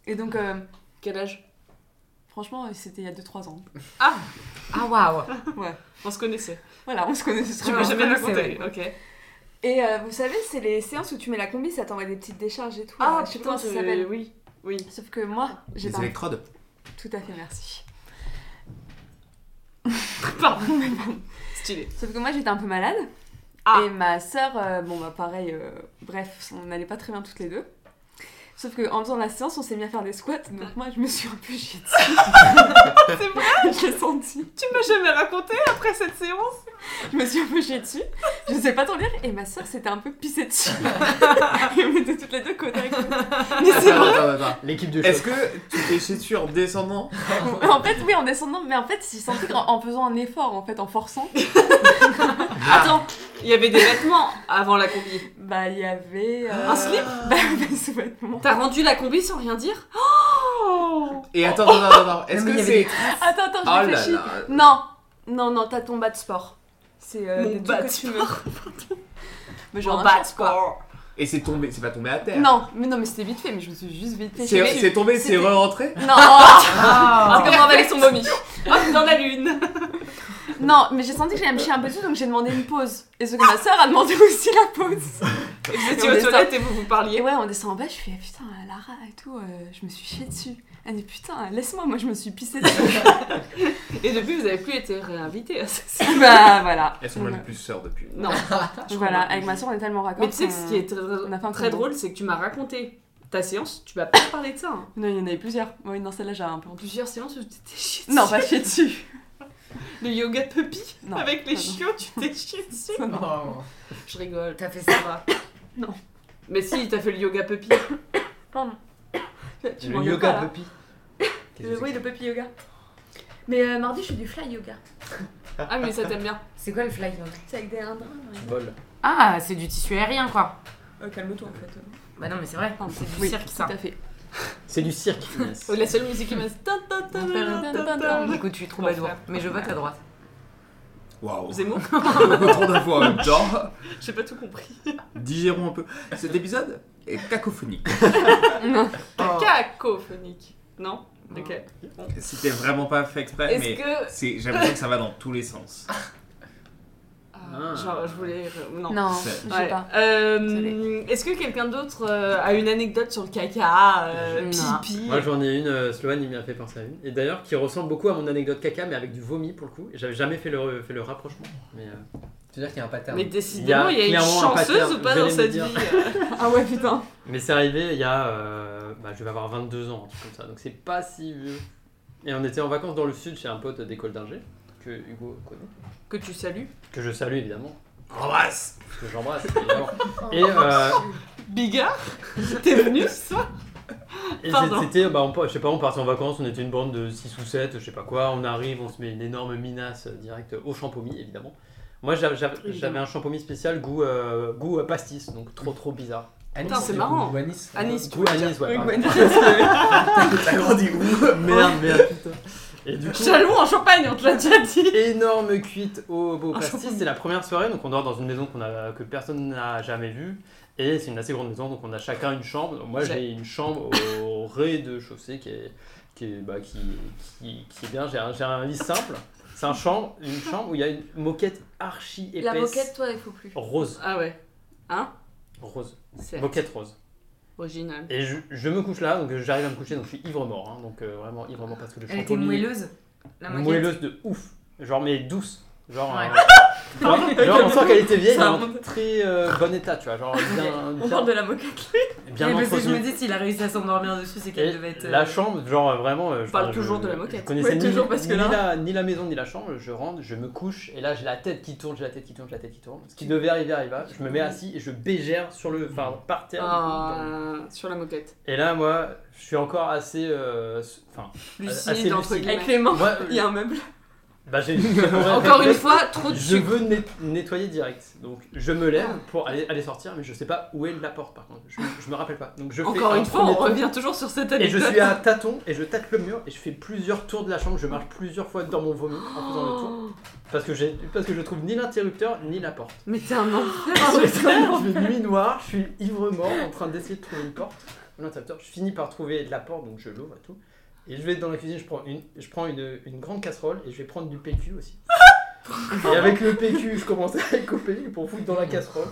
[SPEAKER 4] Et donc, euh,
[SPEAKER 1] Quel âge
[SPEAKER 4] franchement, euh, c'était il y a 2-3 ans.
[SPEAKER 5] Ah waouh
[SPEAKER 1] On se connaissait.
[SPEAKER 4] Voilà, on se connaissait
[SPEAKER 1] Tu
[SPEAKER 4] très
[SPEAKER 1] m'as
[SPEAKER 4] bien.
[SPEAKER 1] jamais
[SPEAKER 5] c'est
[SPEAKER 1] raconté. Ok.
[SPEAKER 4] Et euh, vous savez, c'est les séances où tu mets la combi, ça t'envoie des petites décharges et tout.
[SPEAKER 1] Ah,
[SPEAKER 4] Alors, je sais pas
[SPEAKER 1] putain,
[SPEAKER 4] comment ça s'appelle.
[SPEAKER 1] Oui. Oui.
[SPEAKER 4] Sauf que moi, j'ai
[SPEAKER 3] Les
[SPEAKER 4] pas...
[SPEAKER 3] électrodes.
[SPEAKER 4] Tout à fait, merci.
[SPEAKER 1] Pardon. Stylé.
[SPEAKER 4] Sauf que moi, j'étais un peu malade.
[SPEAKER 1] Ah.
[SPEAKER 4] Et ma soeur, bon bah pareil, euh, bref, on n'allait pas très bien toutes les deux. Sauf que en faisant la séance, on s'est mis à faire des squats, donc moi je me suis un peu chiée dessus.
[SPEAKER 1] C'est vrai
[SPEAKER 4] je l'ai senti.
[SPEAKER 1] Tu m'as jamais raconté après cette séance
[SPEAKER 4] Je me suis un peu chiée dessus, je sais pas t'en dire, et ma soeur s'était un peu pissée dessus. et on était toutes les deux côte à côte. Mais c'est vrai
[SPEAKER 3] Attends, attends, attends.
[SPEAKER 2] L'équipe de
[SPEAKER 3] Est-ce
[SPEAKER 2] choc.
[SPEAKER 3] que tu t'es chié dessus en descendant
[SPEAKER 4] En fait, oui, en descendant, mais en fait, j'ai senti qu'en en faisant un effort, en fait, en forçant,
[SPEAKER 3] Ah.
[SPEAKER 1] Attends, il y avait des vêtements avant la combi.
[SPEAKER 4] bah il y avait. euh,
[SPEAKER 1] Un slip
[SPEAKER 4] Bah, mes sous-vêtements.
[SPEAKER 1] T'as rendu la combi sans rien dire
[SPEAKER 3] Et attends, attends, attends, attends. Est-ce
[SPEAKER 6] Non, mais
[SPEAKER 3] que
[SPEAKER 6] il y avait
[SPEAKER 3] c'est.
[SPEAKER 4] Attends, attends,
[SPEAKER 3] Oh
[SPEAKER 4] je
[SPEAKER 3] là
[SPEAKER 4] réfléchis.
[SPEAKER 3] là.
[SPEAKER 4] Non, non, non, t'as ton bas de sport. C'est euh,
[SPEAKER 1] Mon
[SPEAKER 4] des trucs
[SPEAKER 1] bas
[SPEAKER 4] que
[SPEAKER 1] de
[SPEAKER 4] tu me- Mais
[SPEAKER 1] Genre
[SPEAKER 4] genre Oh.
[SPEAKER 1] un
[SPEAKER 4] un
[SPEAKER 1] bat
[SPEAKER 4] short, quoi.
[SPEAKER 1] quoi.
[SPEAKER 3] Et c'est tombé, c'est pas tombé à terre.
[SPEAKER 4] Non, mais non, mais c'était vite fait, mais je me suis juste vite fait.
[SPEAKER 3] C'est
[SPEAKER 4] chier
[SPEAKER 3] c'est tombé, c'est
[SPEAKER 4] C'était-
[SPEAKER 3] re-rentré
[SPEAKER 4] dessus. Non, oh,
[SPEAKER 1] Ah,
[SPEAKER 4] c'est comme emballer son vomi.
[SPEAKER 1] Hop, Oh, dans la lune
[SPEAKER 4] Non, mais j'ai senti que j'allais me chier un peu dessus, donc j'ai demandé une pause. Et ce que ma soeur a demandé aussi la pause.
[SPEAKER 1] Et Vous
[SPEAKER 4] Et
[SPEAKER 1] étiez
[SPEAKER 4] on
[SPEAKER 1] aux
[SPEAKER 4] descend.
[SPEAKER 1] toilettes et vous vous
[SPEAKER 4] Et
[SPEAKER 1] parliez.
[SPEAKER 4] ouais, on descend en bas, je fais ah, putain, Lara et tout, euh, je me suis chiée dessus. Elle dit putain, laisse-moi, moi je me suis pissée dessus.
[SPEAKER 1] Et depuis, vous n'avez plus été réinvité à cette séance.
[SPEAKER 4] bah voilà.
[SPEAKER 3] Elles sont même plus sœurs depuis.
[SPEAKER 1] Non.
[SPEAKER 4] Donc voilà, avec ma soeur, on est tellement raccord.
[SPEAKER 1] Mais tu sais que
[SPEAKER 4] qu'on-
[SPEAKER 1] ce qui est très,
[SPEAKER 4] on a fait un
[SPEAKER 1] très
[SPEAKER 4] combo.
[SPEAKER 1] drôle, c'est que tu m'as raconté ta séance, tu m'as pas parlé de ça. hein.
[SPEAKER 4] Non, il y en avait plusieurs. Oui, non, celle-là, j'ai un peu
[SPEAKER 1] Bah, En
[SPEAKER 4] honte.
[SPEAKER 1] plusieurs séances, tu t'es chié dessus.
[SPEAKER 4] Non, pas chiée dessus.
[SPEAKER 1] Le yoga puppy
[SPEAKER 4] Non.
[SPEAKER 1] avec les
[SPEAKER 4] pardon.
[SPEAKER 1] chiots, tu t'es chié dessus.
[SPEAKER 4] Ça, non.
[SPEAKER 1] Oh. Je rigole.
[SPEAKER 7] T'as fait ça va.
[SPEAKER 1] Mais si, t'as fait le yoga puppy.
[SPEAKER 4] Pardon. Tu m'en
[SPEAKER 2] Le
[SPEAKER 4] veux
[SPEAKER 2] yoga
[SPEAKER 4] pas, là.
[SPEAKER 2] puppy.
[SPEAKER 4] Le- Oui, le puppy yoga. Mais euh, mardi, je fais du fly yoga.
[SPEAKER 1] Ah, mais ça t'aime bien.
[SPEAKER 7] C'est quoi le fly yoga
[SPEAKER 4] C'est avec des indres.
[SPEAKER 2] Bol.
[SPEAKER 5] Ah, c'est du tissu aérien quoi
[SPEAKER 4] Calme-toi en fait.
[SPEAKER 7] Bah non, mais c'est vrai.
[SPEAKER 4] Pardon.
[SPEAKER 7] C'est du
[SPEAKER 4] Oui,
[SPEAKER 7] cirque
[SPEAKER 4] Tout
[SPEAKER 7] ça.
[SPEAKER 4] à fait.
[SPEAKER 2] C'est du cirque. Inès.
[SPEAKER 1] Oh, La seule musique qui m'a. Tin, tin, tin, tin, tin, tin.
[SPEAKER 5] Du coup, je suis troubadour.
[SPEAKER 1] L'enfer.
[SPEAKER 5] Mais je vote à droite.
[SPEAKER 3] Waouh.
[SPEAKER 1] Zemmour
[SPEAKER 3] Trop d'infos en même temps.
[SPEAKER 1] J'ai pas tout compris.
[SPEAKER 3] Digérons un peu. Cet épisode est cacophonique.
[SPEAKER 1] Cacophonique. Non Ok.
[SPEAKER 3] C'était vraiment pas fait exprès,
[SPEAKER 1] Est-ce
[SPEAKER 3] mais
[SPEAKER 1] que.
[SPEAKER 3] c'est- j'ai l'impression que ça va dans tous les sens.
[SPEAKER 1] Ah, Genre, je voulais. euh, Non.
[SPEAKER 4] Non, je
[SPEAKER 3] C'est-
[SPEAKER 4] sais
[SPEAKER 1] Ouais.
[SPEAKER 4] pas.
[SPEAKER 1] Euh,
[SPEAKER 4] Désolée.
[SPEAKER 1] Est-ce que quelqu'un d'autre euh, a une anecdote sur le caca, euh,
[SPEAKER 5] Non.
[SPEAKER 1] pipi
[SPEAKER 2] Moi j'en ai une, euh, Sloan il m'a fait penser à une, et d'ailleurs qui ressemble beaucoup à mon anecdote caca mais avec du vomi pour le coup, Et j'avais jamais fait le, fait le rapprochement. Mais, euh,
[SPEAKER 6] Tu veux dire qu'il y a un pattern
[SPEAKER 1] Mais décidément, il
[SPEAKER 2] Il
[SPEAKER 1] y
[SPEAKER 2] y
[SPEAKER 1] a,
[SPEAKER 2] a
[SPEAKER 1] une
[SPEAKER 2] clairement un
[SPEAKER 1] chanceuse
[SPEAKER 2] pattern,
[SPEAKER 1] ou pas
[SPEAKER 2] vous
[SPEAKER 1] dans
[SPEAKER 2] allez me
[SPEAKER 1] cette vie
[SPEAKER 2] dire.
[SPEAKER 1] euh.
[SPEAKER 4] Ah ouais, putain.
[SPEAKER 2] mais c'est arrivé il y a, euh, bah, je vais avoir 22 ans, un truc comme ça, donc c'est pas si vieux. Et on était en vacances dans le sud chez un pote d'école d'ingé, que Hugo connaît,
[SPEAKER 1] Que tu salues.
[SPEAKER 2] que je salue évidemment,
[SPEAKER 3] Oh, Embrasse
[SPEAKER 2] que j'embrasse évidemment. Et, euh,
[SPEAKER 1] Bigard T'es venu ce soir
[SPEAKER 2] Et
[SPEAKER 1] Pardon.
[SPEAKER 2] c'était, bah, on, je sais pas, on partait en vacances, on était une bande de 6 ou 7, je sais pas quoi, on arrive, on se met une énorme minace euh, direct au champomis, évidemment. Moi j'avais- j'avais j'avais un champomis spécial goût, euh, goût euh, pastis, donc trop trop bizarre.
[SPEAKER 6] Anis,
[SPEAKER 1] Putain, c'est
[SPEAKER 6] du
[SPEAKER 1] marrant.
[SPEAKER 6] coup, ou Anis.
[SPEAKER 1] Anis, tu
[SPEAKER 2] Goût anis, ouais. pardon.
[SPEAKER 3] T'as grandi où
[SPEAKER 2] Merde, merde, putain. Et du coup,
[SPEAKER 1] Chalon en champagne, on te l'a déjà dit
[SPEAKER 2] énorme cuite au beau
[SPEAKER 1] Un
[SPEAKER 2] pastis,
[SPEAKER 1] champomis.
[SPEAKER 2] c'est la première soirée, donc on dort dans une maison qu'on a, que personne n'a jamais vue. Et c'est une assez grande maison, donc on a chacun une chambre. Donc Moi,
[SPEAKER 1] J'ai-
[SPEAKER 2] j'ai une chambre au rez-de-chaussée qui est, qui est, bah, qui, qui, qui est bien. J'ai un, j'ai un lit simple. C'est un chambre, une chambre où il y a une moquette archi épaisse.
[SPEAKER 7] La moquette, toi, il faut plus.
[SPEAKER 2] Rose.
[SPEAKER 1] Ah ouais. Hein
[SPEAKER 2] Rose.
[SPEAKER 1] C'est
[SPEAKER 2] Moquette rose.
[SPEAKER 1] original.
[SPEAKER 2] Et je, je me couche là, donc j'arrive à me coucher, donc je suis ivre-mort. hein, donc euh, vraiment ivre-mort parce que le
[SPEAKER 7] Elle
[SPEAKER 2] champ
[SPEAKER 7] était
[SPEAKER 2] au lit-
[SPEAKER 7] moelleuse. La moquette.
[SPEAKER 2] moelleuse de ouf. Genre, mais douce. Genre,
[SPEAKER 7] Ouais.
[SPEAKER 2] euh, genre, genre, on sent qu'elle était vieille, mais
[SPEAKER 1] Ça
[SPEAKER 2] en très euh, bon état, tu vois. Genre, bien,
[SPEAKER 1] On parle
[SPEAKER 2] bien,
[SPEAKER 1] de Eh, la moquette.
[SPEAKER 2] bien
[SPEAKER 7] Mais parce que je
[SPEAKER 2] entretenue.
[SPEAKER 7] me dis, s'il a réussi à s'endormir dessus, c'est
[SPEAKER 2] Et
[SPEAKER 7] qu'elle devait être. euh,
[SPEAKER 2] la chambre, genre euh, vraiment. euh, je
[SPEAKER 1] parle
[SPEAKER 2] enfin,
[SPEAKER 1] toujours
[SPEAKER 2] je-
[SPEAKER 1] de la moquette.
[SPEAKER 2] Je connaissais
[SPEAKER 1] Ouais,
[SPEAKER 2] ni,
[SPEAKER 1] toujours, parce que
[SPEAKER 2] ni
[SPEAKER 1] là-
[SPEAKER 2] la, ni la maison ni la chambre. Je rentre, je me couche et là j'ai la tête qui tourne, j'ai la tête qui tourne, j'ai la tête qui tourne. Ce qui devait arriver arriva. Je me mets assis et je bégère sur le, enfin par terre.
[SPEAKER 1] Ah, sur la moquette.
[SPEAKER 2] Et là moi, je suis encore assez, euh, s- enfin
[SPEAKER 1] Lucide,
[SPEAKER 2] assez
[SPEAKER 1] entre
[SPEAKER 2] lucide.
[SPEAKER 1] guillemets.
[SPEAKER 4] Avec les mains.
[SPEAKER 2] moi,
[SPEAKER 1] Il y a un meuble.
[SPEAKER 2] bah j'ai
[SPEAKER 1] Encore une fois, trop de
[SPEAKER 2] Je
[SPEAKER 1] sucre. Ah.
[SPEAKER 2] veux net- nettoyer direct. Donc je me lève pour aller, aller sortir, mais je sais pas où est la porte par contre. Je, je me rappelle pas. Donc je fais
[SPEAKER 1] Encore
[SPEAKER 2] un
[SPEAKER 1] une fois, on
[SPEAKER 2] premier tour.
[SPEAKER 1] revient toujours sur cette
[SPEAKER 2] Et je
[SPEAKER 1] anecdote.
[SPEAKER 2] suis à tâtons et je tâte le mur et je fais plusieurs tours de la chambre, je marche plusieurs fois dans mon vomi en faisant le tour. Parce que, j'ai, parce que je trouve ni l'interrupteur ni la porte. Ah,
[SPEAKER 4] Mais t'es un enfant.
[SPEAKER 2] je suis nuit noire, je suis ivre-mort en train d'essayer de trouver une porte. L'interrupteur, je finis par trouver la porte donc je l'ouvre et tout. Et je vais dans la cuisine, je prends une, je prends une, une grande casserole et je vais prendre du PQ aussi. et avec le PQ, je commence à couper pour foutre dans la casserole.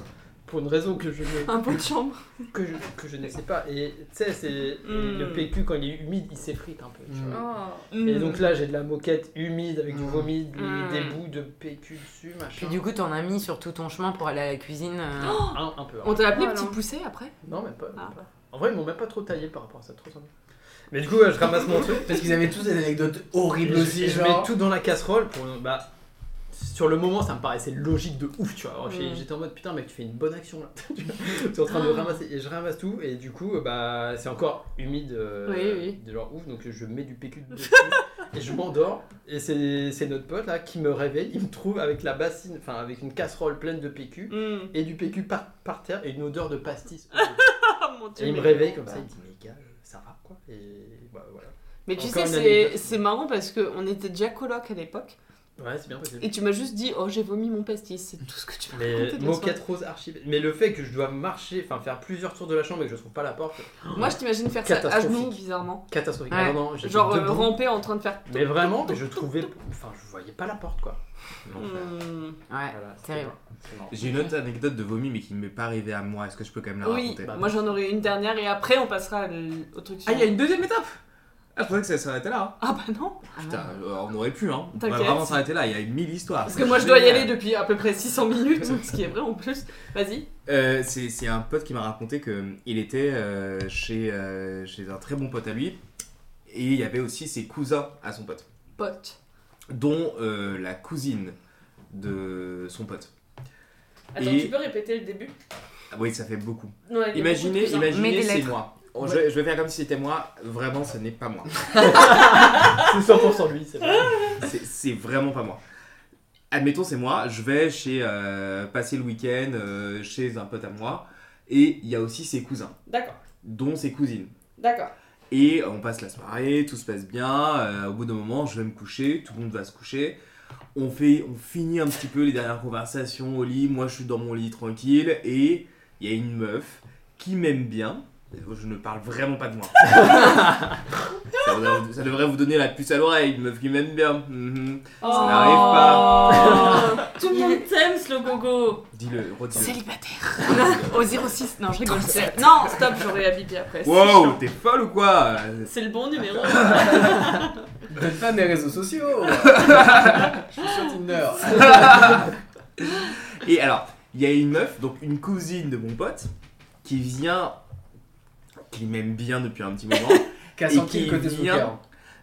[SPEAKER 2] Pour une raison que je ne
[SPEAKER 4] Un pot de chambre.
[SPEAKER 2] que je, que je ne sais pas. Et tu sais, c'est et
[SPEAKER 1] Mm.
[SPEAKER 2] le PQ quand il est humide, il s'effrite un peu. tu
[SPEAKER 4] Mm.
[SPEAKER 2] vois.
[SPEAKER 7] Oh.
[SPEAKER 2] Et donc là, j'ai de la moquette humide avec du
[SPEAKER 6] Mm.
[SPEAKER 2] vomi, du-
[SPEAKER 1] Mm.
[SPEAKER 2] des bouts de PQ dessus, machin.
[SPEAKER 5] Puis du coup, t'en as mis sur tout ton chemin pour aller à la cuisine. euh,
[SPEAKER 2] un, un peu. hein.
[SPEAKER 1] On t'a appelé
[SPEAKER 4] Oh,
[SPEAKER 1] petit
[SPEAKER 4] alors.
[SPEAKER 1] poussé après
[SPEAKER 2] Non, même pas. même
[SPEAKER 1] Ah.
[SPEAKER 2] pas. En vrai, ils m'ont même pas trop taillé par rapport à ça, trop sympa. Mais du coup, ouais, je ramasse mon truc.
[SPEAKER 6] Parce qu'ils avaient tous des anecdotes
[SPEAKER 2] et
[SPEAKER 6] horribles
[SPEAKER 2] je,
[SPEAKER 6] aussi,
[SPEAKER 2] et je
[SPEAKER 6] genre.
[SPEAKER 2] mets tout dans la casserole pour. Bah, sur le moment, ça me paraissait logique de ouf, tu vois. Alors,
[SPEAKER 1] Mm.
[SPEAKER 2] j'ai- J'étais en mode putain, mec, tu fais une bonne action là. tu vois. T'es en train
[SPEAKER 1] Oh.
[SPEAKER 2] de ramasser. Et je ramasse tout, et du coup, euh, bah, c'est encore humide euh,
[SPEAKER 1] Oui, oui.
[SPEAKER 2] de leur ouf, donc je mets du PQ dessus. et je m'endors, et c'est c'est notre pote là qui me réveille. Il me trouve avec la bassine, enfin avec une casserole pleine de PQ,
[SPEAKER 1] Mm.
[SPEAKER 2] et du PQ par, par terre, et une odeur de pastis.
[SPEAKER 1] Ah, mon Dieu,
[SPEAKER 2] Et il me
[SPEAKER 1] mais- bah.
[SPEAKER 2] réveille comme ça, il dit mais gars, ça va quoi Et bah voilà.
[SPEAKER 1] Mais tu
[SPEAKER 2] Encore
[SPEAKER 1] sais,
[SPEAKER 2] une
[SPEAKER 1] c'est-
[SPEAKER 2] anecdote.
[SPEAKER 1] c'est marrant parce qu'on était déjà coloc à l'époque.
[SPEAKER 2] Ouais, c'est bien possible.
[SPEAKER 1] Et tu m'as juste dit, oh j'ai vomi mon pastis, c'est tout ce que tu m'as raconté.
[SPEAKER 2] Mais
[SPEAKER 1] de la
[SPEAKER 2] moquette rose archive. Mais le fait que je dois marcher, enfin faire plusieurs tours de la chambre et que je trouve pas la porte,
[SPEAKER 1] soirée. Moi je t'imagine faire ça à genoux,
[SPEAKER 2] Catastrophique.
[SPEAKER 1] bizarrement.
[SPEAKER 2] catastrophique.
[SPEAKER 5] Ouais.
[SPEAKER 2] Ah non, non, j'étais
[SPEAKER 1] Genre euh,
[SPEAKER 2] debout.
[SPEAKER 1] ramper en train de faire.
[SPEAKER 2] Mais vraiment, mais je trouvais, enfin je voyais pas la porte quoi.
[SPEAKER 1] Hmm.
[SPEAKER 5] Ouais.
[SPEAKER 2] Voilà, c'était
[SPEAKER 5] Terrible.
[SPEAKER 2] marrant. C'est marrant.
[SPEAKER 3] J'ai une autre anecdote de vomi, mais qui ne m'est pas arrivée à moi. Est-ce que je peux quand même la
[SPEAKER 1] Oui, bah,
[SPEAKER 3] raconter
[SPEAKER 1] moi j'en aurais une dernière et après on passera l- au truc
[SPEAKER 3] Ah,
[SPEAKER 1] suivant.
[SPEAKER 3] il y a une deuxième étape Ah, je pensais que ça s'arrêtait là. hein.
[SPEAKER 1] Ah bah non
[SPEAKER 3] Putain, euh, on aurait pu, hein. On va
[SPEAKER 1] T'inquiète.
[SPEAKER 3] vraiment s'arrêter là. Il y a mille histoires.
[SPEAKER 1] Parce que moi je dois y aller depuis à peu près 600 minutes, ce qui est vrai en plus. Vas-y.
[SPEAKER 3] Euh, c'est c'est un pote qui m'a raconté qu'il était euh, chez, euh, chez un très bon pote à lui. Et il y avait aussi ses cousins à son pote.
[SPEAKER 1] Pote.
[SPEAKER 3] Dont euh, la cousine de son pote.
[SPEAKER 1] Attends,
[SPEAKER 3] Et-
[SPEAKER 1] tu peux répéter le début
[SPEAKER 3] Ah Oui, ça fait beaucoup.
[SPEAKER 1] Non, il y a beaucoup de
[SPEAKER 3] Imaginez,
[SPEAKER 1] cousins.
[SPEAKER 5] Mets
[SPEAKER 3] imaginez,
[SPEAKER 5] des
[SPEAKER 3] c'est
[SPEAKER 5] lettres.
[SPEAKER 3] moi. Oh, Je, je vais faire comme si c'était moi. Vraiment, ce n'est pas moi.
[SPEAKER 2] C'est 100% lui, c'est vrai.
[SPEAKER 3] C'est- C'est vraiment pas moi. Admettons, c'est moi. Je vais chez euh, passer le week-end euh, chez un pote à moi. Et il y a aussi ses cousins,
[SPEAKER 1] D'accord,
[SPEAKER 3] dont ses cousines.
[SPEAKER 1] d'accord.
[SPEAKER 3] Et on passe la soirée, tout se passe bien. euh, au bout d'un moment, je vais me coucher, tout le monde va se coucher. On, fait, on finit un petit peu les dernières conversations au lit. Moi, je suis dans mon lit tranquille. Et il y a une meuf qui m'aime bien. Je ne parle vraiment pas de moi. ça, devrait- ça devrait vous donner la puce à l'oreille, une meuf qui m'aime bien. Mhm. Ça n'arrive
[SPEAKER 8] Oh.
[SPEAKER 1] pas. Tout le monde t'aime, le gogo.
[SPEAKER 3] Dis-le, redis-le.
[SPEAKER 1] Célibataire. Au 06. Non, je rigole. c'est- Non, stop, j'aurais à biper après. C'est
[SPEAKER 3] Wow,
[SPEAKER 1] chiant.
[SPEAKER 3] t'es folle ou quoi
[SPEAKER 1] C'est le bon numéro.
[SPEAKER 6] Donne pas mes réseaux sociaux Je suis sur Tinder.
[SPEAKER 3] Et alors, il y a une meuf, donc une cousine de mon pote, qui vient, qui m'aime bien depuis un petit moment.
[SPEAKER 6] Cassant
[SPEAKER 3] Et
[SPEAKER 6] qui
[SPEAKER 3] qui
[SPEAKER 6] le côté hein. sous
[SPEAKER 3] vient-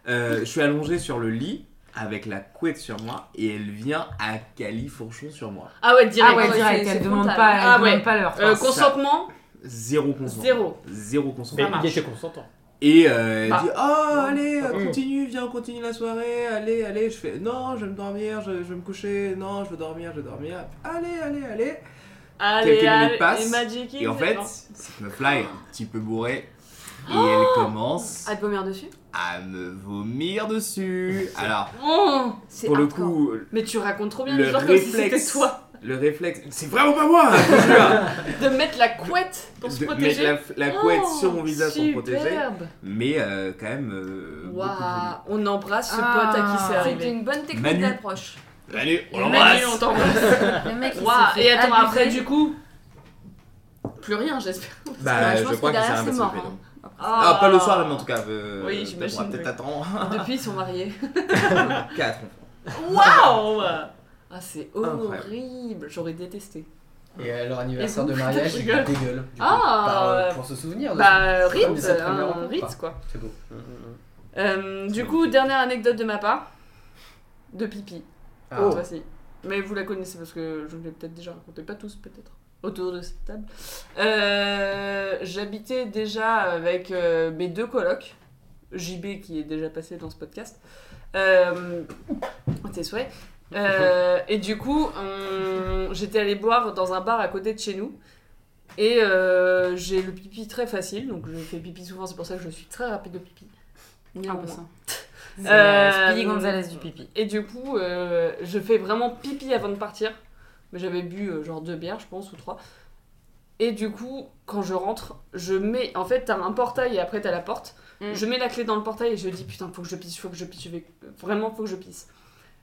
[SPEAKER 3] Euh, je suis allongé sur le lit avec la couette sur moi et elle vient à califourchon sur moi.
[SPEAKER 1] Ah ouais, direct.
[SPEAKER 5] Ah ouais,
[SPEAKER 7] c'est-
[SPEAKER 5] direct,
[SPEAKER 7] c'est
[SPEAKER 5] elle demande
[SPEAKER 7] frontal.
[SPEAKER 5] pas, elle
[SPEAKER 1] Ah
[SPEAKER 5] demande
[SPEAKER 1] ouais.
[SPEAKER 5] pas l'heure.
[SPEAKER 1] Euh,
[SPEAKER 5] Enfin,
[SPEAKER 1] consentement
[SPEAKER 3] Zéro consentement.
[SPEAKER 1] Zéro.
[SPEAKER 3] Zéro consentement.
[SPEAKER 2] Mais il était consentant.
[SPEAKER 3] Et euh, elle
[SPEAKER 1] Bah.
[SPEAKER 3] dit Oh, allez,
[SPEAKER 2] Mmh.
[SPEAKER 3] euh, continue, viens, continue la soirée, allez, allez. Je fais Non, je vais me dormir, je, je vais me coucher, non, je veux dormir, je veux dormir. Allez, allez, allez.
[SPEAKER 1] Allez,
[SPEAKER 3] minutes
[SPEAKER 1] allez,
[SPEAKER 3] passent,
[SPEAKER 1] et Magic
[SPEAKER 3] Et en
[SPEAKER 1] Kings,
[SPEAKER 3] fait,
[SPEAKER 1] non.
[SPEAKER 3] cette meuf-là est un petit peu bourrée. Et elle commence
[SPEAKER 4] À te vomir dessus
[SPEAKER 3] à me vomir dessus. Alors,
[SPEAKER 1] Oh,
[SPEAKER 7] C'est
[SPEAKER 3] pour le
[SPEAKER 7] hardcore.
[SPEAKER 3] coup,
[SPEAKER 1] mais tu racontes trop bien
[SPEAKER 3] le
[SPEAKER 1] les gens comme si c'était
[SPEAKER 3] réflexe,
[SPEAKER 1] toi.
[SPEAKER 3] le réflexe. C'est vraiment pas moi je vous jure
[SPEAKER 1] De mettre la couette pour se
[SPEAKER 3] De
[SPEAKER 1] protéger. Oh,
[SPEAKER 3] Mettre la, la couette sur mon visage pour me protéger.
[SPEAKER 1] Superbe.
[SPEAKER 3] Mais euh, quand même. euh, beaucoup
[SPEAKER 1] Waouh, on embrasse ce
[SPEAKER 7] Ah,
[SPEAKER 1] pote à qui c'est
[SPEAKER 7] C'était
[SPEAKER 1] arrivé.
[SPEAKER 7] une bonne technique
[SPEAKER 3] Manu.
[SPEAKER 7] d'approche.
[SPEAKER 3] de- Allez, on
[SPEAKER 1] Manu, on
[SPEAKER 3] l'embrasse
[SPEAKER 1] t'embrasse.
[SPEAKER 7] Le mec, il s'est
[SPEAKER 1] Waouh,
[SPEAKER 7] fait
[SPEAKER 1] et attends,
[SPEAKER 7] abuser.
[SPEAKER 1] après, du coup. Plus rien, j'espère.
[SPEAKER 3] Bah,
[SPEAKER 7] Ouais, je
[SPEAKER 3] je,
[SPEAKER 7] pense que
[SPEAKER 3] crois que
[SPEAKER 7] derrière,
[SPEAKER 3] c'est un
[SPEAKER 7] c'est
[SPEAKER 3] peu
[SPEAKER 7] mort,
[SPEAKER 3] fait,
[SPEAKER 7] hein.
[SPEAKER 3] non. Ah, pas le soir, mais en tout cas. euh,
[SPEAKER 1] Oh. Oui,
[SPEAKER 3] on
[SPEAKER 1] j'imagine,
[SPEAKER 3] pourra Peut-être
[SPEAKER 1] oui.
[SPEAKER 3] attendre
[SPEAKER 1] Ah. Depuis, ils sont mariés.
[SPEAKER 3] 4
[SPEAKER 1] Waouh Ah, c'est
[SPEAKER 3] Incroyable.
[SPEAKER 1] horrible. J'aurais détesté.
[SPEAKER 6] Et euh, leur anniversaire
[SPEAKER 1] Et
[SPEAKER 6] de
[SPEAKER 1] vous,
[SPEAKER 6] mariage,
[SPEAKER 1] je
[SPEAKER 6] ils
[SPEAKER 1] rigole.
[SPEAKER 6] dégueulent. du coup,
[SPEAKER 1] Ah,
[SPEAKER 6] par, euh,
[SPEAKER 1] ouais.
[SPEAKER 6] pour se
[SPEAKER 3] Ah,
[SPEAKER 6] souvenir de ça.
[SPEAKER 1] Bah,
[SPEAKER 6] C'est comme
[SPEAKER 1] Ritz,
[SPEAKER 6] sa première
[SPEAKER 1] un
[SPEAKER 3] hein.
[SPEAKER 6] rencontre,
[SPEAKER 1] Ritz,
[SPEAKER 6] quoi.
[SPEAKER 1] quoi.
[SPEAKER 6] C'est beau.
[SPEAKER 1] Euh, du coup, dernière anecdote de ma part, de pipi,
[SPEAKER 6] Ah.
[SPEAKER 2] Oh. Euh,
[SPEAKER 1] cette fois-ci. Mais vous la connaissez parce que je vous l'ai peut-être déjà raconté, pas tous peut-être, autour de cette table. Euh, J'habitais déjà avec euh, mes deux colocs, JB qui est déjà passé dans ce podcast, euh, à tes souhaits. Euh, et du coup, on- j'étais allée boire dans un bar à côté de chez nous. Et euh, j'ai le pipi très facile, donc je fais pipi souvent, c'est pour ça que je suis très rapide de pipi.
[SPEAKER 7] Ah
[SPEAKER 1] Néanmoins.
[SPEAKER 7] bon sang.
[SPEAKER 1] C'est, euh,
[SPEAKER 5] Speedy Gonzalez du pipi.
[SPEAKER 1] Et du coup, euh, je fais vraiment pipi avant de partir. Mais j'avais bu euh, genre deux bières, je pense, ou trois. Et du coup, quand je rentre, je mets. En fait, t'as un portail et après t'as la porte.
[SPEAKER 4] Mm.
[SPEAKER 1] Je mets la clé dans le portail et je dis putain, faut que je pisse, faut que je pisse, je vais... vraiment faut que je pisse.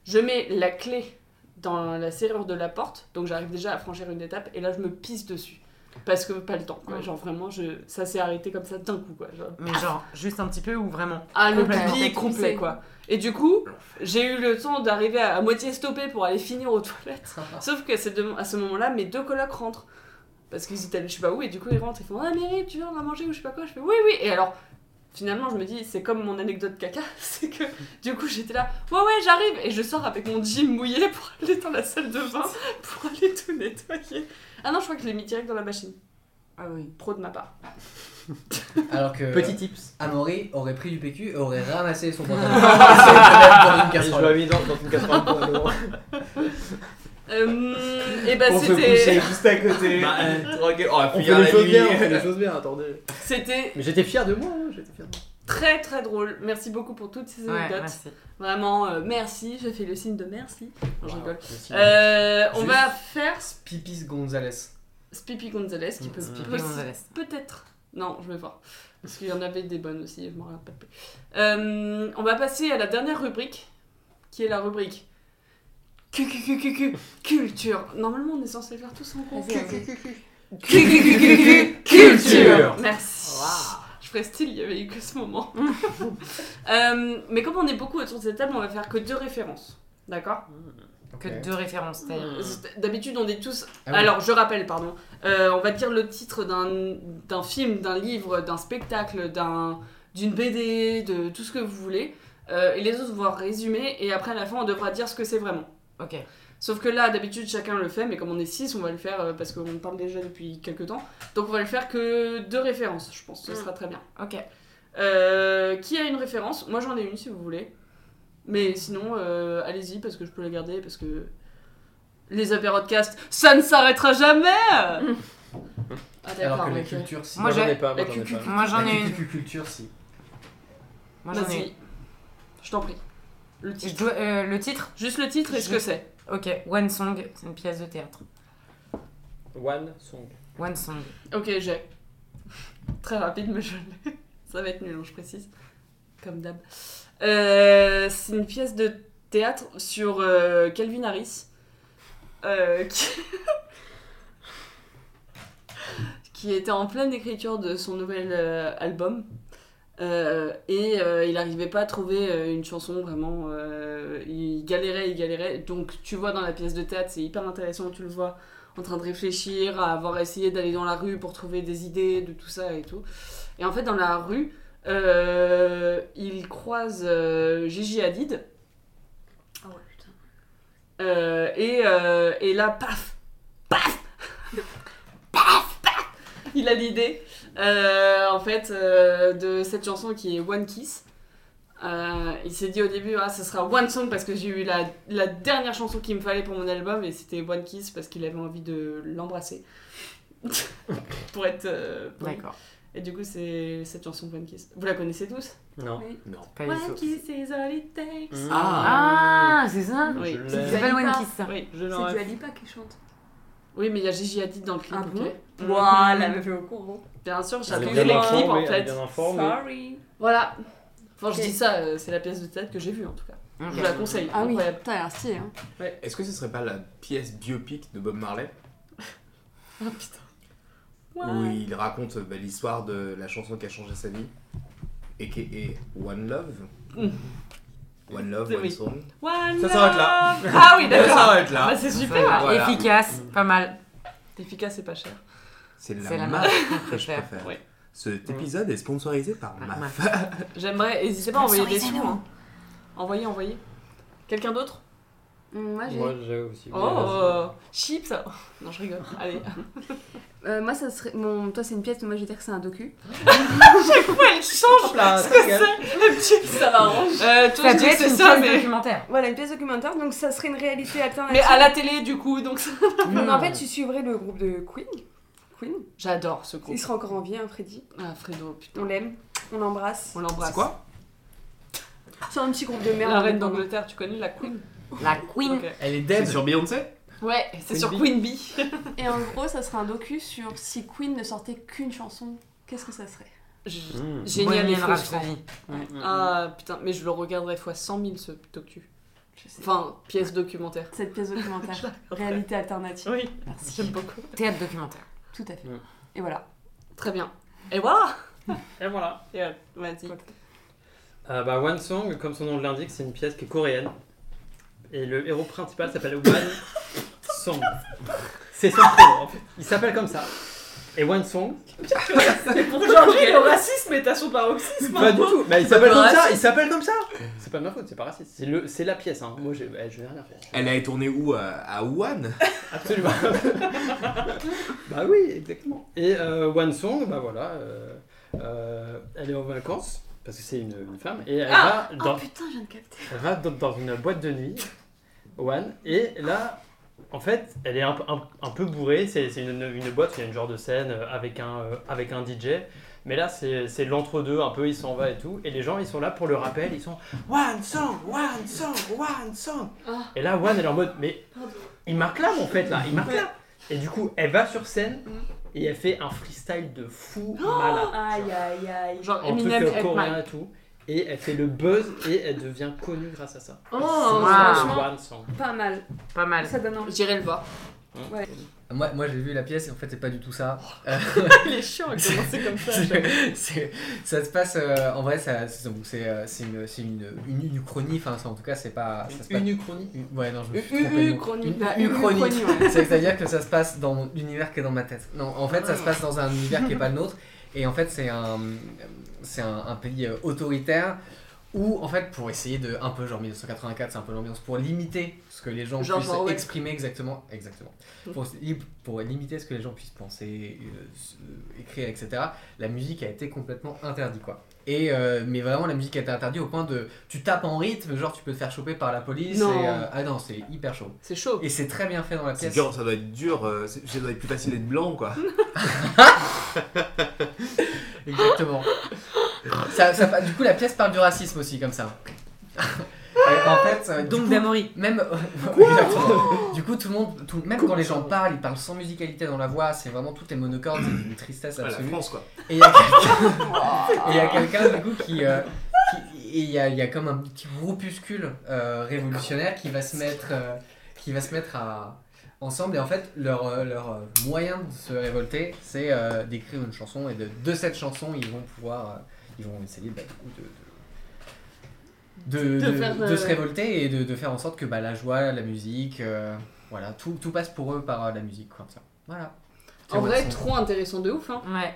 [SPEAKER 1] Je mets la clé dans la serrure de la porte, donc j'arrive déjà à franchir une étape et là je me pisse dessus. Parce que pas le temps, quoi.
[SPEAKER 5] Mm.
[SPEAKER 1] Genre vraiment, je... ça s'est arrêté comme ça d'un coup, quoi. Genre,
[SPEAKER 5] Mais genre, juste un petit peu ou vraiment
[SPEAKER 1] ah, le
[SPEAKER 5] Complètement.
[SPEAKER 1] pipi complet, quoi. Et du coup, j'ai eu le temps d'arriver à, à moitié stoppé pour aller finir aux toilettes. Sauf que c'est de- à ce moment-là, mes deux colocs rentrent. Parce qu'ils étaient allés, je sais pas où, et du coup, ils rentrent, ils font Ah, Mary, tu veux, on a mangé ou je sais pas quoi. Je fais Oui, oui. Et alors, finalement, je me dis, c'est comme mon anecdote caca, c'est que du coup, j'étais là, Ouais, ouais, j'arrive. Et je sors avec mon jean mouillé pour aller dans la salle de bain, pour aller tout nettoyer. Ah non, je crois que je l'ai mis direct dans la machine. Ah oui. Pro de ma part.
[SPEAKER 6] Alors que
[SPEAKER 2] Petit tips.
[SPEAKER 6] Amaury aurait pris du PQ et aurait ramassé son pantalon. Et aurait
[SPEAKER 2] Et
[SPEAKER 6] mis
[SPEAKER 2] je
[SPEAKER 6] dans une casserole.
[SPEAKER 2] l'avais mis dans, dans une casserole pour le
[SPEAKER 1] et bah,
[SPEAKER 3] On se
[SPEAKER 1] c'était.
[SPEAKER 3] couchait juste à côté.
[SPEAKER 2] Bah,
[SPEAKER 3] Tranquille. Oh, la
[SPEAKER 2] On
[SPEAKER 3] fille
[SPEAKER 2] fait
[SPEAKER 3] à
[SPEAKER 2] les
[SPEAKER 3] la
[SPEAKER 2] choses bien, on
[SPEAKER 3] nuit.
[SPEAKER 2] fait les choses bien, attendez.
[SPEAKER 1] C'était
[SPEAKER 2] Mais j'étais fier de moi, hein, j'étais fier de moi.
[SPEAKER 1] Très très drôle. Merci beaucoup pour toutes ces
[SPEAKER 5] Ouais,
[SPEAKER 1] anecdotes.
[SPEAKER 5] merci.
[SPEAKER 1] Vraiment, euh, merci. Je fais le signe de merci. Non, je
[SPEAKER 2] Wow.
[SPEAKER 1] rigole.
[SPEAKER 2] Merci.
[SPEAKER 1] Euh, on
[SPEAKER 6] Juste-
[SPEAKER 1] va faire Sp-
[SPEAKER 6] Pipis Gonzalez.
[SPEAKER 1] Spipi Gonzalez qui peut
[SPEAKER 2] Spipi
[SPEAKER 1] peut-
[SPEAKER 5] Gonzalez.
[SPEAKER 1] Peut-être. Non, je vais voir. Parce qu'il y en avait des bonnes aussi, je m'en rappelle pas. Euh, on va passer à la dernière rubrique, qui est la rubrique Cu- cu- cu- cu- cu- culture. Normalement, on est censé faire tout ça en cours.
[SPEAKER 4] Vas-y, vas-y.
[SPEAKER 1] Cu- cu- cu- cu- cu-
[SPEAKER 2] Culture.
[SPEAKER 1] Merci. Je ferais style, il y avait eu que ce moment. Euh, mais comme on est beaucoup autour de cette table, on va faire que deux références. D'accord
[SPEAKER 5] Que deux références, c'est-à-dire.
[SPEAKER 1] C'est- D'habitude, on est tous.
[SPEAKER 6] Ah oui.
[SPEAKER 1] Alors, je rappelle, pardon. Euh, on va dire le titre d'un d'un film, d'un livre, d'un spectacle, d'un- d'une BD, de tout ce que vous voulez. Euh, et les autres vont voir résumer. Et après, à la fin, on devra dire ce que c'est vraiment.
[SPEAKER 5] Ok.
[SPEAKER 1] Sauf que là, d'habitude, chacun le fait. Mais comme on est six, on va le faire euh, parce qu'on parle déjà depuis quelques temps. Donc, on va le faire que deux références, je pense. Ce
[SPEAKER 5] Mm.
[SPEAKER 1] sera très bien.
[SPEAKER 5] Ok.
[SPEAKER 1] Euh, qui a une référence Moi j'en ai une si vous voulez. Mais sinon, euh, allez-y parce que je peux la garder parce que les apérodcasts, ça ne s'arrêtera jamais Ah
[SPEAKER 6] Alors
[SPEAKER 1] d'accord,
[SPEAKER 6] que la
[SPEAKER 1] ok.
[SPEAKER 6] culture, si.
[SPEAKER 5] Moi,
[SPEAKER 2] j'en
[SPEAKER 5] j'ai-
[SPEAKER 2] ai pas, moi
[SPEAKER 1] la
[SPEAKER 2] j'en ai
[SPEAKER 1] cucu-
[SPEAKER 2] pas.
[SPEAKER 5] Moi j'en ai
[SPEAKER 6] La
[SPEAKER 5] une.
[SPEAKER 6] PQ culture, si.
[SPEAKER 5] Moi j'en ai une.
[SPEAKER 1] Vas-y, je t'en prie. Le
[SPEAKER 5] Je
[SPEAKER 1] titre.
[SPEAKER 5] dois- euh, le titre
[SPEAKER 1] Juste le titre et ce que c'est.
[SPEAKER 5] Ok, One Song, c'est une pièce de théâtre.
[SPEAKER 2] One song.
[SPEAKER 5] One Song.
[SPEAKER 1] Ok, j'ai. Très rapide, mais je l'ai. Ça va être nul, hein, je précise. Comme d'hab. Euh, c'est une pièce de théâtre sur euh, Calvin Harris. euh, qui... qui était en pleine écriture de son nouvel euh, album. Euh, et euh, il n'arrivait pas à trouver euh, une chanson vraiment. euh, il galérait, il galérait. Donc tu vois dans la pièce de théâtre, c'est hyper intéressant, tu le vois en train de réfléchir, à avoir essayé d'aller dans la rue pour trouver des idées de tout ça et tout. Et en fait, dans la rue, euh, il croise euh, Gigi Hadid.
[SPEAKER 7] Ah ouais, putain.
[SPEAKER 1] euh, et, euh, et là, paf Paf Paf Paf Il a l'idée, euh, en fait, euh, de cette chanson qui est One Kiss. Euh, il s'est dit au début, ah, ce sera One Song parce que j'ai eu la, la dernière chanson qu'il me fallait pour mon album et c'était One Kiss parce qu'il avait envie de l'embrasser. pour être. euh, poli.
[SPEAKER 5] D'accord.
[SPEAKER 1] Et du coup, c'est cette chanson One Kiss. Vous la connaissez tous
[SPEAKER 2] Non.
[SPEAKER 5] Pas du tout.
[SPEAKER 1] Kiss is all it takes.
[SPEAKER 3] Ah.
[SPEAKER 5] Ah, c'est ça
[SPEAKER 1] Oui.
[SPEAKER 2] Je
[SPEAKER 5] Ça
[SPEAKER 2] l'ai.
[SPEAKER 5] s'appelle
[SPEAKER 7] Dua
[SPEAKER 5] Euh, One
[SPEAKER 7] Lipa.
[SPEAKER 5] Kiss ça.
[SPEAKER 1] Oui, je
[SPEAKER 7] C'est
[SPEAKER 1] l'aurais.
[SPEAKER 7] Dua Lipa qui chante.
[SPEAKER 1] Oui, mais il y a Gigi Hadid dans le clip,
[SPEAKER 4] Ah
[SPEAKER 1] ok
[SPEAKER 4] bon
[SPEAKER 8] Mm.
[SPEAKER 1] Ouah, la
[SPEAKER 4] Mhm.
[SPEAKER 1] meuf est au courant. Bien sûr,
[SPEAKER 2] Elle
[SPEAKER 1] j'attends
[SPEAKER 2] est
[SPEAKER 1] que les
[SPEAKER 2] bien
[SPEAKER 1] clips
[SPEAKER 2] informée,
[SPEAKER 1] en
[SPEAKER 2] elle est
[SPEAKER 1] fait.
[SPEAKER 2] bien informée.
[SPEAKER 1] Sorry. Voilà. Enfin, je dis ça, euh, c'est la pièce de théâtre que j'ai vue en tout cas. Je la conseille.
[SPEAKER 4] Ah oui,
[SPEAKER 1] Incroyable.
[SPEAKER 4] putain, elle a un stylé, hein.
[SPEAKER 3] Est-ce que ce serait pas la pièce biopic de Bob Marley
[SPEAKER 1] Ah putain.
[SPEAKER 3] où il raconte euh, bah, l'histoire de la chanson qui a changé sa vie et qui est One Love One Love,
[SPEAKER 1] Oui.
[SPEAKER 3] One Song.
[SPEAKER 1] One
[SPEAKER 3] Ça s'arrête là.
[SPEAKER 1] love. Ah oui,
[SPEAKER 3] Ça
[SPEAKER 1] d'accord.
[SPEAKER 3] s'arrête là.
[SPEAKER 1] Bah, c'est super.
[SPEAKER 3] Voilà.
[SPEAKER 5] Efficace, pas mal.
[SPEAKER 1] C'est efficace et pas cher.
[SPEAKER 3] C'est
[SPEAKER 5] C'est
[SPEAKER 3] la
[SPEAKER 5] la
[SPEAKER 3] marque
[SPEAKER 5] marque
[SPEAKER 3] que je préfère.
[SPEAKER 1] Ouais.
[SPEAKER 3] Cet épisode est sponsorisé par
[SPEAKER 5] Par
[SPEAKER 3] ma
[SPEAKER 5] ma
[SPEAKER 3] femme.
[SPEAKER 1] J'aimerais, n'hésitez pas à envoyer des sous. hein. Envoyez, envoyez. Quelqu'un d'autre
[SPEAKER 4] Hum, Moi, j'ai-
[SPEAKER 2] Moi, j'ai aussi.
[SPEAKER 1] Oh, euh, chips Non, je rigole. Allez.
[SPEAKER 4] Euh, moi, ça serait. Bon, toi, c'est une pièce, mais moi, je vais dire que c'est un docu.
[SPEAKER 1] Pourquoi elle change là Ce que c'est Le chips, ça m'arrange. Euh, toi, je
[SPEAKER 5] Ça peut
[SPEAKER 1] dis que
[SPEAKER 5] être
[SPEAKER 1] c'est
[SPEAKER 5] une
[SPEAKER 1] ça,
[SPEAKER 5] pièce
[SPEAKER 1] mais...
[SPEAKER 5] documentaire.
[SPEAKER 8] Voilà, une pièce documentaire, donc ça serait une réalité alternative.
[SPEAKER 1] mais à la télé, du coup, donc ça-
[SPEAKER 8] Non, mais en fait, tu suivrais le groupe de Queen. Queen.
[SPEAKER 1] J'adore ce
[SPEAKER 8] Il
[SPEAKER 1] groupe.
[SPEAKER 8] sera encore en vie, hein, Freddy.
[SPEAKER 1] Ah, Fredo, putain.
[SPEAKER 8] On l'aime, on l'embrasse.
[SPEAKER 1] On l'embrasse.
[SPEAKER 3] C'est quoi
[SPEAKER 8] C'est un petit groupe de merde.
[SPEAKER 1] La reine d'Angleterre, tu connais la Queen
[SPEAKER 5] La Queen.
[SPEAKER 1] Ok.
[SPEAKER 6] Elle est
[SPEAKER 3] C'est
[SPEAKER 6] dead.
[SPEAKER 3] sur Beyoncé
[SPEAKER 1] Mm. Ouais, c'est
[SPEAKER 2] Queen
[SPEAKER 1] sur
[SPEAKER 2] Bee.
[SPEAKER 1] Queen Bee.
[SPEAKER 4] Et en gros, ça serait un docu sur si Queen ne sortait qu'une chanson, qu'est-ce que ça serait
[SPEAKER 1] G-
[SPEAKER 2] Mmh.
[SPEAKER 1] Génial et
[SPEAKER 5] Bohemian
[SPEAKER 1] frustrant.
[SPEAKER 5] Rhapsody.
[SPEAKER 1] Ah putain, mais je le regarderai fois 100 000 ce docu.
[SPEAKER 4] Je sais.
[SPEAKER 1] Enfin, pièce documentaire.
[SPEAKER 4] Cette pièce documentaire, réalité alternative.
[SPEAKER 1] Oui,
[SPEAKER 4] Merci.
[SPEAKER 1] j'aime beaucoup.
[SPEAKER 5] Théâtre documentaire.
[SPEAKER 4] Tout à fait.
[SPEAKER 2] Mm.
[SPEAKER 4] Et voilà.
[SPEAKER 1] Très bien. Et voilà
[SPEAKER 2] Et voilà.
[SPEAKER 1] Et euh, vas-y.
[SPEAKER 2] Ah bah, One Song, comme son nom l'indique, c'est une pièce qui est coréenne. Et le héros principal s'appelle One Song. C'est son prénom, en fait. Il s'appelle comme ça. Et One Song,
[SPEAKER 1] Pour changer le racisme et ta son paroxysme
[SPEAKER 2] pas du tout. Bah, il s'appelle
[SPEAKER 1] pas
[SPEAKER 2] comme ça.
[SPEAKER 1] raciste.
[SPEAKER 2] Il s'appelle comme ça. C'est pas de ma faute, c'est pas raciste. C'est le, c'est la pièce. Hein. Moi, j'ai- bah, je vais rien faire.
[SPEAKER 3] Elle a tourné où À, à Wuhan
[SPEAKER 2] Absolument. bah oui, exactement. Et euh, One Song, bah voilà, euh, euh, elle est en vacances parce que c'est une, une femme et elle va dans,
[SPEAKER 4] Ah
[SPEAKER 8] Oh putain, je viens de capter.
[SPEAKER 2] Elle va dans, dans une boîte de nuit, One, et là, en fait, elle est un, peu- un- un peu bourrée. C'est c'est une, une boîte, il y a une genre de scène euh, avec un, euh, avec un DJ. Mais là, c'est c'est l'entre-deux, un peu, il s'en va et tout. Et les gens, ils sont là pour le rappel, ils sont One song, one song, one song. Et là, One, elle est en mode, mais il marque là, en fait, là, il marque là. Et du coup, elle va sur scène et elle fait un freestyle de fou malade.
[SPEAKER 8] Aïe aïe aïe.
[SPEAKER 1] Genre
[SPEAKER 2] En truc
[SPEAKER 1] Eminem
[SPEAKER 2] euh,
[SPEAKER 1] et
[SPEAKER 2] coréen et tout. Et elle fait le buzz et elle devient connue grâce à ça.
[SPEAKER 8] Oh,
[SPEAKER 5] Wow.
[SPEAKER 8] franchement,
[SPEAKER 2] One song.
[SPEAKER 8] pas mal.
[SPEAKER 5] Pas mal.
[SPEAKER 8] Ça donne envie.
[SPEAKER 1] J'irai le voir.
[SPEAKER 6] Moi, moi j'ai vu la pièce et en fait c'est pas du tout ça. Euh,
[SPEAKER 1] Il est chiant à commencer comme ça.
[SPEAKER 6] c'est- c'est- ça se passe euh, en vrai ça c'est donc, c'est, euh, c'est une c'est une, une, une uchronie, enfin ça, en tout cas c'est pas ça se passe-
[SPEAKER 2] uchronie.
[SPEAKER 6] une- ouais
[SPEAKER 1] Euh,
[SPEAKER 6] non je me suis trompé de
[SPEAKER 1] Uhu,
[SPEAKER 6] nom.
[SPEAKER 1] chronique.
[SPEAKER 6] Une uchronie. C'est- C'est-à-dire que ça se passe dans mon univers qui est dans ma tête. Non, en fait, ça se passe dans un univers qui n'est pas le nôtre. Et en fait, c'est un, c'est un, un pays euh, autoritaire où, en fait, pour essayer de, un peu genre 1984, c'est un peu l'ambiance, pour limiter ce que les gens
[SPEAKER 1] Genre
[SPEAKER 6] puissent
[SPEAKER 1] Orwell.
[SPEAKER 6] exprimer exactement, exactement. Pour, li- pour limiter ce que les gens puissent penser, euh, s- euh, écrire, etc. La musique a été complètement interdite, quoi. Et euh, mais vraiment la musique a été interdite au point de tu tapes en rythme genre tu peux te faire choper par la police
[SPEAKER 1] Non.
[SPEAKER 6] et, euh, ah non c'est hyper chaud
[SPEAKER 1] C'est chaud.
[SPEAKER 6] et c'est très bien fait dans la
[SPEAKER 3] C'est
[SPEAKER 6] pièce
[SPEAKER 3] dur, ça doit être dur. euh, c'est- Ça doit être plus facile d'être blanc, quoi.
[SPEAKER 6] Exactement. ça, ça- du coup, la pièce parle du racisme aussi, comme ça. Et en fait, euh, du
[SPEAKER 5] Donc
[SPEAKER 6] coup,
[SPEAKER 5] d'Amory.
[SPEAKER 6] même euh, Exactement. du coup tout le monde tout- même quand les gens parlent ils parlent sans musicalité dans la voix c'est vraiment tout est monocorde c'est une tristesse
[SPEAKER 3] Ouais, la
[SPEAKER 6] absolue
[SPEAKER 3] France, quoi.
[SPEAKER 6] et il y a quelqu'un- et il y a quelqu'un du coup qui, euh, qui- et il y a, il y a comme un petit groupuscule euh, révolutionnaire qui va se mettre euh, qui va se mettre à ensemble et en fait leur, euh, leur euh, moyen de se révolter c'est euh, d'écrire une chanson et de, de cette chanson ils vont pouvoir euh, ils vont essayer bah, du coup, de, de- de,
[SPEAKER 1] De
[SPEAKER 6] de-
[SPEAKER 1] faire,
[SPEAKER 6] de
[SPEAKER 1] euh,
[SPEAKER 6] se révolter et de, de faire en sorte que bah, la joie, la musique, euh, voilà, tout, tout passe pour eux par euh, la musique, comme ça. Voilà.
[SPEAKER 1] En vrai,
[SPEAKER 6] C'est-
[SPEAKER 1] trop intéressant de ouf. Hein.
[SPEAKER 5] Ouais.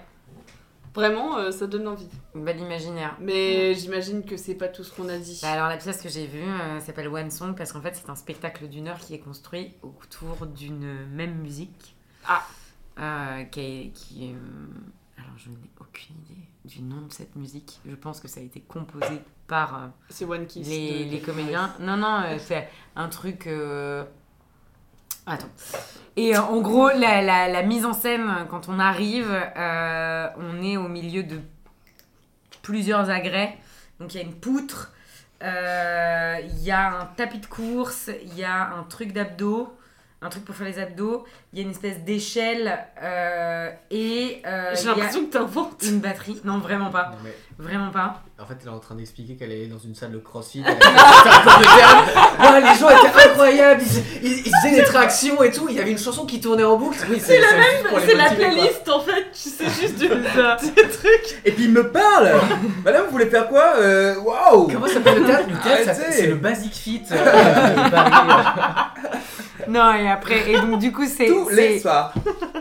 [SPEAKER 1] Vraiment, euh, ça donne envie.
[SPEAKER 5] Une belle imaginaire.
[SPEAKER 1] Mais j'imagine que c'est pas tout ce qu'on a dit.
[SPEAKER 5] Bah alors la pièce que j'ai vue euh, s'appelle One Song parce qu'en fait c'est un spectacle d'une heure qui est construit autour d'une même musique.
[SPEAKER 1] Ah.
[SPEAKER 5] Euh, qui est... qui est, euh, alors je n'ai aucune idée du nom de cette musique. Je pense que ça a été composé par euh,
[SPEAKER 1] C'est One Kiss.
[SPEAKER 5] les,
[SPEAKER 1] de-
[SPEAKER 5] les comédiens. Non, non, euh, c'est un truc... euh, Attends. Et euh, en gros, la, la- la mise en scène, quand on arrive, euh, on est au milieu de plusieurs agrès. Donc il y a une poutre, euh, il y a un tapis de course, il y a un truc d'abdos,
[SPEAKER 9] un truc pour faire les abdos, il y a une espèce d'échelle euh, et euh, il
[SPEAKER 1] J'ai
[SPEAKER 9] y a
[SPEAKER 1] l'impression que t'inventes.
[SPEAKER 9] une batterie. Non, vraiment pas.
[SPEAKER 6] Non, mais
[SPEAKER 9] Vraiment pas.
[SPEAKER 6] en fait, elle est en train d'expliquer qu'elle est dans une salle de crossfit. elle a fait un cours de théâtre. Ouais, les gens étaient incroyables, ils, ils- ils faisaient des tractions et tout. Il y avait une chanson qui tournait en boucle. Oui, c'est la même,
[SPEAKER 1] C'est la playlist en fait, tu sais juste du des trucs.
[SPEAKER 3] Et puis il me parle Madame, vous voulez faire quoi Euh, Waouh
[SPEAKER 6] Comment ça s'appelle le théâtre Le théâtre, ça-
[SPEAKER 3] Arrêtez.
[SPEAKER 6] c'est le Basic Fit. euh, de Paris.
[SPEAKER 5] Non, et après, et donc du coup, c'est.
[SPEAKER 3] Tous les
[SPEAKER 5] c'est-
[SPEAKER 3] soirs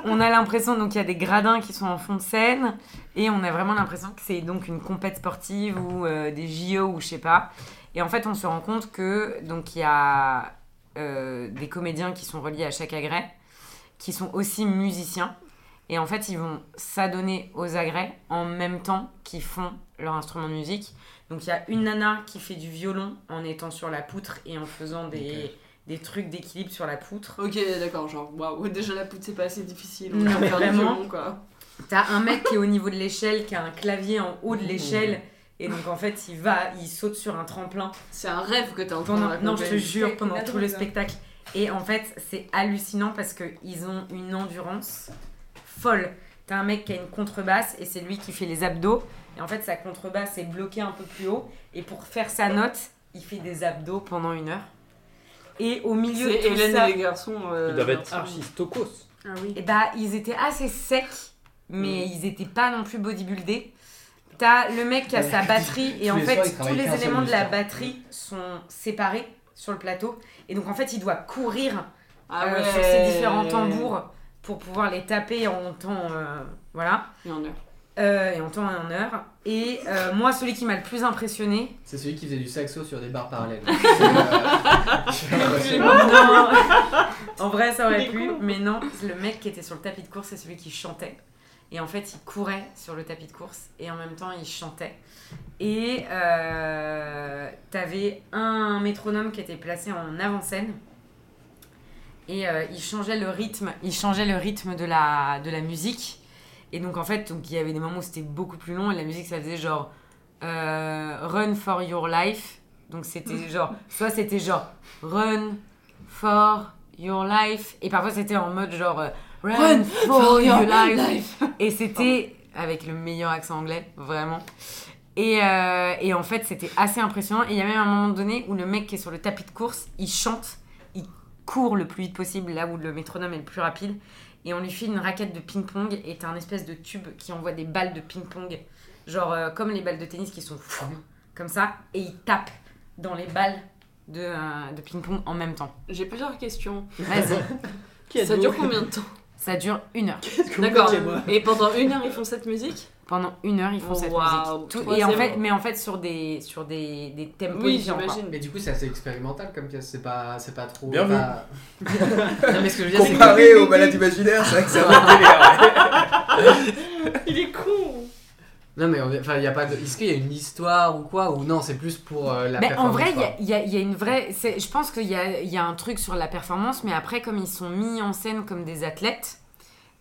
[SPEAKER 5] On a l'impression, donc il y a des gradins qui sont en fond de scène, et on a vraiment l'impression que c'est donc une compète sportive ou euh, des JO ou je sais pas. Et en fait, on se rend compte que, donc il y a euh, des comédiens qui sont reliés à chaque agrès, qui sont aussi musiciens, et en fait, ils vont s'adonner aux agrès en même temps qu'ils font leur instrument de musique. Donc il y a une nana qui fait du violon en étant sur la poutre et en faisant des, des trucs d'équilibre sur la poutre.
[SPEAKER 1] Ok, d'accord, genre, waouh, déjà la poutre c'est pas assez difficile.
[SPEAKER 9] Non,
[SPEAKER 1] va faire du
[SPEAKER 9] vraiment.
[SPEAKER 1] violon, quoi.
[SPEAKER 9] T'as un mec qui est au niveau de l'échelle, qui a un clavier en haut de l'échelle, et donc en fait il va, il saute sur un tremplin.
[SPEAKER 1] C'est un rêve que t'es en train de
[SPEAKER 9] Pendant,
[SPEAKER 1] raconter.
[SPEAKER 9] non, je te jure, pendant
[SPEAKER 8] la
[SPEAKER 9] tout le
[SPEAKER 1] hein.
[SPEAKER 8] drogue.
[SPEAKER 5] hein.
[SPEAKER 9] spectacle. Et en fait, c'est hallucinant parce qu'ils ont une endurance folle. T'as un mec qui a une contrebasse et c'est lui qui fait les abdos. Et en fait, sa contrebasse est bloquée un peu plus haut. Et pour faire sa note, il fait des abdos pendant une heure. Et au milieu de
[SPEAKER 1] C'est
[SPEAKER 9] tout
[SPEAKER 1] Hélène
[SPEAKER 9] ça,
[SPEAKER 1] et les garçons. euh,
[SPEAKER 2] Ils doivent être
[SPEAKER 1] ah.
[SPEAKER 2] archi stokos.
[SPEAKER 7] Ah oui.
[SPEAKER 9] et bah, ils étaient assez secs, mais
[SPEAKER 6] Mm.
[SPEAKER 9] ils étaient pas non plus bodybuildés. T'as le mec qui a
[SPEAKER 6] Ouais.
[SPEAKER 9] sa batterie, et
[SPEAKER 6] Tous
[SPEAKER 9] en
[SPEAKER 6] les
[SPEAKER 9] fait,
[SPEAKER 6] soirs, il
[SPEAKER 9] tous
[SPEAKER 6] travaille
[SPEAKER 9] les
[SPEAKER 6] qu'un seul
[SPEAKER 9] éléments de la
[SPEAKER 6] muscle.
[SPEAKER 9] batterie sont séparés sur le plateau. Et donc, en fait, il doit courir
[SPEAKER 1] Ah
[SPEAKER 9] euh,
[SPEAKER 1] ouais.
[SPEAKER 9] sur ces différents tambours pour pouvoir les taper en temps. euh, voilà.
[SPEAKER 1] Il y en a.
[SPEAKER 9] Euh, et en temps et en heure. Et euh, moi, celui qui m'a le plus impressionné.
[SPEAKER 6] C'est celui qui faisait du saxo sur des barres parallèles. C'est, euh, je suis impressionné.
[SPEAKER 9] Non. en vrai, ça aurait
[SPEAKER 1] Il est
[SPEAKER 9] pu,
[SPEAKER 1] con.
[SPEAKER 9] mais non. Le mec qui était sur le tapis de course, c'est celui qui chantait. Et en fait, il courait sur le tapis de course et en même temps, il chantait. Et euh, t'avais un métronome qui était placé en avant-scène. Et euh, il changeait le rythme, il changeait le rythme de la, de la musique. Et donc en fait, donc, il y avait des moments où c'était beaucoup plus long et la musique ça faisait genre euh, Run for your life. Donc c'était genre, soit c'était genre Run for your life. Et parfois c'était en mode genre euh, Run,
[SPEAKER 8] Oh,
[SPEAKER 9] for, your life. Et c'était avec le meilleur accent anglais, vraiment. Et, euh, et en fait, c'était assez impressionnant. Et il y a même un moment donné où le mec qui est sur le tapis de course, il chante, il court le plus vite possible, là où le métronome est le plus rapide. Et on lui file une raquette de ping-pong et t'as un espèce de tube qui envoie des balles de ping-pong, genre euh, comme les balles de tennis qui sont fou, comme ça, et il tape dans les balles de, euh, de ping-pong en même temps.
[SPEAKER 1] J'ai plusieurs questions.
[SPEAKER 9] Vas-y,
[SPEAKER 1] Ça dure combien de temps
[SPEAKER 9] ça dure une heure.
[SPEAKER 1] D'accord. Et pendant une heure, ils font cette musique
[SPEAKER 5] Pendant une heure, ils font cette
[SPEAKER 1] Waouh,
[SPEAKER 5] musique. Tout- et en
[SPEAKER 1] troisième.
[SPEAKER 5] fait, mais en fait, sur des, sur des, des thèmes
[SPEAKER 1] Oui,
[SPEAKER 5] policiers, quoi.
[SPEAKER 1] j'imagine.
[SPEAKER 6] Mais du coup, c'est assez expérimental comme cas, c'est pas, c'est pas trop.
[SPEAKER 2] Bien
[SPEAKER 6] pas- non, mais ce que je veux dire, c'est que.
[SPEAKER 3] Comparé aux malades imaginaires, c'est vrai que c'est un peu délire. ouais.
[SPEAKER 1] Il est con
[SPEAKER 6] Non, mais on est- enfin, il y a pas de. Est-ce qu'il y a une histoire ou quoi Ou non, c'est plus pour euh, la
[SPEAKER 5] Mais en
[SPEAKER 6] performance.
[SPEAKER 5] vrai, il y
[SPEAKER 6] quoi.
[SPEAKER 5] a- il y, a- il y a une vraie. c'est- Je pense qu'il y a, il y a un truc sur la performance, mais après, comme ils sont mis en scène comme des athlètes,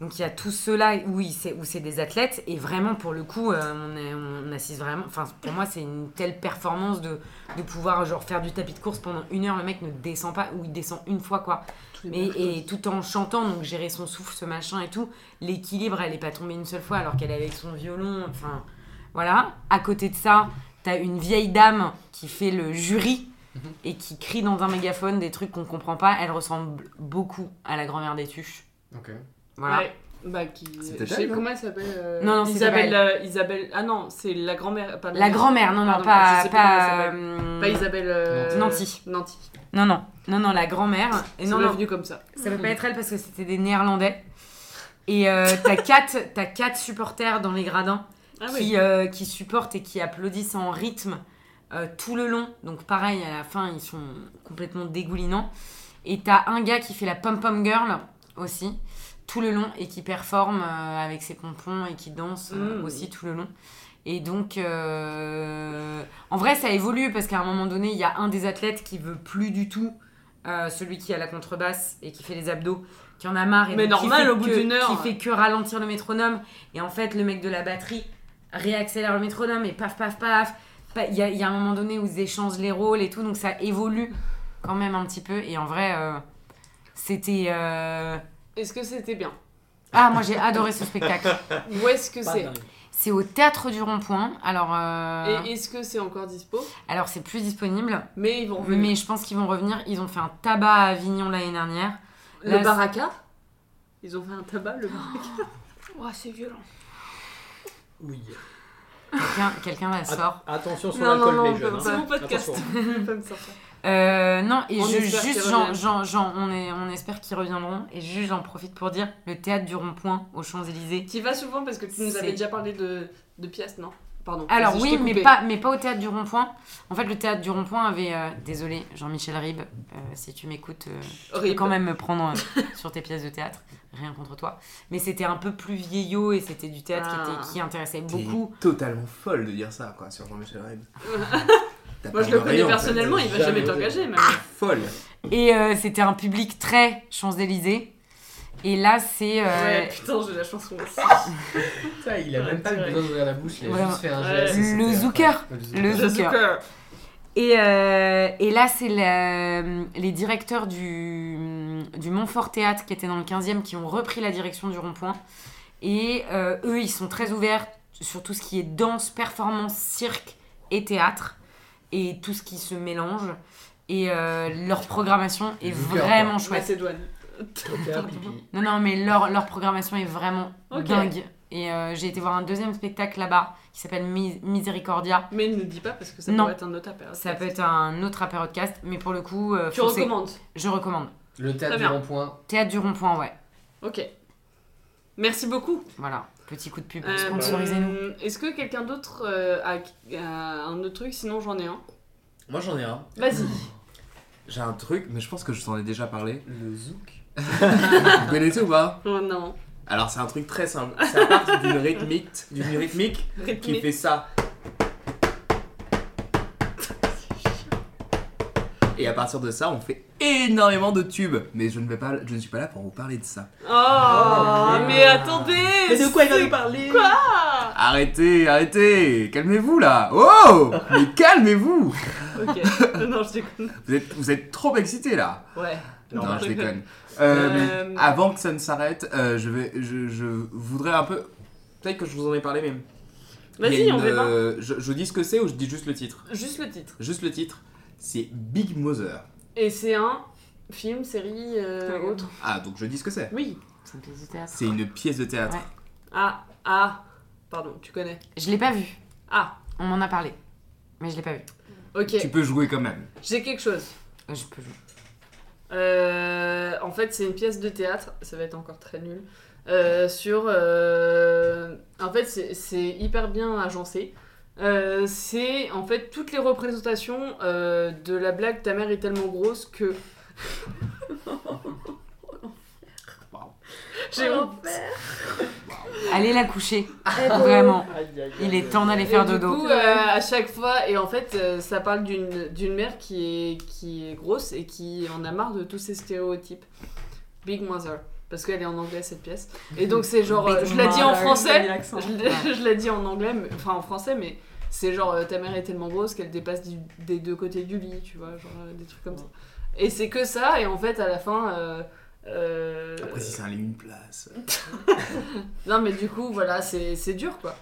[SPEAKER 5] donc il y a tout cela où, ils- c'est- où c'est des athlètes, et vraiment, pour le coup, euh, on, est- on assiste vraiment. Enfin, pour moi, c'est une telle performance de, de pouvoir genre, faire du tapis de course pendant une heure, le mec ne descend pas, ou il descend une fois, quoi. Mais, et tout en chantant, donc gérer son souffle, ce machin et tout, l'équilibre, elle n'est pas tombée une seule fois, alors qu'elle est avec son violon, enfin. Voilà. À côté de ça, t'as une vieille dame qui fait le jury et qui crie dans un mégaphone des trucs qu'on comprend pas. Elle ressemble beaucoup à la grand-mère des tuches.
[SPEAKER 6] Ok.
[SPEAKER 5] Voilà.
[SPEAKER 1] Ouais. Bah, qui.
[SPEAKER 3] C'était
[SPEAKER 1] je sais
[SPEAKER 3] elle, non
[SPEAKER 1] comment elle s'appelle euh,
[SPEAKER 5] Non, non, c'était
[SPEAKER 1] Isabelle,
[SPEAKER 5] pas
[SPEAKER 1] euh, Isabelle. Ah non, c'est la grand-mère. pardon.
[SPEAKER 5] La grand-mère, non, non,
[SPEAKER 1] Pardon, je
[SPEAKER 5] pas.
[SPEAKER 1] sais plus comment elle
[SPEAKER 5] pas,
[SPEAKER 1] s'appelle.
[SPEAKER 5] euh,
[SPEAKER 1] Pas Isabelle. euh,
[SPEAKER 5] Nanty.
[SPEAKER 1] Nanty.
[SPEAKER 5] Non, non, non, non, la grand-mère. Et
[SPEAKER 1] C'est
[SPEAKER 5] non, non,
[SPEAKER 1] venu comme ça.
[SPEAKER 5] Ça peut pas être elle parce que c'était des Néerlandais. Et euh, t'as quatre, t'as quatre supporters dans les gradins
[SPEAKER 1] Ah
[SPEAKER 5] qui, euh, qui supportent et qui applaudissent en rythme euh, tout le long. Donc pareil, à la fin, ils sont complètement dégoulinants. Et t'as un gars qui fait la pom-pom girl aussi, tout le long, et qui performe euh, avec ses pompons et qui danse euh,
[SPEAKER 1] Mm.
[SPEAKER 5] aussi tout le long. Et donc, euh, en vrai, ça évolue parce qu'à un moment donné, il y a un des athlètes qui veut plus du tout euh, celui qui a la contrebasse et qui fait les abdos, qui en a marre. Et
[SPEAKER 1] Mais
[SPEAKER 5] donc qui
[SPEAKER 1] normal,
[SPEAKER 5] fait
[SPEAKER 1] au bout
[SPEAKER 5] que-
[SPEAKER 1] d'une heure.
[SPEAKER 5] Qui fait que ralentir le métronome. Et en fait, le mec de la batterie réaccélère le métronome et paf, paf, paf. Pa- Il y, a- il y a un moment donné où ils échangent les rôles et tout, donc ça évolue quand même un petit peu. Et en vrai, euh, C'était. euh,
[SPEAKER 1] Est-ce que c'était bien
[SPEAKER 5] Ah, moi j'ai adoré ce spectacle.
[SPEAKER 1] Où est-ce que c'est
[SPEAKER 5] C'est au théâtre du Rond-Point. Alors, euh,
[SPEAKER 1] Et est-ce que c'est encore dispo
[SPEAKER 5] alors c'est plus disponible,
[SPEAKER 1] Mais ils vont revenir.
[SPEAKER 5] mais je pense qu'ils vont revenir. Ils ont fait un tabac à Avignon l'année dernière.
[SPEAKER 1] le
[SPEAKER 5] là,
[SPEAKER 1] baraka Ils ont fait un tabac, le baraka
[SPEAKER 8] Ouah, Oh, c'est violent.
[SPEAKER 2] Oui.
[SPEAKER 5] Quelqu'un quelqu'un la sort.
[SPEAKER 2] Attention sur
[SPEAKER 1] Non,
[SPEAKER 2] l'alcool,
[SPEAKER 1] non, non,
[SPEAKER 2] les jeunes.
[SPEAKER 1] on peut pas.
[SPEAKER 2] hein.
[SPEAKER 1] C'est mon podcast.
[SPEAKER 2] Attention.
[SPEAKER 1] Je vais pas me sortir.
[SPEAKER 5] Euh, non, et
[SPEAKER 1] On
[SPEAKER 5] je,
[SPEAKER 1] espère qu'ils
[SPEAKER 5] juste, j'en-
[SPEAKER 1] reviennent.
[SPEAKER 5] j'en- j'en- on, est, on espère qu'ils reviendront. Et juste, j'en profite pour dire le théâtre du Rond-Point aux Champs-Élysées.
[SPEAKER 1] Tu y vas souvent parce que tu nous avais
[SPEAKER 5] C'est-
[SPEAKER 1] déjà parlé de, de pièces, non Pardon.
[SPEAKER 5] Alors
[SPEAKER 1] je
[SPEAKER 5] oui,
[SPEAKER 1] t'ai
[SPEAKER 5] mais
[SPEAKER 1] coupé.
[SPEAKER 5] pas, mais pas au théâtre du Rond-Point. En fait, le théâtre du Rond-Point avait... euh, désolé, Jean-Michel Ribes, euh, si tu m'écoutes, euh, je peux
[SPEAKER 1] Rib.
[SPEAKER 5] quand même me prendre euh, sur tes pièces de théâtre. Rien contre toi. Mais c'était un peu plus vieillot et c'était du théâtre qui,
[SPEAKER 1] Ah.
[SPEAKER 5] était- qui intéressait
[SPEAKER 3] T'es
[SPEAKER 5] beaucoup.
[SPEAKER 3] totalement folle de dire ça, quoi, sur Jean-Michel Ribes. T'as
[SPEAKER 1] Moi
[SPEAKER 3] pas
[SPEAKER 1] je le
[SPEAKER 3] de
[SPEAKER 1] connais
[SPEAKER 3] rayon, en fait.
[SPEAKER 1] personnellement, il va
[SPEAKER 2] Jamais
[SPEAKER 1] jamais
[SPEAKER 2] osé.
[SPEAKER 1] t'engager même.
[SPEAKER 5] Ah,
[SPEAKER 3] Folle.
[SPEAKER 5] Et euh, c'était un public très Champs-Élysées. Et là, c'est... euh,
[SPEAKER 1] Ouais, putain, j'ai la chanson aussi.
[SPEAKER 6] Ça, il a
[SPEAKER 1] Ouais,
[SPEAKER 6] même pas
[SPEAKER 1] c'est
[SPEAKER 6] eu
[SPEAKER 1] vrai.
[SPEAKER 6] besoin d'ouvrir la bouche, il a
[SPEAKER 5] Vraiment.
[SPEAKER 6] juste fait un
[SPEAKER 1] Ouais.
[SPEAKER 6] geste.
[SPEAKER 5] Le
[SPEAKER 6] c'était
[SPEAKER 5] zooker.
[SPEAKER 6] incroyable.
[SPEAKER 5] Le
[SPEAKER 1] Je
[SPEAKER 5] zooker.
[SPEAKER 1] zooker.
[SPEAKER 5] Et, euh, et là, c'est la- euh, les directeurs du, du Montfort Théâtre qui étaient dans le 15e qui ont repris la direction du rond-point. Et euh, eux, ils sont très ouverts sur tout ce qui est danse, performance, cirque et théâtre. Et tout ce qui se mélange. Et euh, leur programmation est
[SPEAKER 6] Le zooker,
[SPEAKER 5] vraiment chouette.
[SPEAKER 1] Macédoine.
[SPEAKER 2] Caca, pipi.
[SPEAKER 5] Non, non, mais leur, leur programmation est vraiment
[SPEAKER 1] Ok.
[SPEAKER 5] dingue. Et euh, j'ai été voir un deuxième spectacle là-bas qui s'appelle Mis- Miséricordia.
[SPEAKER 1] Mais ne dis pas parce que ça
[SPEAKER 5] Non.
[SPEAKER 1] pourrait être un autre apéro.
[SPEAKER 5] Ça peut être un autre apéro-cast, mais pour le coup, euh,
[SPEAKER 1] Tu
[SPEAKER 5] foncez.
[SPEAKER 1] recommandes
[SPEAKER 5] Je recommande.
[SPEAKER 6] Le
[SPEAKER 1] Très
[SPEAKER 6] théâtre du
[SPEAKER 1] bien.
[SPEAKER 6] rond-point.
[SPEAKER 5] Théâtre du Rond-Point, ouais.
[SPEAKER 1] Ok. Merci beaucoup.
[SPEAKER 5] Voilà, petit coup de pub,
[SPEAKER 1] Euh,
[SPEAKER 5] sponsorisez-nous.
[SPEAKER 1] Est-ce que quelqu'un d'autre euh, a, a un autre truc Sinon, j'en ai un.
[SPEAKER 6] Moi j'en ai un.
[SPEAKER 1] Vas-y.
[SPEAKER 3] J'ai un truc, mais je pense que je t'en ai déjà parlé.
[SPEAKER 6] Le zouk.
[SPEAKER 3] Vous connaissez ou pas
[SPEAKER 1] Oh
[SPEAKER 4] Eh,
[SPEAKER 1] non.
[SPEAKER 3] Alors c'est un truc très simple. Ça part d'une rythmique, d'une rythmique qui
[SPEAKER 1] Rythmé.
[SPEAKER 3] fait ça. Et à partir de ça, on fait énormément de tubes. Mais je ne vais pas, je ne suis pas là pour vous parler de ça.
[SPEAKER 1] Oh, mais attendez
[SPEAKER 2] Mais de quoi il va
[SPEAKER 1] c'est-
[SPEAKER 2] nous parler
[SPEAKER 3] Arrêtez, arrêtez, calmez-vous là. Oh, mais calmez-vous.
[SPEAKER 1] Ok. non, je déconne.
[SPEAKER 3] Vous êtes, vous êtes trop excités là.
[SPEAKER 1] Ouais.
[SPEAKER 3] Non,
[SPEAKER 1] Non,
[SPEAKER 3] je
[SPEAKER 1] je
[SPEAKER 3] déconne. Euh,
[SPEAKER 1] Euh,
[SPEAKER 3] Avant que ça ne s'arrête, euh, je vais, je, je voudrais un peu. Peut-être que je vous en ai parlé, mais. il y
[SPEAKER 1] Vas-y,
[SPEAKER 3] a
[SPEAKER 1] on
[SPEAKER 3] une,
[SPEAKER 1] verra.
[SPEAKER 3] euh, je, je dis ce que c'est ou je dis juste le titre.
[SPEAKER 1] Juste le titre.
[SPEAKER 3] Juste le titre. C'est Big Mother.
[SPEAKER 1] Et c'est un film, série, euh,
[SPEAKER 4] Ouais.
[SPEAKER 1] autre.
[SPEAKER 3] Ah, donc je dis ce que c'est.
[SPEAKER 1] Oui.
[SPEAKER 5] C'est une pièce de théâtre.
[SPEAKER 3] C'est une pièce de théâtre.
[SPEAKER 5] Ouais.
[SPEAKER 1] Ah, ah. Pardon, tu connais.
[SPEAKER 5] Je l'ai pas vu.
[SPEAKER 1] Ah,
[SPEAKER 5] On m'en a parlé. Mais je l'ai pas vu.
[SPEAKER 1] ok.
[SPEAKER 3] Tu peux jouer quand même.
[SPEAKER 1] J'ai quelque chose.
[SPEAKER 5] Euh, Je peux jouer.
[SPEAKER 1] Euh, en fait, c'est une pièce de théâtre, ça va être encore très nul. Euh, sur. euh, en fait, c'est- c'est hyper bien agencé. Euh, c'est en fait toutes les représentations euh, de la blague Ta mère est tellement grosse que. J'ai honte.
[SPEAKER 5] Allez la coucher.
[SPEAKER 8] bon.
[SPEAKER 5] Ah, Vraiment.
[SPEAKER 2] Aïe, aïe,
[SPEAKER 5] Il
[SPEAKER 2] aïe,
[SPEAKER 5] est temps d'aller
[SPEAKER 1] Et
[SPEAKER 5] faire
[SPEAKER 1] du
[SPEAKER 5] dodo.
[SPEAKER 1] coup, euh, à chaque fois, et en fait, euh, ça parle d'une d'une mère qui est, qui est grosse et qui en a marre de tous ces stéréotypes. Big Mother. Parce qu'elle est en anglais cette pièce. Et donc, c'est genre. euh,
[SPEAKER 5] Big
[SPEAKER 1] je la dis en
[SPEAKER 5] Mother,
[SPEAKER 1] français.
[SPEAKER 4] l'accent.
[SPEAKER 1] Je l'ai- je l'ai dit en anglais, mais- enfin en français, mais c'est genre euh, ta mère est tellement grosse qu'elle dépasse du- des deux côtés du lit, tu vois, genre euh, des trucs comme ça. Et c'est que ça, et en fait à la fin. euh, euh,
[SPEAKER 3] Après, si c'est un lit, une place.
[SPEAKER 1] non, mais du coup, voilà, c'est c'est dur quoi.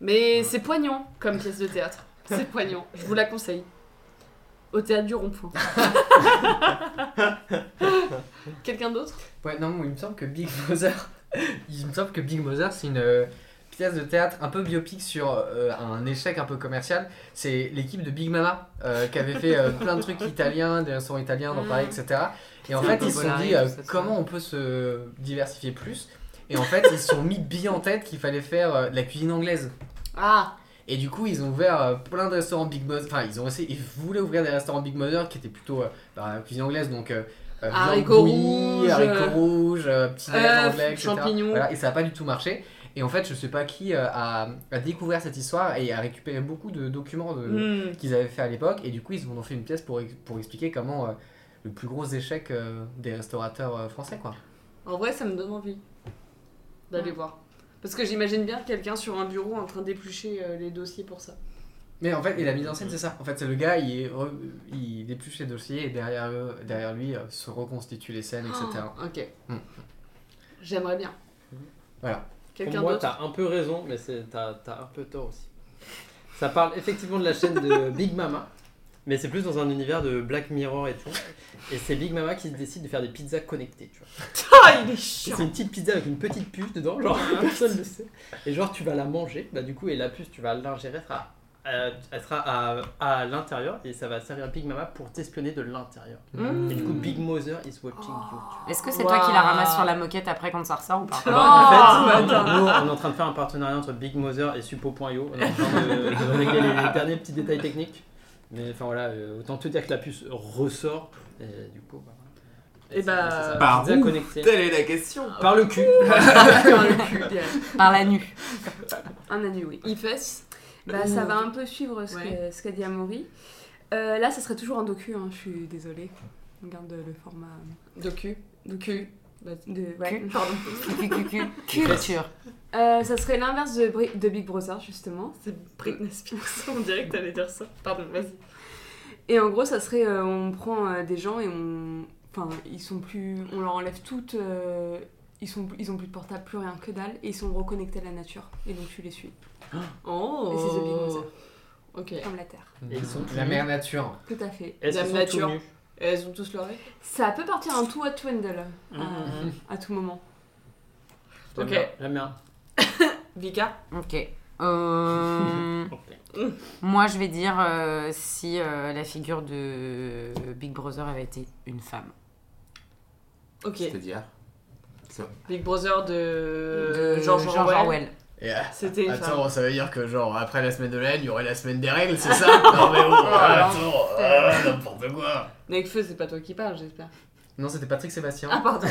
[SPEAKER 1] Mais c'est poignant comme pièce de théâtre. C'est poignant, je vous la conseille. Au théâtre du rond-point. Quelqu'un d'autre
[SPEAKER 6] Ouais, non, il me semble que Big Mother. il me semble que Big Mother, c'est une euh, pièce de théâtre un peu biopic sur euh, un échec un peu commercial. C'est l'équipe de Big Mama euh, qui avait fait euh, plein de trucs italiens, des restaurants italiens dans Paris, etc. Et en
[SPEAKER 5] Mm. C'est un
[SPEAKER 6] fait,
[SPEAKER 5] peu
[SPEAKER 6] ils se sont
[SPEAKER 5] Polaris,
[SPEAKER 6] dit euh,
[SPEAKER 5] tout ça, tout
[SPEAKER 6] comment on peut se diversifier plus. Et en fait, ils se sont mis bien en tête qu'il fallait faire euh, de la cuisine anglaise.
[SPEAKER 1] Ah
[SPEAKER 6] Et du coup, ils ont ouvert euh, plein de restaurants Big Mother. Enfin, ils ont essayé, ils voulaient ouvrir des restaurants Big Mother qui étaient plutôt euh, bah, cuisine anglaise, donc euh, euh, viande
[SPEAKER 1] Haricots
[SPEAKER 6] bouillie,
[SPEAKER 1] rouges, euh,
[SPEAKER 6] haricots rouges, euh, petits
[SPEAKER 1] euh,
[SPEAKER 6] euh, anglais, etc.
[SPEAKER 1] champignons.
[SPEAKER 6] Voilà, et ça n'a pas du tout marché. Et en fait, je sais pas qui euh, a, a découvert cette histoire et a récupéré beaucoup de documents de-
[SPEAKER 2] Euh.
[SPEAKER 1] Hmm.
[SPEAKER 6] qu'ils avaient fait à l'époque. Et du coup, ils ont fait une pièce pour, ex- pour expliquer comment euh, le plus gros échec euh, des restaurateurs euh, français, quoi.
[SPEAKER 1] En vrai, ça me donne envie d'aller voir. Parce que j'imagine bien quelqu'un sur un bureau en train d'éplucher euh, les dossiers pour ça.
[SPEAKER 6] Mais en fait, et la mise en scène, c'est ça. En fait, c'est le gars, il, est re- il épluche les dossiers et derrière, eux- derrière lui euh, se reconstituent les scènes, etc.
[SPEAKER 2] Ah.
[SPEAKER 1] Ok.
[SPEAKER 2] Hmm.
[SPEAKER 6] Mm.
[SPEAKER 1] J'aimerais bien.
[SPEAKER 6] Voilà.
[SPEAKER 1] Quelqu'un
[SPEAKER 2] Pour moi,
[SPEAKER 1] d'autre
[SPEAKER 2] t'as un peu raison, mais c'est- t'as t'as un peu tort aussi. Ça parle effectivement de la chaîne de Big Mama, mais c'est plus dans un univers de Black Mirror et tout. Et c'est Big Mama qui décide de faire des pizzas connectées, tu vois.
[SPEAKER 1] Ah, il est
[SPEAKER 2] C'est
[SPEAKER 1] chiant
[SPEAKER 2] une petite pizza avec une petite puce dedans, genre personne ne sait. Et genre tu vas la manger, bah du coup et la puce tu vas l'ingérer, elle sera, euh, elle sera à, à l'intérieur et ça va servir à Big Mama pour t'espionner de l'intérieur.
[SPEAKER 6] Oh.
[SPEAKER 2] Et
[SPEAKER 1] Hmm.
[SPEAKER 2] du coup Big Mother is watching
[SPEAKER 1] Oh.
[SPEAKER 2] you.
[SPEAKER 5] Est-ce que c'est toi qui la ramasses sur la moquette après quand ça ressort ou pas
[SPEAKER 2] Alors, en
[SPEAKER 6] Ah,
[SPEAKER 4] bah,
[SPEAKER 2] fait, nous, on est en train de faire un partenariat entre Big Mother et Suppo.io. On est en train de, de régler les, les derniers petits détails techniques. Mais enfin voilà, euh, autant te dire que la puce ressort. Et du coup, bah,
[SPEAKER 1] Et
[SPEAKER 2] c'est-
[SPEAKER 1] bah,
[SPEAKER 2] c'est ça,
[SPEAKER 3] par
[SPEAKER 2] pizza
[SPEAKER 3] où
[SPEAKER 2] connectée.
[SPEAKER 3] Telle est la question.
[SPEAKER 2] Par le cul.
[SPEAKER 5] Par la nuit.
[SPEAKER 8] Un annu, oui.
[SPEAKER 1] IFES
[SPEAKER 8] Bah, ça va un peu suivre ce
[SPEAKER 1] Ouais.
[SPEAKER 8] que- ce qu'a dit Amaury. Euh, là, ça serait toujours en docu, hein, je suis désolée. On garde le format euh,
[SPEAKER 1] Docu.
[SPEAKER 8] docu.
[SPEAKER 1] Vas-y.
[SPEAKER 8] De... ouais,
[SPEAKER 5] Cul.
[SPEAKER 8] pardon.
[SPEAKER 5] Cu- cu- cu- Culture.
[SPEAKER 8] Euh, ça serait l'inverse de, Bri- de Big Brother, justement.
[SPEAKER 1] C'est Britney Spears, on dirait que t'allais dire ça. Pardon, vas-y.
[SPEAKER 8] Et en gros, ça serait euh, on prend euh, des gens et on. Enfin, ils sont plus. On leur enlève toutes. euh, Ils, sont, ils ont plus de portable, plus rien que dalle, et ils sont reconnectés à la nature. Et donc tu les suis,
[SPEAKER 1] Oh
[SPEAKER 8] Et c'est The Big Mother.
[SPEAKER 1] Ok.
[SPEAKER 8] comme la Terre.
[SPEAKER 2] Et ils sont tous
[SPEAKER 6] Mmh. La
[SPEAKER 2] nus.
[SPEAKER 6] mère nature.
[SPEAKER 8] Tout à fait.
[SPEAKER 2] Est-ce qu'ils
[SPEAKER 1] Dame
[SPEAKER 2] sont tous
[SPEAKER 1] nature.
[SPEAKER 2] nus
[SPEAKER 1] Et elles ont tous leur vie
[SPEAKER 8] Ça peut partir en tout à Twindle euh,
[SPEAKER 1] Mm-hmm.
[SPEAKER 2] Mhm.
[SPEAKER 8] à tout moment.
[SPEAKER 2] La
[SPEAKER 1] Ok.
[SPEAKER 2] mère- La merde.
[SPEAKER 1] Vika
[SPEAKER 5] Ok. Euh, moi, je vais dire euh, si euh, la figure de Big Brother avait été une femme.
[SPEAKER 1] Ok.
[SPEAKER 3] C'est-à-dire
[SPEAKER 1] Big Brother de,
[SPEAKER 5] De
[SPEAKER 1] Euh, George
[SPEAKER 5] George
[SPEAKER 1] Orwell.
[SPEAKER 5] Orwell.
[SPEAKER 6] Et, euh,
[SPEAKER 1] C'était une femme.
[SPEAKER 6] Attends, ça veut dire que genre après la semaine de la haine, il y aurait la semaine des règles, c'est ça Non mais oh, attends, ah, n'importe quoi.
[SPEAKER 1] Nekfeu, c'est pas toi qui parles, j'espère.
[SPEAKER 6] Non, c'était Patrick Sébastien.
[SPEAKER 1] Ah, pardon.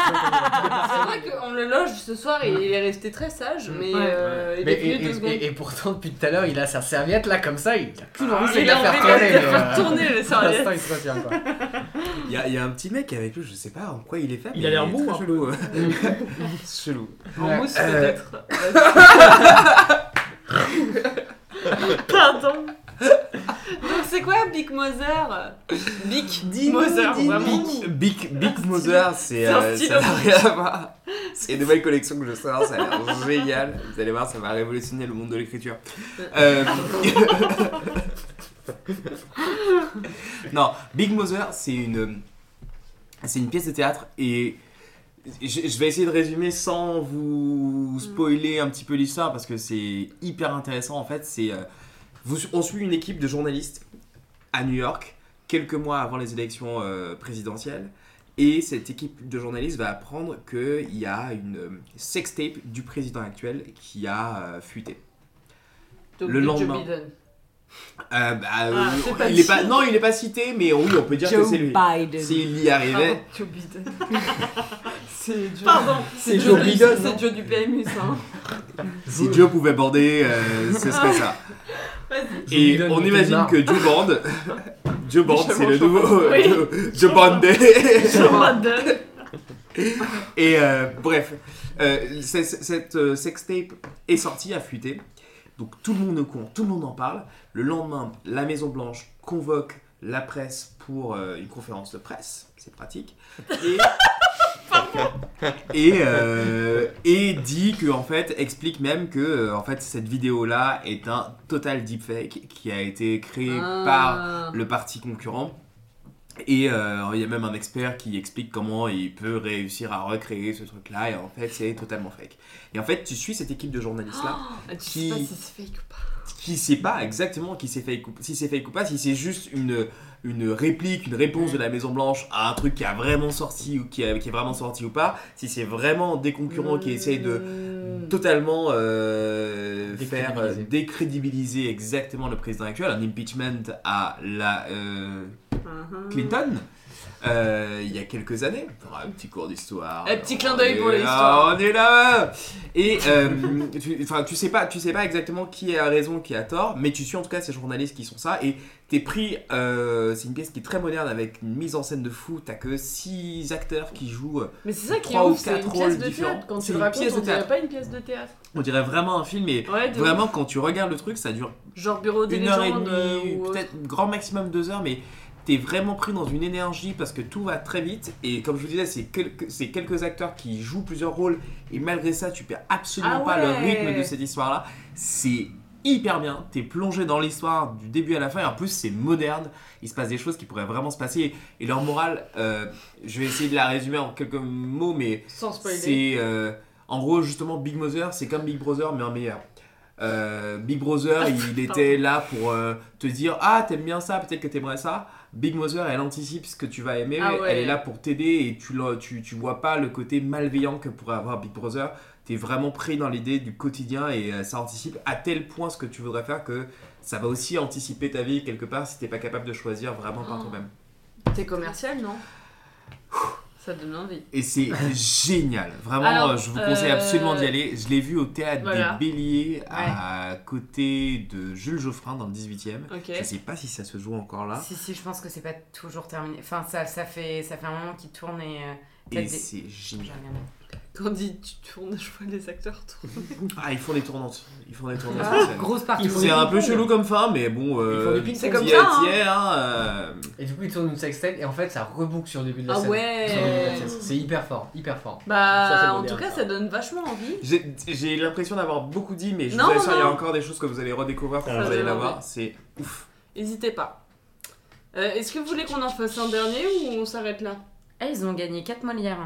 [SPEAKER 1] c'est vrai qu'on le loge ce soir et il est resté très sage, mais euh, il
[SPEAKER 6] Mm. Mais
[SPEAKER 1] est
[SPEAKER 6] et,
[SPEAKER 1] venu deux
[SPEAKER 6] et-
[SPEAKER 1] secondes.
[SPEAKER 6] et- et pourtant, depuis tout à l'heure, il a sa serviette là comme ça, il a plus envie de
[SPEAKER 1] il
[SPEAKER 6] la
[SPEAKER 1] a
[SPEAKER 6] faire
[SPEAKER 1] envie de la
[SPEAKER 6] tourner. mais, euh,
[SPEAKER 1] Tournez le
[SPEAKER 6] Pour
[SPEAKER 1] serviette.
[SPEAKER 6] l'instant, il se retient quoi.
[SPEAKER 3] Il y, a- il y a un petit mec avec lui, je sais pas en quoi il est fait.
[SPEAKER 2] Il
[SPEAKER 3] mais
[SPEAKER 2] a l'air
[SPEAKER 3] est
[SPEAKER 2] mou,
[SPEAKER 3] très
[SPEAKER 2] un
[SPEAKER 3] Chelou. chelou.
[SPEAKER 1] En mousse,
[SPEAKER 3] Euh.
[SPEAKER 1] peut-être. Vas-y. Pardon. Donc, c'est quoi Big Mother Big Mother, vraiment.
[SPEAKER 3] Big, Big, Big Mother, c'est
[SPEAKER 1] C'est un
[SPEAKER 3] euh,
[SPEAKER 1] stylo.
[SPEAKER 3] ça n'a rien à voir. C'est une nouvelle collection que je sors, ça a l'air génial. Vous allez voir, ça va révolutionner le monde de l'écriture. Euh, non, Big Mother, c'est une, c'est une pièce de théâtre et je, je vais essayer de résumer sans
[SPEAKER 1] Mm.
[SPEAKER 3] vous spoiler un petit peu l'histoire parce que c'est hyper intéressant en fait. C'est, euh, vous, on suit une équipe de journalistes à New York quelques mois avant les élections euh, présidentielles. Et cette équipe de journalistes va apprendre qu'il y a une euh, sextape du président actuel qui a euh, fuité.
[SPEAKER 1] Donc,
[SPEAKER 3] Le
[SPEAKER 1] de
[SPEAKER 3] lendemain.
[SPEAKER 1] Joe Biden.
[SPEAKER 3] Euh, bah, euh,
[SPEAKER 1] c'est pas
[SPEAKER 3] il est
[SPEAKER 1] dit.
[SPEAKER 3] pas, non, il n'est pas cité, mais oui, on peut dire que
[SPEAKER 5] Joe
[SPEAKER 3] c'est lui.
[SPEAKER 5] Biden.
[SPEAKER 3] S'il y arrivait,
[SPEAKER 1] Pardon, Joe Biden.
[SPEAKER 8] C'est Dieu.
[SPEAKER 1] Pardon,
[SPEAKER 3] C'est Joe
[SPEAKER 1] du-
[SPEAKER 3] Biden,
[SPEAKER 1] C'est
[SPEAKER 3] non
[SPEAKER 1] Joe du PMU, ça. hein.
[SPEAKER 3] si Joe pouvait border, euh, ce serait ça. Et
[SPEAKER 6] Joe Biden,
[SPEAKER 3] on
[SPEAKER 6] il
[SPEAKER 3] imagine
[SPEAKER 6] démarre.
[SPEAKER 3] que Joe Band, Joe Band, c'est le nouveau euh,
[SPEAKER 1] Oui.
[SPEAKER 3] Joe, Joe Bandé.
[SPEAKER 1] Joe Biden.
[SPEAKER 3] Et euh, bref, euh, c'est- c'est- cette euh, sextape est sortie, a fuité. Donc tout le monde est au courant, tout le monde en parle. Le lendemain, la Maison Blanche convoque la presse pour euh, une conférence de presse, c'est pratique. Et, et, euh, et dit que en fait, explique même que euh, en fait cette vidéo là est un total deepfake qui a été créé par
[SPEAKER 1] Ah.
[SPEAKER 3] le parti concurrent. Et euh, il y a même un expert qui explique comment il peut réussir à recréer ce truc-là. Et en fait, c'est totalement fake. Et en fait, tu suis cette équipe de journalistes-là
[SPEAKER 1] Ah, tu
[SPEAKER 3] qui-
[SPEAKER 1] sais pas si c'est fake ou pas.
[SPEAKER 3] qui sait pas exactement qui c'est fake ou, si c'est fake ou pas, si c'est juste une, une réplique, une réponse de la Maison-Blanche à un truc qui a vraiment sorti ou qui, a- qui est vraiment sorti ou pas, si c'est vraiment des concurrents qui essayent de
[SPEAKER 1] de.
[SPEAKER 3] totalement euh, faire euh,
[SPEAKER 6] Décrédibiliser.
[SPEAKER 3] décrédibiliser
[SPEAKER 1] Mhm.
[SPEAKER 3] exactement le président actuel, un impeachment à la euh, Clinton. euh, il y a quelques années. Enfin, un petit cours d'histoire.
[SPEAKER 1] Un petit clin
[SPEAKER 3] On
[SPEAKER 1] d'œil
[SPEAKER 3] est
[SPEAKER 1] pour les
[SPEAKER 3] là,
[SPEAKER 1] histoires.
[SPEAKER 3] On est là Et euh, tu, enfin, tu, sais pas, tu sais pas exactement qui a raison, qui a tort, mais tu suis en tout cas ces journalistes qui sont ça. Et t'es pris. euh, c'est une pièce qui est très moderne avec une mise en scène de fou. T'as que 6 acteurs qui jouent. euh,
[SPEAKER 1] Mais c'est ça qui est
[SPEAKER 3] Trois ou
[SPEAKER 1] ouf, c'est
[SPEAKER 3] quatre
[SPEAKER 1] une pièce
[SPEAKER 3] rôles
[SPEAKER 1] de
[SPEAKER 3] différents.
[SPEAKER 1] théâtre. Quand
[SPEAKER 3] C'est
[SPEAKER 1] tu le
[SPEAKER 3] une
[SPEAKER 1] racontes,
[SPEAKER 3] pièce de
[SPEAKER 1] on dirait
[SPEAKER 3] théâtre.
[SPEAKER 1] pas une pièce de théâtre.
[SPEAKER 3] On dirait vraiment un film, et
[SPEAKER 1] Ouais, de
[SPEAKER 3] vraiment quand tu regardes le truc, ça dure
[SPEAKER 1] ouf. Genre bureau des
[SPEAKER 3] une heure et
[SPEAKER 1] légendes, euh,
[SPEAKER 3] demie,
[SPEAKER 1] ou autre.
[SPEAKER 3] peut-être grand maximum deux heures, mais t'es vraiment pris dans une énergie parce que tout va très vite. Et comme je vous disais, c'est quelques, c'est quelques acteurs qui jouent plusieurs rôles, et malgré ça, tu perds absolument
[SPEAKER 1] Ah
[SPEAKER 3] pas le
[SPEAKER 1] ouais.
[SPEAKER 3] rythme de cette histoire-là. C'est hyper bien, t'es plongé dans l'histoire du début à la fin, et en plus, c'est moderne. Il se passe des choses qui pourraient vraiment se passer, et leur morale, euh, je vais essayer de la résumer en quelques mots, mais
[SPEAKER 1] Sans spoiler.
[SPEAKER 3] c'est euh, en gros justement Big Brother, c'est comme Big Brother mais en meilleur. Euh, Big
[SPEAKER 1] Ah,
[SPEAKER 3] Brother, il était là pour euh, te dire ah t'aimes bien ça, peut-être que t'aimerais ça. Big Brother, elle anticipe ce que tu vas aimer,
[SPEAKER 1] Ah ouais.
[SPEAKER 3] elle est là pour t'aider et tu, l'as- tu tu vois pas le côté malveillant que pourrait avoir Big Brother. T'es vraiment pris dans l'idée du quotidien et euh, ça anticipe à tel point ce que tu voudrais faire que ça va aussi anticiper ta vie quelque part si t'es pas capable de choisir vraiment par
[SPEAKER 1] Oh.
[SPEAKER 3] toi-même.
[SPEAKER 1] C'est commercial, non Ça donne envie.
[SPEAKER 3] Et c'est génial. Vraiment,
[SPEAKER 1] Alors,
[SPEAKER 3] euh, je vous conseille
[SPEAKER 1] euh,
[SPEAKER 3] absolument d'y aller. Je l'ai vu au théâtre
[SPEAKER 1] voilà.
[SPEAKER 3] des Béliers à côté de Jules Geoffrin dans le 18 e
[SPEAKER 1] Ok.
[SPEAKER 3] Je sais pas si ça se joue encore là.
[SPEAKER 5] Si, si, je pense que c'est pas toujours terminé. Enfin, ça, ça, fait, ça fait un moment qu'il tourne et. euh,
[SPEAKER 3] Et
[SPEAKER 5] peut-être des-
[SPEAKER 3] c'est
[SPEAKER 5] J'ai
[SPEAKER 3] génial.
[SPEAKER 5] regardé.
[SPEAKER 1] Quand dit tu tournes, je vois les acteurs tourner.
[SPEAKER 3] Ah, ils font des tournantes. Ils font des tournantes. sur scène.
[SPEAKER 5] Grosse partie.
[SPEAKER 2] Ils font
[SPEAKER 3] c'est
[SPEAKER 2] des
[SPEAKER 3] un peu
[SPEAKER 2] ping-pong.
[SPEAKER 3] chelou comme fin, mais bon. euh,
[SPEAKER 2] font des ping-pong.
[SPEAKER 1] C'est comme
[SPEAKER 3] qui
[SPEAKER 1] ça,
[SPEAKER 3] est-
[SPEAKER 1] hein.
[SPEAKER 3] qui est, hein, euh,
[SPEAKER 6] Et du coup, il tourne une sextape et en fait, ça reboucle sur le début de la
[SPEAKER 1] Ah
[SPEAKER 6] scène.
[SPEAKER 1] ouais.
[SPEAKER 6] Sur le début de la scène. C'est hyper fort, hyper fort.
[SPEAKER 2] Ça, c'est
[SPEAKER 1] Bah, en
[SPEAKER 2] moderne,
[SPEAKER 1] tout cas,
[SPEAKER 2] ça.
[SPEAKER 1] ça donne vachement envie.
[SPEAKER 3] J'ai j'ai l'impression d'avoir beaucoup dit, mais je
[SPEAKER 1] Non,
[SPEAKER 3] vous assure, il y a
[SPEAKER 1] non.
[SPEAKER 3] encore des choses que vous allez redécouvrir quand
[SPEAKER 2] Ah,
[SPEAKER 3] vous allez la
[SPEAKER 1] ouais.
[SPEAKER 3] voir. C'est ouf.
[SPEAKER 1] N'hésitez pas. Euh, Est-ce que vous voulez qu'on en fasse un dernier ou on s'arrête là
[SPEAKER 5] Ah, ils ont gagné 4 Molières.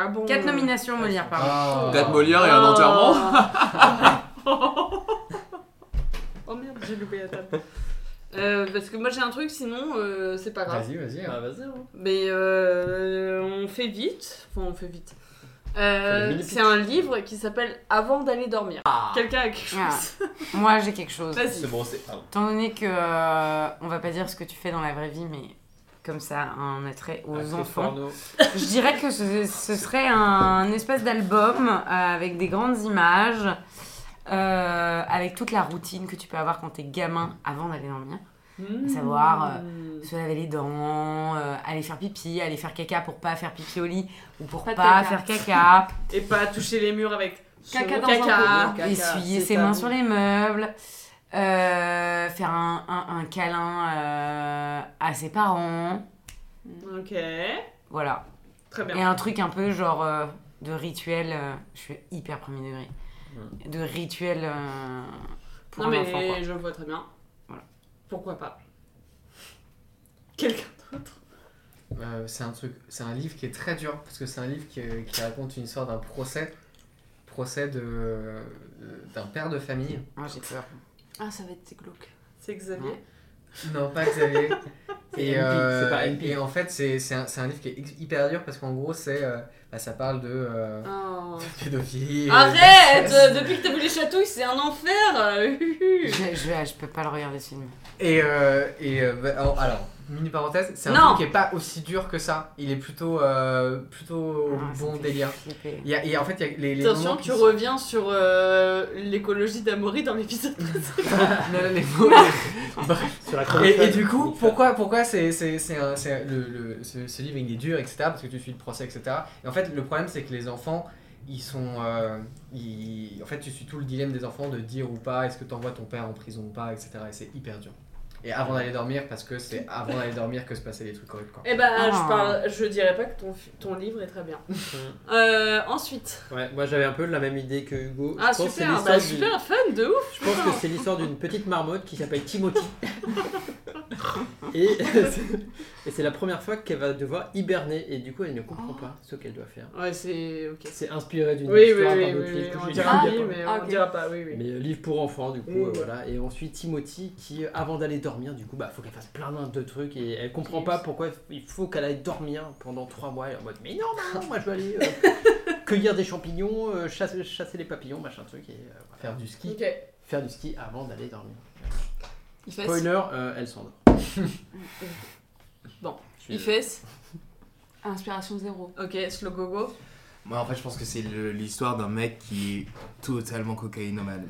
[SPEAKER 1] Ah bon
[SPEAKER 5] 4 nominations Molière, pardon.
[SPEAKER 6] Ah.
[SPEAKER 3] Date Molière et un enterrement.
[SPEAKER 1] oh merde, j'ai loupé la table. Euh, parce que moi j'ai un truc, sinon euh, c'est pas grave.
[SPEAKER 6] Vas-y, Bah, vas-y.
[SPEAKER 2] Ah, vas-y. hein.
[SPEAKER 1] Mais euh, on fait vite. Enfin, on fait vite. Euh,
[SPEAKER 2] Fait le mini
[SPEAKER 1] c'est un livre qui s'appelle Avant d'aller dormir. Quelqu'un a quelque chose
[SPEAKER 5] Ah. Moi, j'ai quelque chose.
[SPEAKER 1] Vas-y.
[SPEAKER 2] C'est bon, c'est. pardon.
[SPEAKER 5] Étant donné que euh, on va pas dire ce que tu fais dans la vraie vie, mais comme ça un attrait aux
[SPEAKER 2] Accès
[SPEAKER 5] enfants,
[SPEAKER 2] porno.
[SPEAKER 5] je dirais que ce, ce serait un espèce d'album euh, avec des grandes images, euh, avec toute la routine que tu peux avoir quand t'es gamin avant d'aller dormir. Savoir, euh, Se laver les dents, euh, aller faire pipi, aller faire caca pour pas faire pipi au lit ou pour
[SPEAKER 10] Pas
[SPEAKER 5] pas,
[SPEAKER 10] de caca.
[SPEAKER 5] faire caca,
[SPEAKER 1] Et pas toucher les murs avec son
[SPEAKER 10] Caca
[SPEAKER 1] caca.
[SPEAKER 10] dans un pot.
[SPEAKER 1] Caca,
[SPEAKER 5] essuyer
[SPEAKER 1] c'est
[SPEAKER 5] ses mains
[SPEAKER 1] tabou.
[SPEAKER 5] sur les meubles, euh, faire un, un- un câlin euh, à ses parents.
[SPEAKER 1] Ok,
[SPEAKER 5] Voilà.
[SPEAKER 1] très bien.
[SPEAKER 5] Et un truc un peu genre euh, de rituel, euh, je suis hyper premier degré, de rituel euh,
[SPEAKER 1] Mm. non
[SPEAKER 5] pour un
[SPEAKER 1] mais
[SPEAKER 5] enfant. quoi.
[SPEAKER 1] je vois très bien.
[SPEAKER 5] Voilà.
[SPEAKER 1] Pourquoi pas Quelqu'un d'autre
[SPEAKER 6] Euh, c'est un truc, c'est un livre qui est très dur parce que c'est un livre qui, qui raconte une histoire d'un procès, procès de d'un père de famille.
[SPEAKER 5] Ah, j'ai peur.
[SPEAKER 4] Ah, ça va être glauque.
[SPEAKER 1] C'est Xavier.
[SPEAKER 6] Non, pas Xavier.
[SPEAKER 2] C'est
[SPEAKER 6] et,
[SPEAKER 2] MP,
[SPEAKER 6] euh,
[SPEAKER 2] c'est pas MP.
[SPEAKER 6] et en fait, c'est c'est un, c'est un livre qui est hy- hyper dur parce qu'en gros, c'est euh, bah, ça parle de euh,
[SPEAKER 1] Oh.
[SPEAKER 6] pédophilie. et
[SPEAKER 1] Arrête
[SPEAKER 6] d'homosexuel.
[SPEAKER 1] Depuis que t'as vu les chatouilles, c'est un enfer
[SPEAKER 5] Je, je, je peux pas le regarder ce film.
[SPEAKER 6] Et, euh, et euh, bah, alors, alors, mini parenthèse, c'est un
[SPEAKER 1] Non.
[SPEAKER 6] film qui est pas aussi dur que ça. Il est plutôt euh, plutôt
[SPEAKER 5] Ah, ça me
[SPEAKER 6] bon
[SPEAKER 5] fait
[SPEAKER 6] délire.
[SPEAKER 5] flipper.
[SPEAKER 6] Il y a- et en fait, il y a les, les
[SPEAKER 1] Attention,
[SPEAKER 6] moments qui
[SPEAKER 1] tu
[SPEAKER 6] sont-
[SPEAKER 1] reviens sur euh, l'écologie d'Amaury dans l'épisode précédent.
[SPEAKER 6] Non, non, les moments-
[SPEAKER 2] Sur la
[SPEAKER 6] Et, et
[SPEAKER 2] chronophage.
[SPEAKER 6] du coup, pourquoi, pourquoi c'est, c'est, c'est un, c'est le, le- ce, ce livre il est dur, etc. Parce que tu suis le procès, etc. Et en fait, le problème, c'est que les enfants, ils sont. euh, ils- en fait, tu suis tout le dilemme des enfants de dire ou pas, est-ce que t'envoies ton père en prison ou pas, etc. Et c'est hyper dur. Et avant d'aller dormir, parce que c'est avant d'aller dormir que se passaient les trucs horribles, quoi.
[SPEAKER 1] Eh ben,
[SPEAKER 5] Ah.
[SPEAKER 1] je, parle, je dirais pas que ton, fi- ton livre est très bien. Euh, ensuite.
[SPEAKER 2] Ouais, moi j'avais un peu la même idée que Hugo.
[SPEAKER 1] Ah,
[SPEAKER 2] je pense que c'est
[SPEAKER 1] super, bah,
[SPEAKER 2] l'histoire du-
[SPEAKER 1] super fun de ouf
[SPEAKER 2] Je pense que c'est l'histoire d'une petite marmotte qui s'appelle Timothy. et et c'est la première fois qu'elle va devoir hiberner et du coup elle ne comprend pas ce qu'elle doit faire.
[SPEAKER 1] Ouais, c'est. Ok.
[SPEAKER 2] C'est inspiré d'une
[SPEAKER 1] Oui, oui,
[SPEAKER 2] histoire
[SPEAKER 1] oui,
[SPEAKER 2] d'un autre
[SPEAKER 1] oui, oui,
[SPEAKER 2] livre que
[SPEAKER 1] on
[SPEAKER 2] j'ai
[SPEAKER 1] dira
[SPEAKER 2] lu il y a
[SPEAKER 1] oui,
[SPEAKER 2] pas
[SPEAKER 1] mais
[SPEAKER 10] Ah,
[SPEAKER 1] on
[SPEAKER 10] ok.
[SPEAKER 1] dira pas, oui, oui.
[SPEAKER 2] Mais euh, livre pour enfants, du coup,
[SPEAKER 1] Oui,
[SPEAKER 2] euh,
[SPEAKER 1] ouais.
[SPEAKER 2] voilà. Et ensuite Timothy, qui euh, avant d'aller dormir, du coup, bah faut qu'elle fasse plein de trucs et elle comprend pas pourquoi il faut qu'elle aille dormir pendant trois mois. Elle est en mode, mais non, non, non, moi je veux aller euh, cueillir des champignons, euh, chasser, chasser les papillons, machin truc, et euh, voilà.
[SPEAKER 6] Faire du ski.
[SPEAKER 1] Ok.
[SPEAKER 2] faire du ski avant d'aller dormir.
[SPEAKER 1] Il fesse.
[SPEAKER 2] Spoiler, euh, elle s'endort.
[SPEAKER 1] Bon,
[SPEAKER 2] Je suis
[SPEAKER 1] il fesse.
[SPEAKER 8] Inspiration zéro.
[SPEAKER 1] Ok, Slogogo.
[SPEAKER 3] Moi, en fait, je pense que c'est le- l'histoire d'un mec qui est totalement cocaïnomane.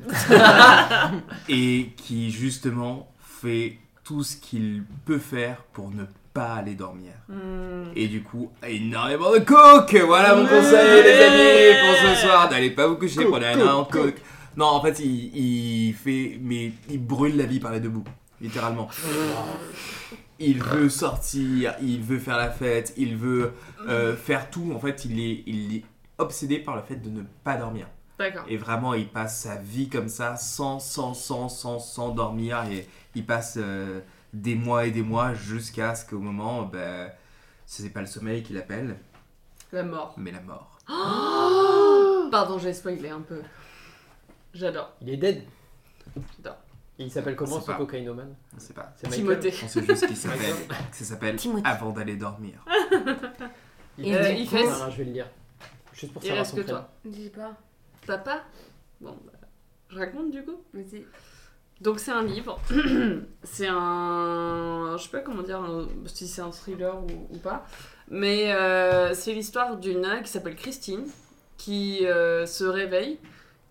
[SPEAKER 3] et qui, justement, fait tout ce qu'il peut faire pour ne pas aller dormir.
[SPEAKER 1] Hmm,
[SPEAKER 3] Et du coup, énormément de coke Voilà mon conseil, les amis, pour ce soir. N'allez pas vous coucher, prenez un an de coke. Non, en fait, il, il fait... Mais il brûle la vie par les deux bouts, littéralement. Il veut sortir, il veut faire la fête, il veut euh, faire tout. En fait, il est, il est obsédé par le fait de ne pas dormir.
[SPEAKER 1] D'accord.
[SPEAKER 3] Et vraiment, il passe sa vie comme ça, sans, sans, sans, sans, sans dormir. Et il passe euh, des mois et des mois jusqu'à ce qu'au moment, ben, ce n'est pas le sommeil qu'il appelle,
[SPEAKER 1] La mort.
[SPEAKER 3] mais la mort.
[SPEAKER 1] Pardon, j'ai spoilé un peu. J'adore.
[SPEAKER 2] Il est dead.
[SPEAKER 1] Putain.
[SPEAKER 2] Et il s'appelle comment
[SPEAKER 3] C'est
[SPEAKER 2] ce
[SPEAKER 3] pas-
[SPEAKER 2] cocaïnomane
[SPEAKER 3] On ne sait pas.
[SPEAKER 2] C'est Michael.
[SPEAKER 1] Timothée.
[SPEAKER 3] On sait juste qu'il s'appelle. que ça s'appelle
[SPEAKER 5] Timothée.
[SPEAKER 3] Avant d'aller dormir.
[SPEAKER 2] Il,
[SPEAKER 1] Euh,
[SPEAKER 2] il
[SPEAKER 1] il
[SPEAKER 2] fait.
[SPEAKER 1] fait-
[SPEAKER 2] je vais le lire. Juste pour
[SPEAKER 1] Il
[SPEAKER 2] savoir
[SPEAKER 1] reste
[SPEAKER 2] son
[SPEAKER 1] que
[SPEAKER 2] prénom.
[SPEAKER 1] toi.
[SPEAKER 8] Dis pas.
[SPEAKER 1] Papa Bon, bah, je raconte du coup
[SPEAKER 8] Vas-y.
[SPEAKER 1] Donc c'est un livre, c'est un, je sais pas comment dire, un- si c'est un thriller ou, ou pas, mais euh, c'est l'histoire d'une nana qui s'appelle Christine, qui euh, se réveille,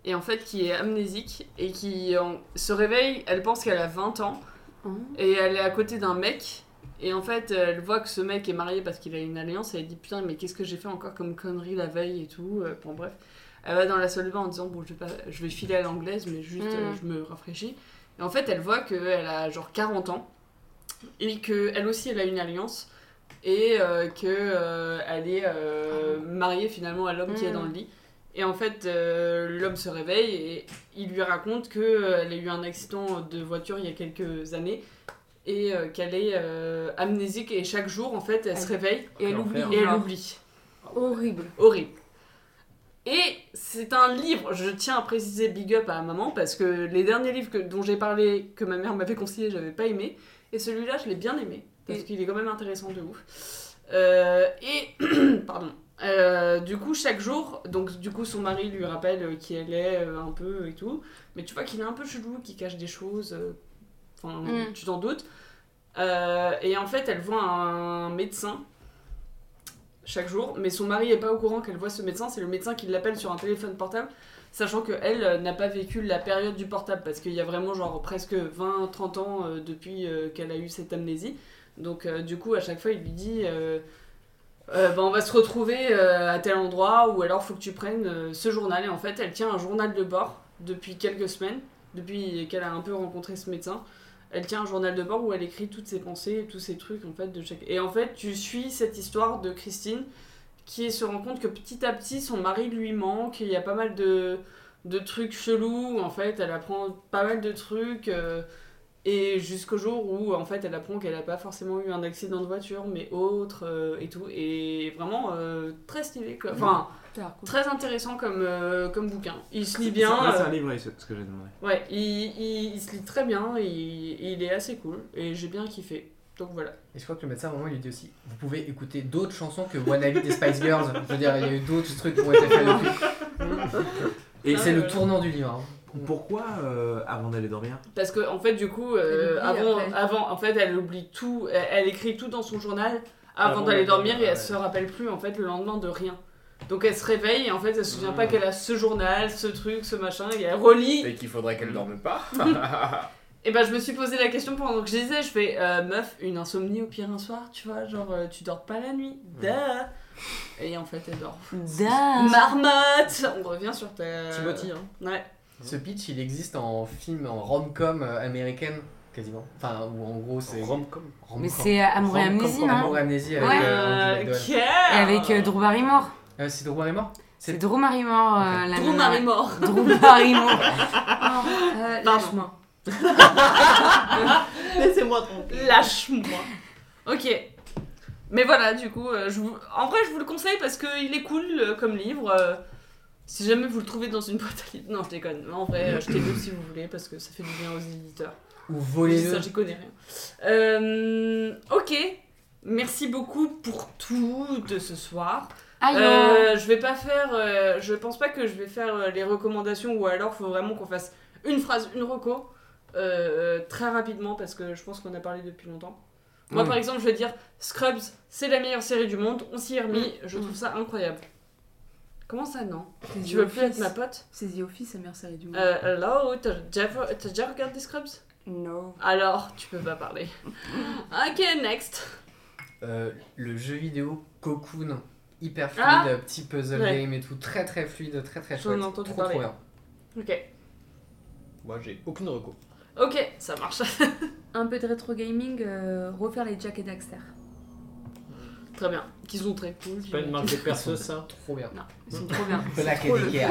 [SPEAKER 1] et en fait qui est amnésique, et qui en- se réveille, elle pense qu'elle a 20 ans,
[SPEAKER 8] Oh.
[SPEAKER 1] et elle est à côté d'un mec, et en fait elle voit que ce mec est marié parce qu'il a une alliance, et elle dit putain mais qu'est-ce que j'ai fait encore comme connerie la veille et tout, euh, bon bref. Elle va dans la salle de bain en disant bon je vais, pas, je vais filer à l'anglaise mais juste
[SPEAKER 8] Mm.
[SPEAKER 1] euh, je me rafraîchis. Et en fait, elle voit qu'elle a genre 40 ans et qu'elle aussi, elle a une alliance et euh, qu'elle est euh, mariée finalement à l'homme qui est dans le lit. Et en fait, euh, l'homme se réveille et il lui raconte qu'elle a eu un accident de voiture il y a quelques années et euh, qu'elle est euh, amnésique et chaque jour, en fait, elle se réveille
[SPEAKER 8] Et elle oublie.
[SPEAKER 4] Ah
[SPEAKER 2] L'enfer.
[SPEAKER 1] et elle
[SPEAKER 8] genre.
[SPEAKER 1] oublie.
[SPEAKER 8] Horrible.
[SPEAKER 1] Horrible. Et c'est un livre, je tiens à préciser big up à ma maman, parce que les derniers livres que- dont j'ai parlé, que ma mère m'avait conseillé, j'avais pas aimé. Et celui-là, je l'ai bien aimé, parce
[SPEAKER 8] Et-
[SPEAKER 1] qu'il est quand même intéressant de ouf. Euh, et, pardon. Euh, du coup, chaque jour, donc du coup, son mari lui rappelle euh, qui elle est euh, un peu et tout. Mais tu vois qu'il est un peu chelou, qu'il cache des choses. euh, Enfin,
[SPEAKER 8] Mm.
[SPEAKER 1] tu t'en doutes. Euh, et en fait, elle voit un médecin chaque jour, mais son mari est pas au courant qu'elle voit ce médecin. C'est le médecin qui l'appelle sur un téléphone portable, sachant que elle euh, n'a pas vécu la période du portable parce qu'il y a vraiment genre presque 20-30 ans euh, depuis euh, qu'elle a eu cette amnésie. Donc euh, du coup, à chaque fois, il lui dit. euh, euh, bah, on va se retrouver euh, à tel endroit ou alors faut que tu prennes euh, ce journal et en fait elle tient un journal de bord depuis quelques semaines depuis qu'elle a un peu rencontré ce médecin elle tient un journal de bord où elle écrit toutes ses pensées tous ses trucs en fait de chaque et en fait tu suis cette histoire de Christine qui se rend compte que petit à petit son mari lui manque il y a pas mal de de trucs chelous en fait elle apprend pas mal de trucs euh, et jusqu'au jour où, en fait, elle apprend qu'elle n'a pas forcément eu un accident de voiture, mais autre euh, et tout. Et vraiment euh, très stylé, quoi. Enfin, très intéressant comme, euh, comme bouquin. Il se lit bien.
[SPEAKER 3] Là, c'est un
[SPEAKER 1] euh,
[SPEAKER 3] livre, ce que j'ai demandé.
[SPEAKER 1] ouais, il, il, il se lit très bien. Il, il est assez cool. Et j'ai bien kiffé. Donc voilà.
[SPEAKER 6] Et je crois que le médecin, à un moment, il lui dit aussi Vous pouvez écouter d'autres chansons que Wannabe des Spice Girls. Je veux dire, il y a eu d'autres trucs qui ont été faits depuis. Et
[SPEAKER 1] Ah,
[SPEAKER 6] c'est le
[SPEAKER 1] voilà.
[SPEAKER 6] tournant du livre. hein.
[SPEAKER 3] Pourquoi euh, avant d'aller dormir
[SPEAKER 1] Parce que, en fait, du coup, euh,
[SPEAKER 8] Elle oublie
[SPEAKER 1] avant,
[SPEAKER 8] après.
[SPEAKER 1] avant, en fait, elle oublie tout. Elle, elle écrit tout dans son journal avant
[SPEAKER 2] Avant
[SPEAKER 1] d'aller
[SPEAKER 2] de
[SPEAKER 1] dormir et
[SPEAKER 2] dormir,
[SPEAKER 1] elle
[SPEAKER 2] ouais.
[SPEAKER 1] se rappelle plus, en fait, le lendemain de rien. Donc elle se réveille et en fait elle se souvient
[SPEAKER 2] Mm.
[SPEAKER 1] pas qu'elle a ce journal, ce truc, ce machin, et elle relit
[SPEAKER 3] Et qu'il faudrait qu'elle dorme pas.
[SPEAKER 1] Et ben je me suis posé la question pendant que je disais, je fais euh, meuf, une insomnie au pire un soir, tu vois, genre euh, tu dors pas la nuit, duh. Et en fait elle dort.
[SPEAKER 5] Ah.
[SPEAKER 1] Marmotte On revient sur ta.
[SPEAKER 6] Timothy, hein.
[SPEAKER 1] Ouais.
[SPEAKER 6] Ce pitch, il existe en film, en rom-com euh, américaine, quasiment. Enfin, où en gros, c'est.
[SPEAKER 2] Rom-com.
[SPEAKER 6] rom-com.
[SPEAKER 5] Mais c'est euh, Amour et
[SPEAKER 6] Rom-com
[SPEAKER 5] Amnésie,
[SPEAKER 6] comme
[SPEAKER 5] non
[SPEAKER 6] Amour et Amnésie avec.
[SPEAKER 5] Ouais.
[SPEAKER 6] euh, Andrew
[SPEAKER 1] Euh,
[SPEAKER 6] McDowell.
[SPEAKER 5] Et
[SPEAKER 1] Care
[SPEAKER 5] avec euh, Drew Barrymore.
[SPEAKER 6] Euh, c'est Drew Barrymore
[SPEAKER 5] C'est Drew Barrymore. euh, la
[SPEAKER 1] Drew
[SPEAKER 5] nana.
[SPEAKER 1] Barrymore.
[SPEAKER 5] Drew Barrymore.
[SPEAKER 7] Euh,
[SPEAKER 1] Pardon.
[SPEAKER 7] Lâche-moi.
[SPEAKER 2] Laissez-moi tromper.
[SPEAKER 1] Lâche-moi. ok. Mais voilà, du coup, euh, je vous... en vrai, je vous le conseille parce qu'il est cool euh, comme livre. euh, si jamais vous le trouvez dans une boîte à livres. Non, je déconne. En vrai, achetez-le si vous voulez parce que ça fait du bien aux éditeurs.
[SPEAKER 6] Ou
[SPEAKER 1] Ça,
[SPEAKER 6] Volez-le.
[SPEAKER 1] j'y connais rien. Euh, ok. Merci beaucoup pour tout de ce soir.
[SPEAKER 5] Aïe
[SPEAKER 1] Euh, je vais pas faire. euh, je pense pas que je vais faire euh, les recommandations ou alors faut vraiment qu'on fasse une phrase, une reco euh, euh, très rapidement parce que je pense qu'on a parlé depuis longtemps. Moi,
[SPEAKER 5] Mm.
[SPEAKER 1] par exemple, je vais dire Scrubs, c'est la meilleure série du monde, on s'y est remis, je trouve ça incroyable. Mm. Comment ça, non
[SPEAKER 8] hein.
[SPEAKER 1] Tu veux plus être ma pote
[SPEAKER 8] C'est The Office, la meilleure série du monde.
[SPEAKER 1] euh, Hello, t'as déjà, t'as déjà regardé Scrubs
[SPEAKER 8] No.
[SPEAKER 1] Alors, tu peux pas parler. ok, next.
[SPEAKER 6] Euh, le jeu vidéo Cocoon, hyper fluide,
[SPEAKER 1] Ah
[SPEAKER 6] petit puzzle
[SPEAKER 1] Ouais.
[SPEAKER 6] game et tout, très très fluide, très très
[SPEAKER 1] J'en ai
[SPEAKER 6] chouette.
[SPEAKER 1] entendu
[SPEAKER 6] trop, trop
[SPEAKER 1] parler.
[SPEAKER 6] bien.
[SPEAKER 1] Ok,
[SPEAKER 2] Moi, j'ai aucune reco.
[SPEAKER 1] ok, ça marche.
[SPEAKER 7] Un peu de rétro gaming, euh, refaire les Jack et Daxter.
[SPEAKER 1] très bien. Qui sont très cool.
[SPEAKER 2] C'est pas une marque de perso, ça
[SPEAKER 6] Trop bien.
[SPEAKER 5] Ils sont trop bien.
[SPEAKER 6] Black
[SPEAKER 1] trop le
[SPEAKER 6] Ikea.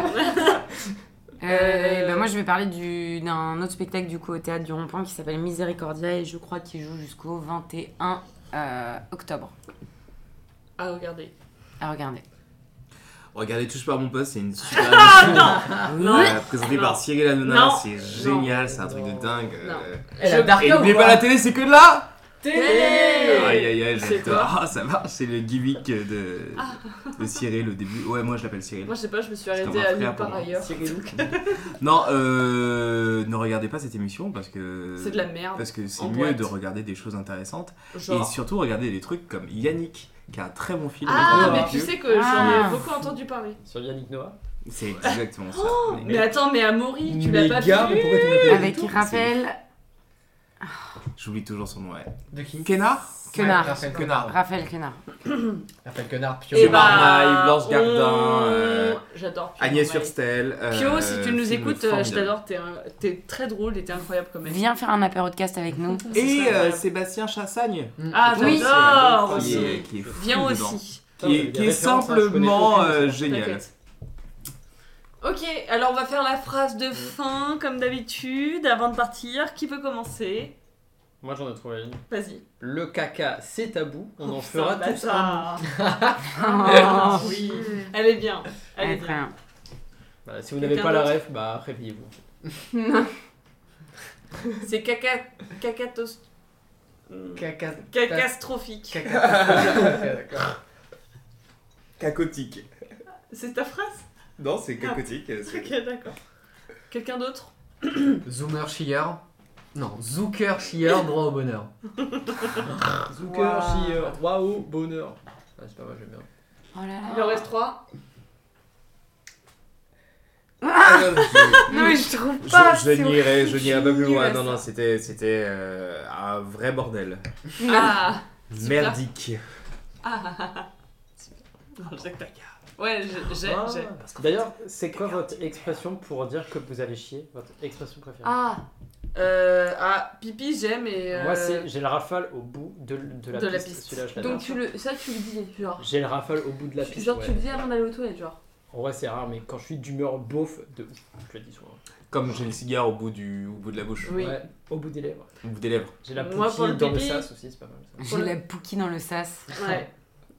[SPEAKER 5] Euh, et ben moi, je vais parler du- d'un autre spectacle du coup au théâtre du Rond-Point qui s'appelle Miséricordia et je crois qu'il joue jusqu'au 21 euh, octobre.
[SPEAKER 1] Ah, regardez.
[SPEAKER 5] À regarder.
[SPEAKER 3] Regardez, touche pas à mon poste, c'est une super ah,
[SPEAKER 1] non Non.
[SPEAKER 3] Présentée
[SPEAKER 1] Non.
[SPEAKER 3] par Cyril Hanouna,
[SPEAKER 1] Non.
[SPEAKER 3] c'est génial, c'est un truc de dingue.
[SPEAKER 1] Non.
[SPEAKER 3] euh,
[SPEAKER 6] Elle a Dark
[SPEAKER 3] Et
[SPEAKER 6] Oak,
[SPEAKER 3] n'oubliez
[SPEAKER 6] quoi.
[SPEAKER 3] pas la télé, c'est que de là
[SPEAKER 1] Télé
[SPEAKER 3] Aïe aïe aïe,
[SPEAKER 1] C'est Ah.
[SPEAKER 3] j'adore. Ah, ça marche, c'est le gimmick de, de Cyril au début. Ouais, moi je l'appelle Cyril.
[SPEAKER 1] Moi, je sais pas, je me suis
[SPEAKER 3] C'est
[SPEAKER 1] arrêtée
[SPEAKER 3] comme un
[SPEAKER 1] à
[SPEAKER 3] frère
[SPEAKER 1] nulle
[SPEAKER 3] pour
[SPEAKER 1] part
[SPEAKER 3] moi.
[SPEAKER 1] ailleurs.
[SPEAKER 3] Non, euh, ne regardez pas cette émission parce que.
[SPEAKER 1] C'est de la merde.
[SPEAKER 3] Parce que c'est
[SPEAKER 1] En
[SPEAKER 3] mieux
[SPEAKER 1] boîte.
[SPEAKER 3] de regarder des choses intéressantes. Et
[SPEAKER 1] Genre.
[SPEAKER 3] surtout, regardez des trucs comme Yannick, qui a un très bon film.
[SPEAKER 1] Ah,
[SPEAKER 3] Très
[SPEAKER 1] mais
[SPEAKER 3] bon
[SPEAKER 1] tu
[SPEAKER 3] film.
[SPEAKER 1] sais que j'en
[SPEAKER 5] Ah.
[SPEAKER 1] ai beaucoup entendu parler.
[SPEAKER 2] Sur Yannick Noah
[SPEAKER 3] C'est exactement ça. Mais-
[SPEAKER 1] Oh, Mais attends, mais Amaury, tu l'as pas vu
[SPEAKER 2] Méga, mais pourquoi tu m'as pas dit
[SPEAKER 5] Avec Raphaël,
[SPEAKER 3] J'oublie toujours son nom, ouais.
[SPEAKER 6] De qui
[SPEAKER 3] Kenard
[SPEAKER 5] Quenard.
[SPEAKER 6] Ouais, Raphaël Quenard.
[SPEAKER 5] Raphaël Quenard.
[SPEAKER 6] Raphaël Quenard, Pio.
[SPEAKER 1] Et
[SPEAKER 3] Pio
[SPEAKER 1] bah,
[SPEAKER 3] Marmaille, Blanche Gardin,
[SPEAKER 1] on-
[SPEAKER 3] euh,
[SPEAKER 1] J'adore Pio
[SPEAKER 3] Agnès
[SPEAKER 1] Marmaille.
[SPEAKER 3] Hurstel. euh,
[SPEAKER 1] Ah, Pio, si tu nous
[SPEAKER 3] film
[SPEAKER 1] écoutes, euh, je
[SPEAKER 3] formidable.
[SPEAKER 1] t'adore, t'es un- t'es très drôle et t'es incroyable comme mec.
[SPEAKER 5] Viens faire un apéro de cast avec nous.
[SPEAKER 3] Et
[SPEAKER 1] serait
[SPEAKER 3] euh,
[SPEAKER 1] incroyable.
[SPEAKER 3] Sébastien Chassagne.
[SPEAKER 1] Ah,
[SPEAKER 5] Oui.
[SPEAKER 1] j'adore
[SPEAKER 3] qui
[SPEAKER 1] aussi.
[SPEAKER 3] est, qui est fou
[SPEAKER 1] Viens
[SPEAKER 3] dedans.
[SPEAKER 1] aussi.
[SPEAKER 3] Qui est, qui est
[SPEAKER 2] hein,
[SPEAKER 3] simplement euh, génial.
[SPEAKER 1] T'inquiète. Ok, alors on va faire la phrase de fin, comme d'habitude, avant de partir. Qui peut commencer
[SPEAKER 2] Moi, j'en ai trouvé une.
[SPEAKER 1] Vas-y.
[SPEAKER 2] Le caca, c'est tabou. On en
[SPEAKER 1] Oh, Putain,
[SPEAKER 2] fera tous un.
[SPEAKER 1] bâtard.
[SPEAKER 2] Ah,
[SPEAKER 5] Oh.
[SPEAKER 1] Oui.
[SPEAKER 8] Euh,
[SPEAKER 1] Elle est bien. Elle est
[SPEAKER 5] Allez, très
[SPEAKER 1] bien.
[SPEAKER 5] bien.
[SPEAKER 2] Voilà, si vous n'avez pas la ref, bah réveillez-vous.
[SPEAKER 1] C'est caca... Hmm, cacatos...
[SPEAKER 6] Caca.
[SPEAKER 1] Cacastrophique.
[SPEAKER 6] Caca. D'accord.
[SPEAKER 3] Cacotique.
[SPEAKER 1] C'est ta phrase
[SPEAKER 3] Non, c'est cacotique.
[SPEAKER 1] Ok, d'accord. Quelqu'un d'autre
[SPEAKER 6] Zoomer Shier. Non, Zooker Shier, droit au bonheur.
[SPEAKER 2] Zucker, Chier, waouh, bonheur. Ah, c'est pas mal, j'aime bien.
[SPEAKER 5] Oh là là.
[SPEAKER 1] Il en reste trois.
[SPEAKER 5] Non, mais je trouve
[SPEAKER 3] Ah, Je,
[SPEAKER 5] pas.
[SPEAKER 3] je
[SPEAKER 5] c'est
[SPEAKER 3] n'irai, je n'irai pas plus loin.
[SPEAKER 5] horrible,
[SPEAKER 3] hein. Non, non,
[SPEAKER 5] ça.
[SPEAKER 3] c'était, c'était euh, un vrai bordel.
[SPEAKER 1] Ah Super.
[SPEAKER 3] Merdique.
[SPEAKER 1] Ouais, je- j'ai...
[SPEAKER 2] Ah.
[SPEAKER 1] j'ai-
[SPEAKER 2] D'ailleurs, c'est quoi votre expression pour dire que vous allez chier Votre expression préférée
[SPEAKER 1] Ah euh, Ah, pipi, j'aime et... euh,
[SPEAKER 2] Moi, c'est j'ai le rafale au bout de, de la
[SPEAKER 1] de la
[SPEAKER 2] piste.
[SPEAKER 1] piste.
[SPEAKER 2] Celui-là, je l'adore.
[SPEAKER 8] Donc tu le, ça tu le dis, genre.
[SPEAKER 2] J'ai le rafale au bout de la
[SPEAKER 8] tu-
[SPEAKER 2] piste.
[SPEAKER 8] Genre tu
[SPEAKER 2] ouais.
[SPEAKER 8] le dis avant d'aller aux toilettes, genre.
[SPEAKER 2] En vrai, c'est rare, mais quand je suis d'humeur beauf, de ouf, je le dis souvent.
[SPEAKER 3] Comme j'ai le cigare au bout, du, au bout de la bouche,
[SPEAKER 1] Oui.
[SPEAKER 2] Ouais, au bout des lèvres.
[SPEAKER 3] au bout des lèvres.
[SPEAKER 2] J'ai la
[SPEAKER 1] Moi, pour le
[SPEAKER 2] pouquille dans le
[SPEAKER 1] pipi-
[SPEAKER 2] sas aussi, c'est pas mal. Ça.
[SPEAKER 5] J'ai la pouquille dans le sas.
[SPEAKER 1] Ouais.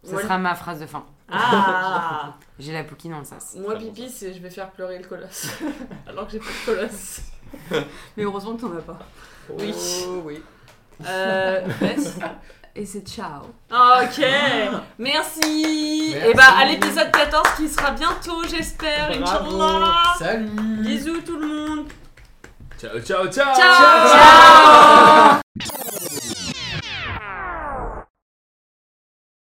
[SPEAKER 5] Ce
[SPEAKER 1] Moi,
[SPEAKER 5] sera ma phrase de fin.
[SPEAKER 1] Ah
[SPEAKER 5] J'ai la pouquille dans le sas.
[SPEAKER 1] Moi, pipi, c'est je vais faire pleurer le colosse. Alors que j'ai pas de colosse.
[SPEAKER 8] Mais heureusement que t'en as pas.
[SPEAKER 1] Oui.
[SPEAKER 2] Oh, oui.
[SPEAKER 1] Euh, yes.
[SPEAKER 8] Et c'est ciao.
[SPEAKER 1] Ah, ok Merci, Et bah, à l'épisode 14 qui sera bientôt, j'espère,
[SPEAKER 2] Bravo.
[SPEAKER 1] Inch'Allah
[SPEAKER 6] Salut
[SPEAKER 1] Bisous tout le monde
[SPEAKER 3] Ciao, ciao, ciao
[SPEAKER 1] Ciao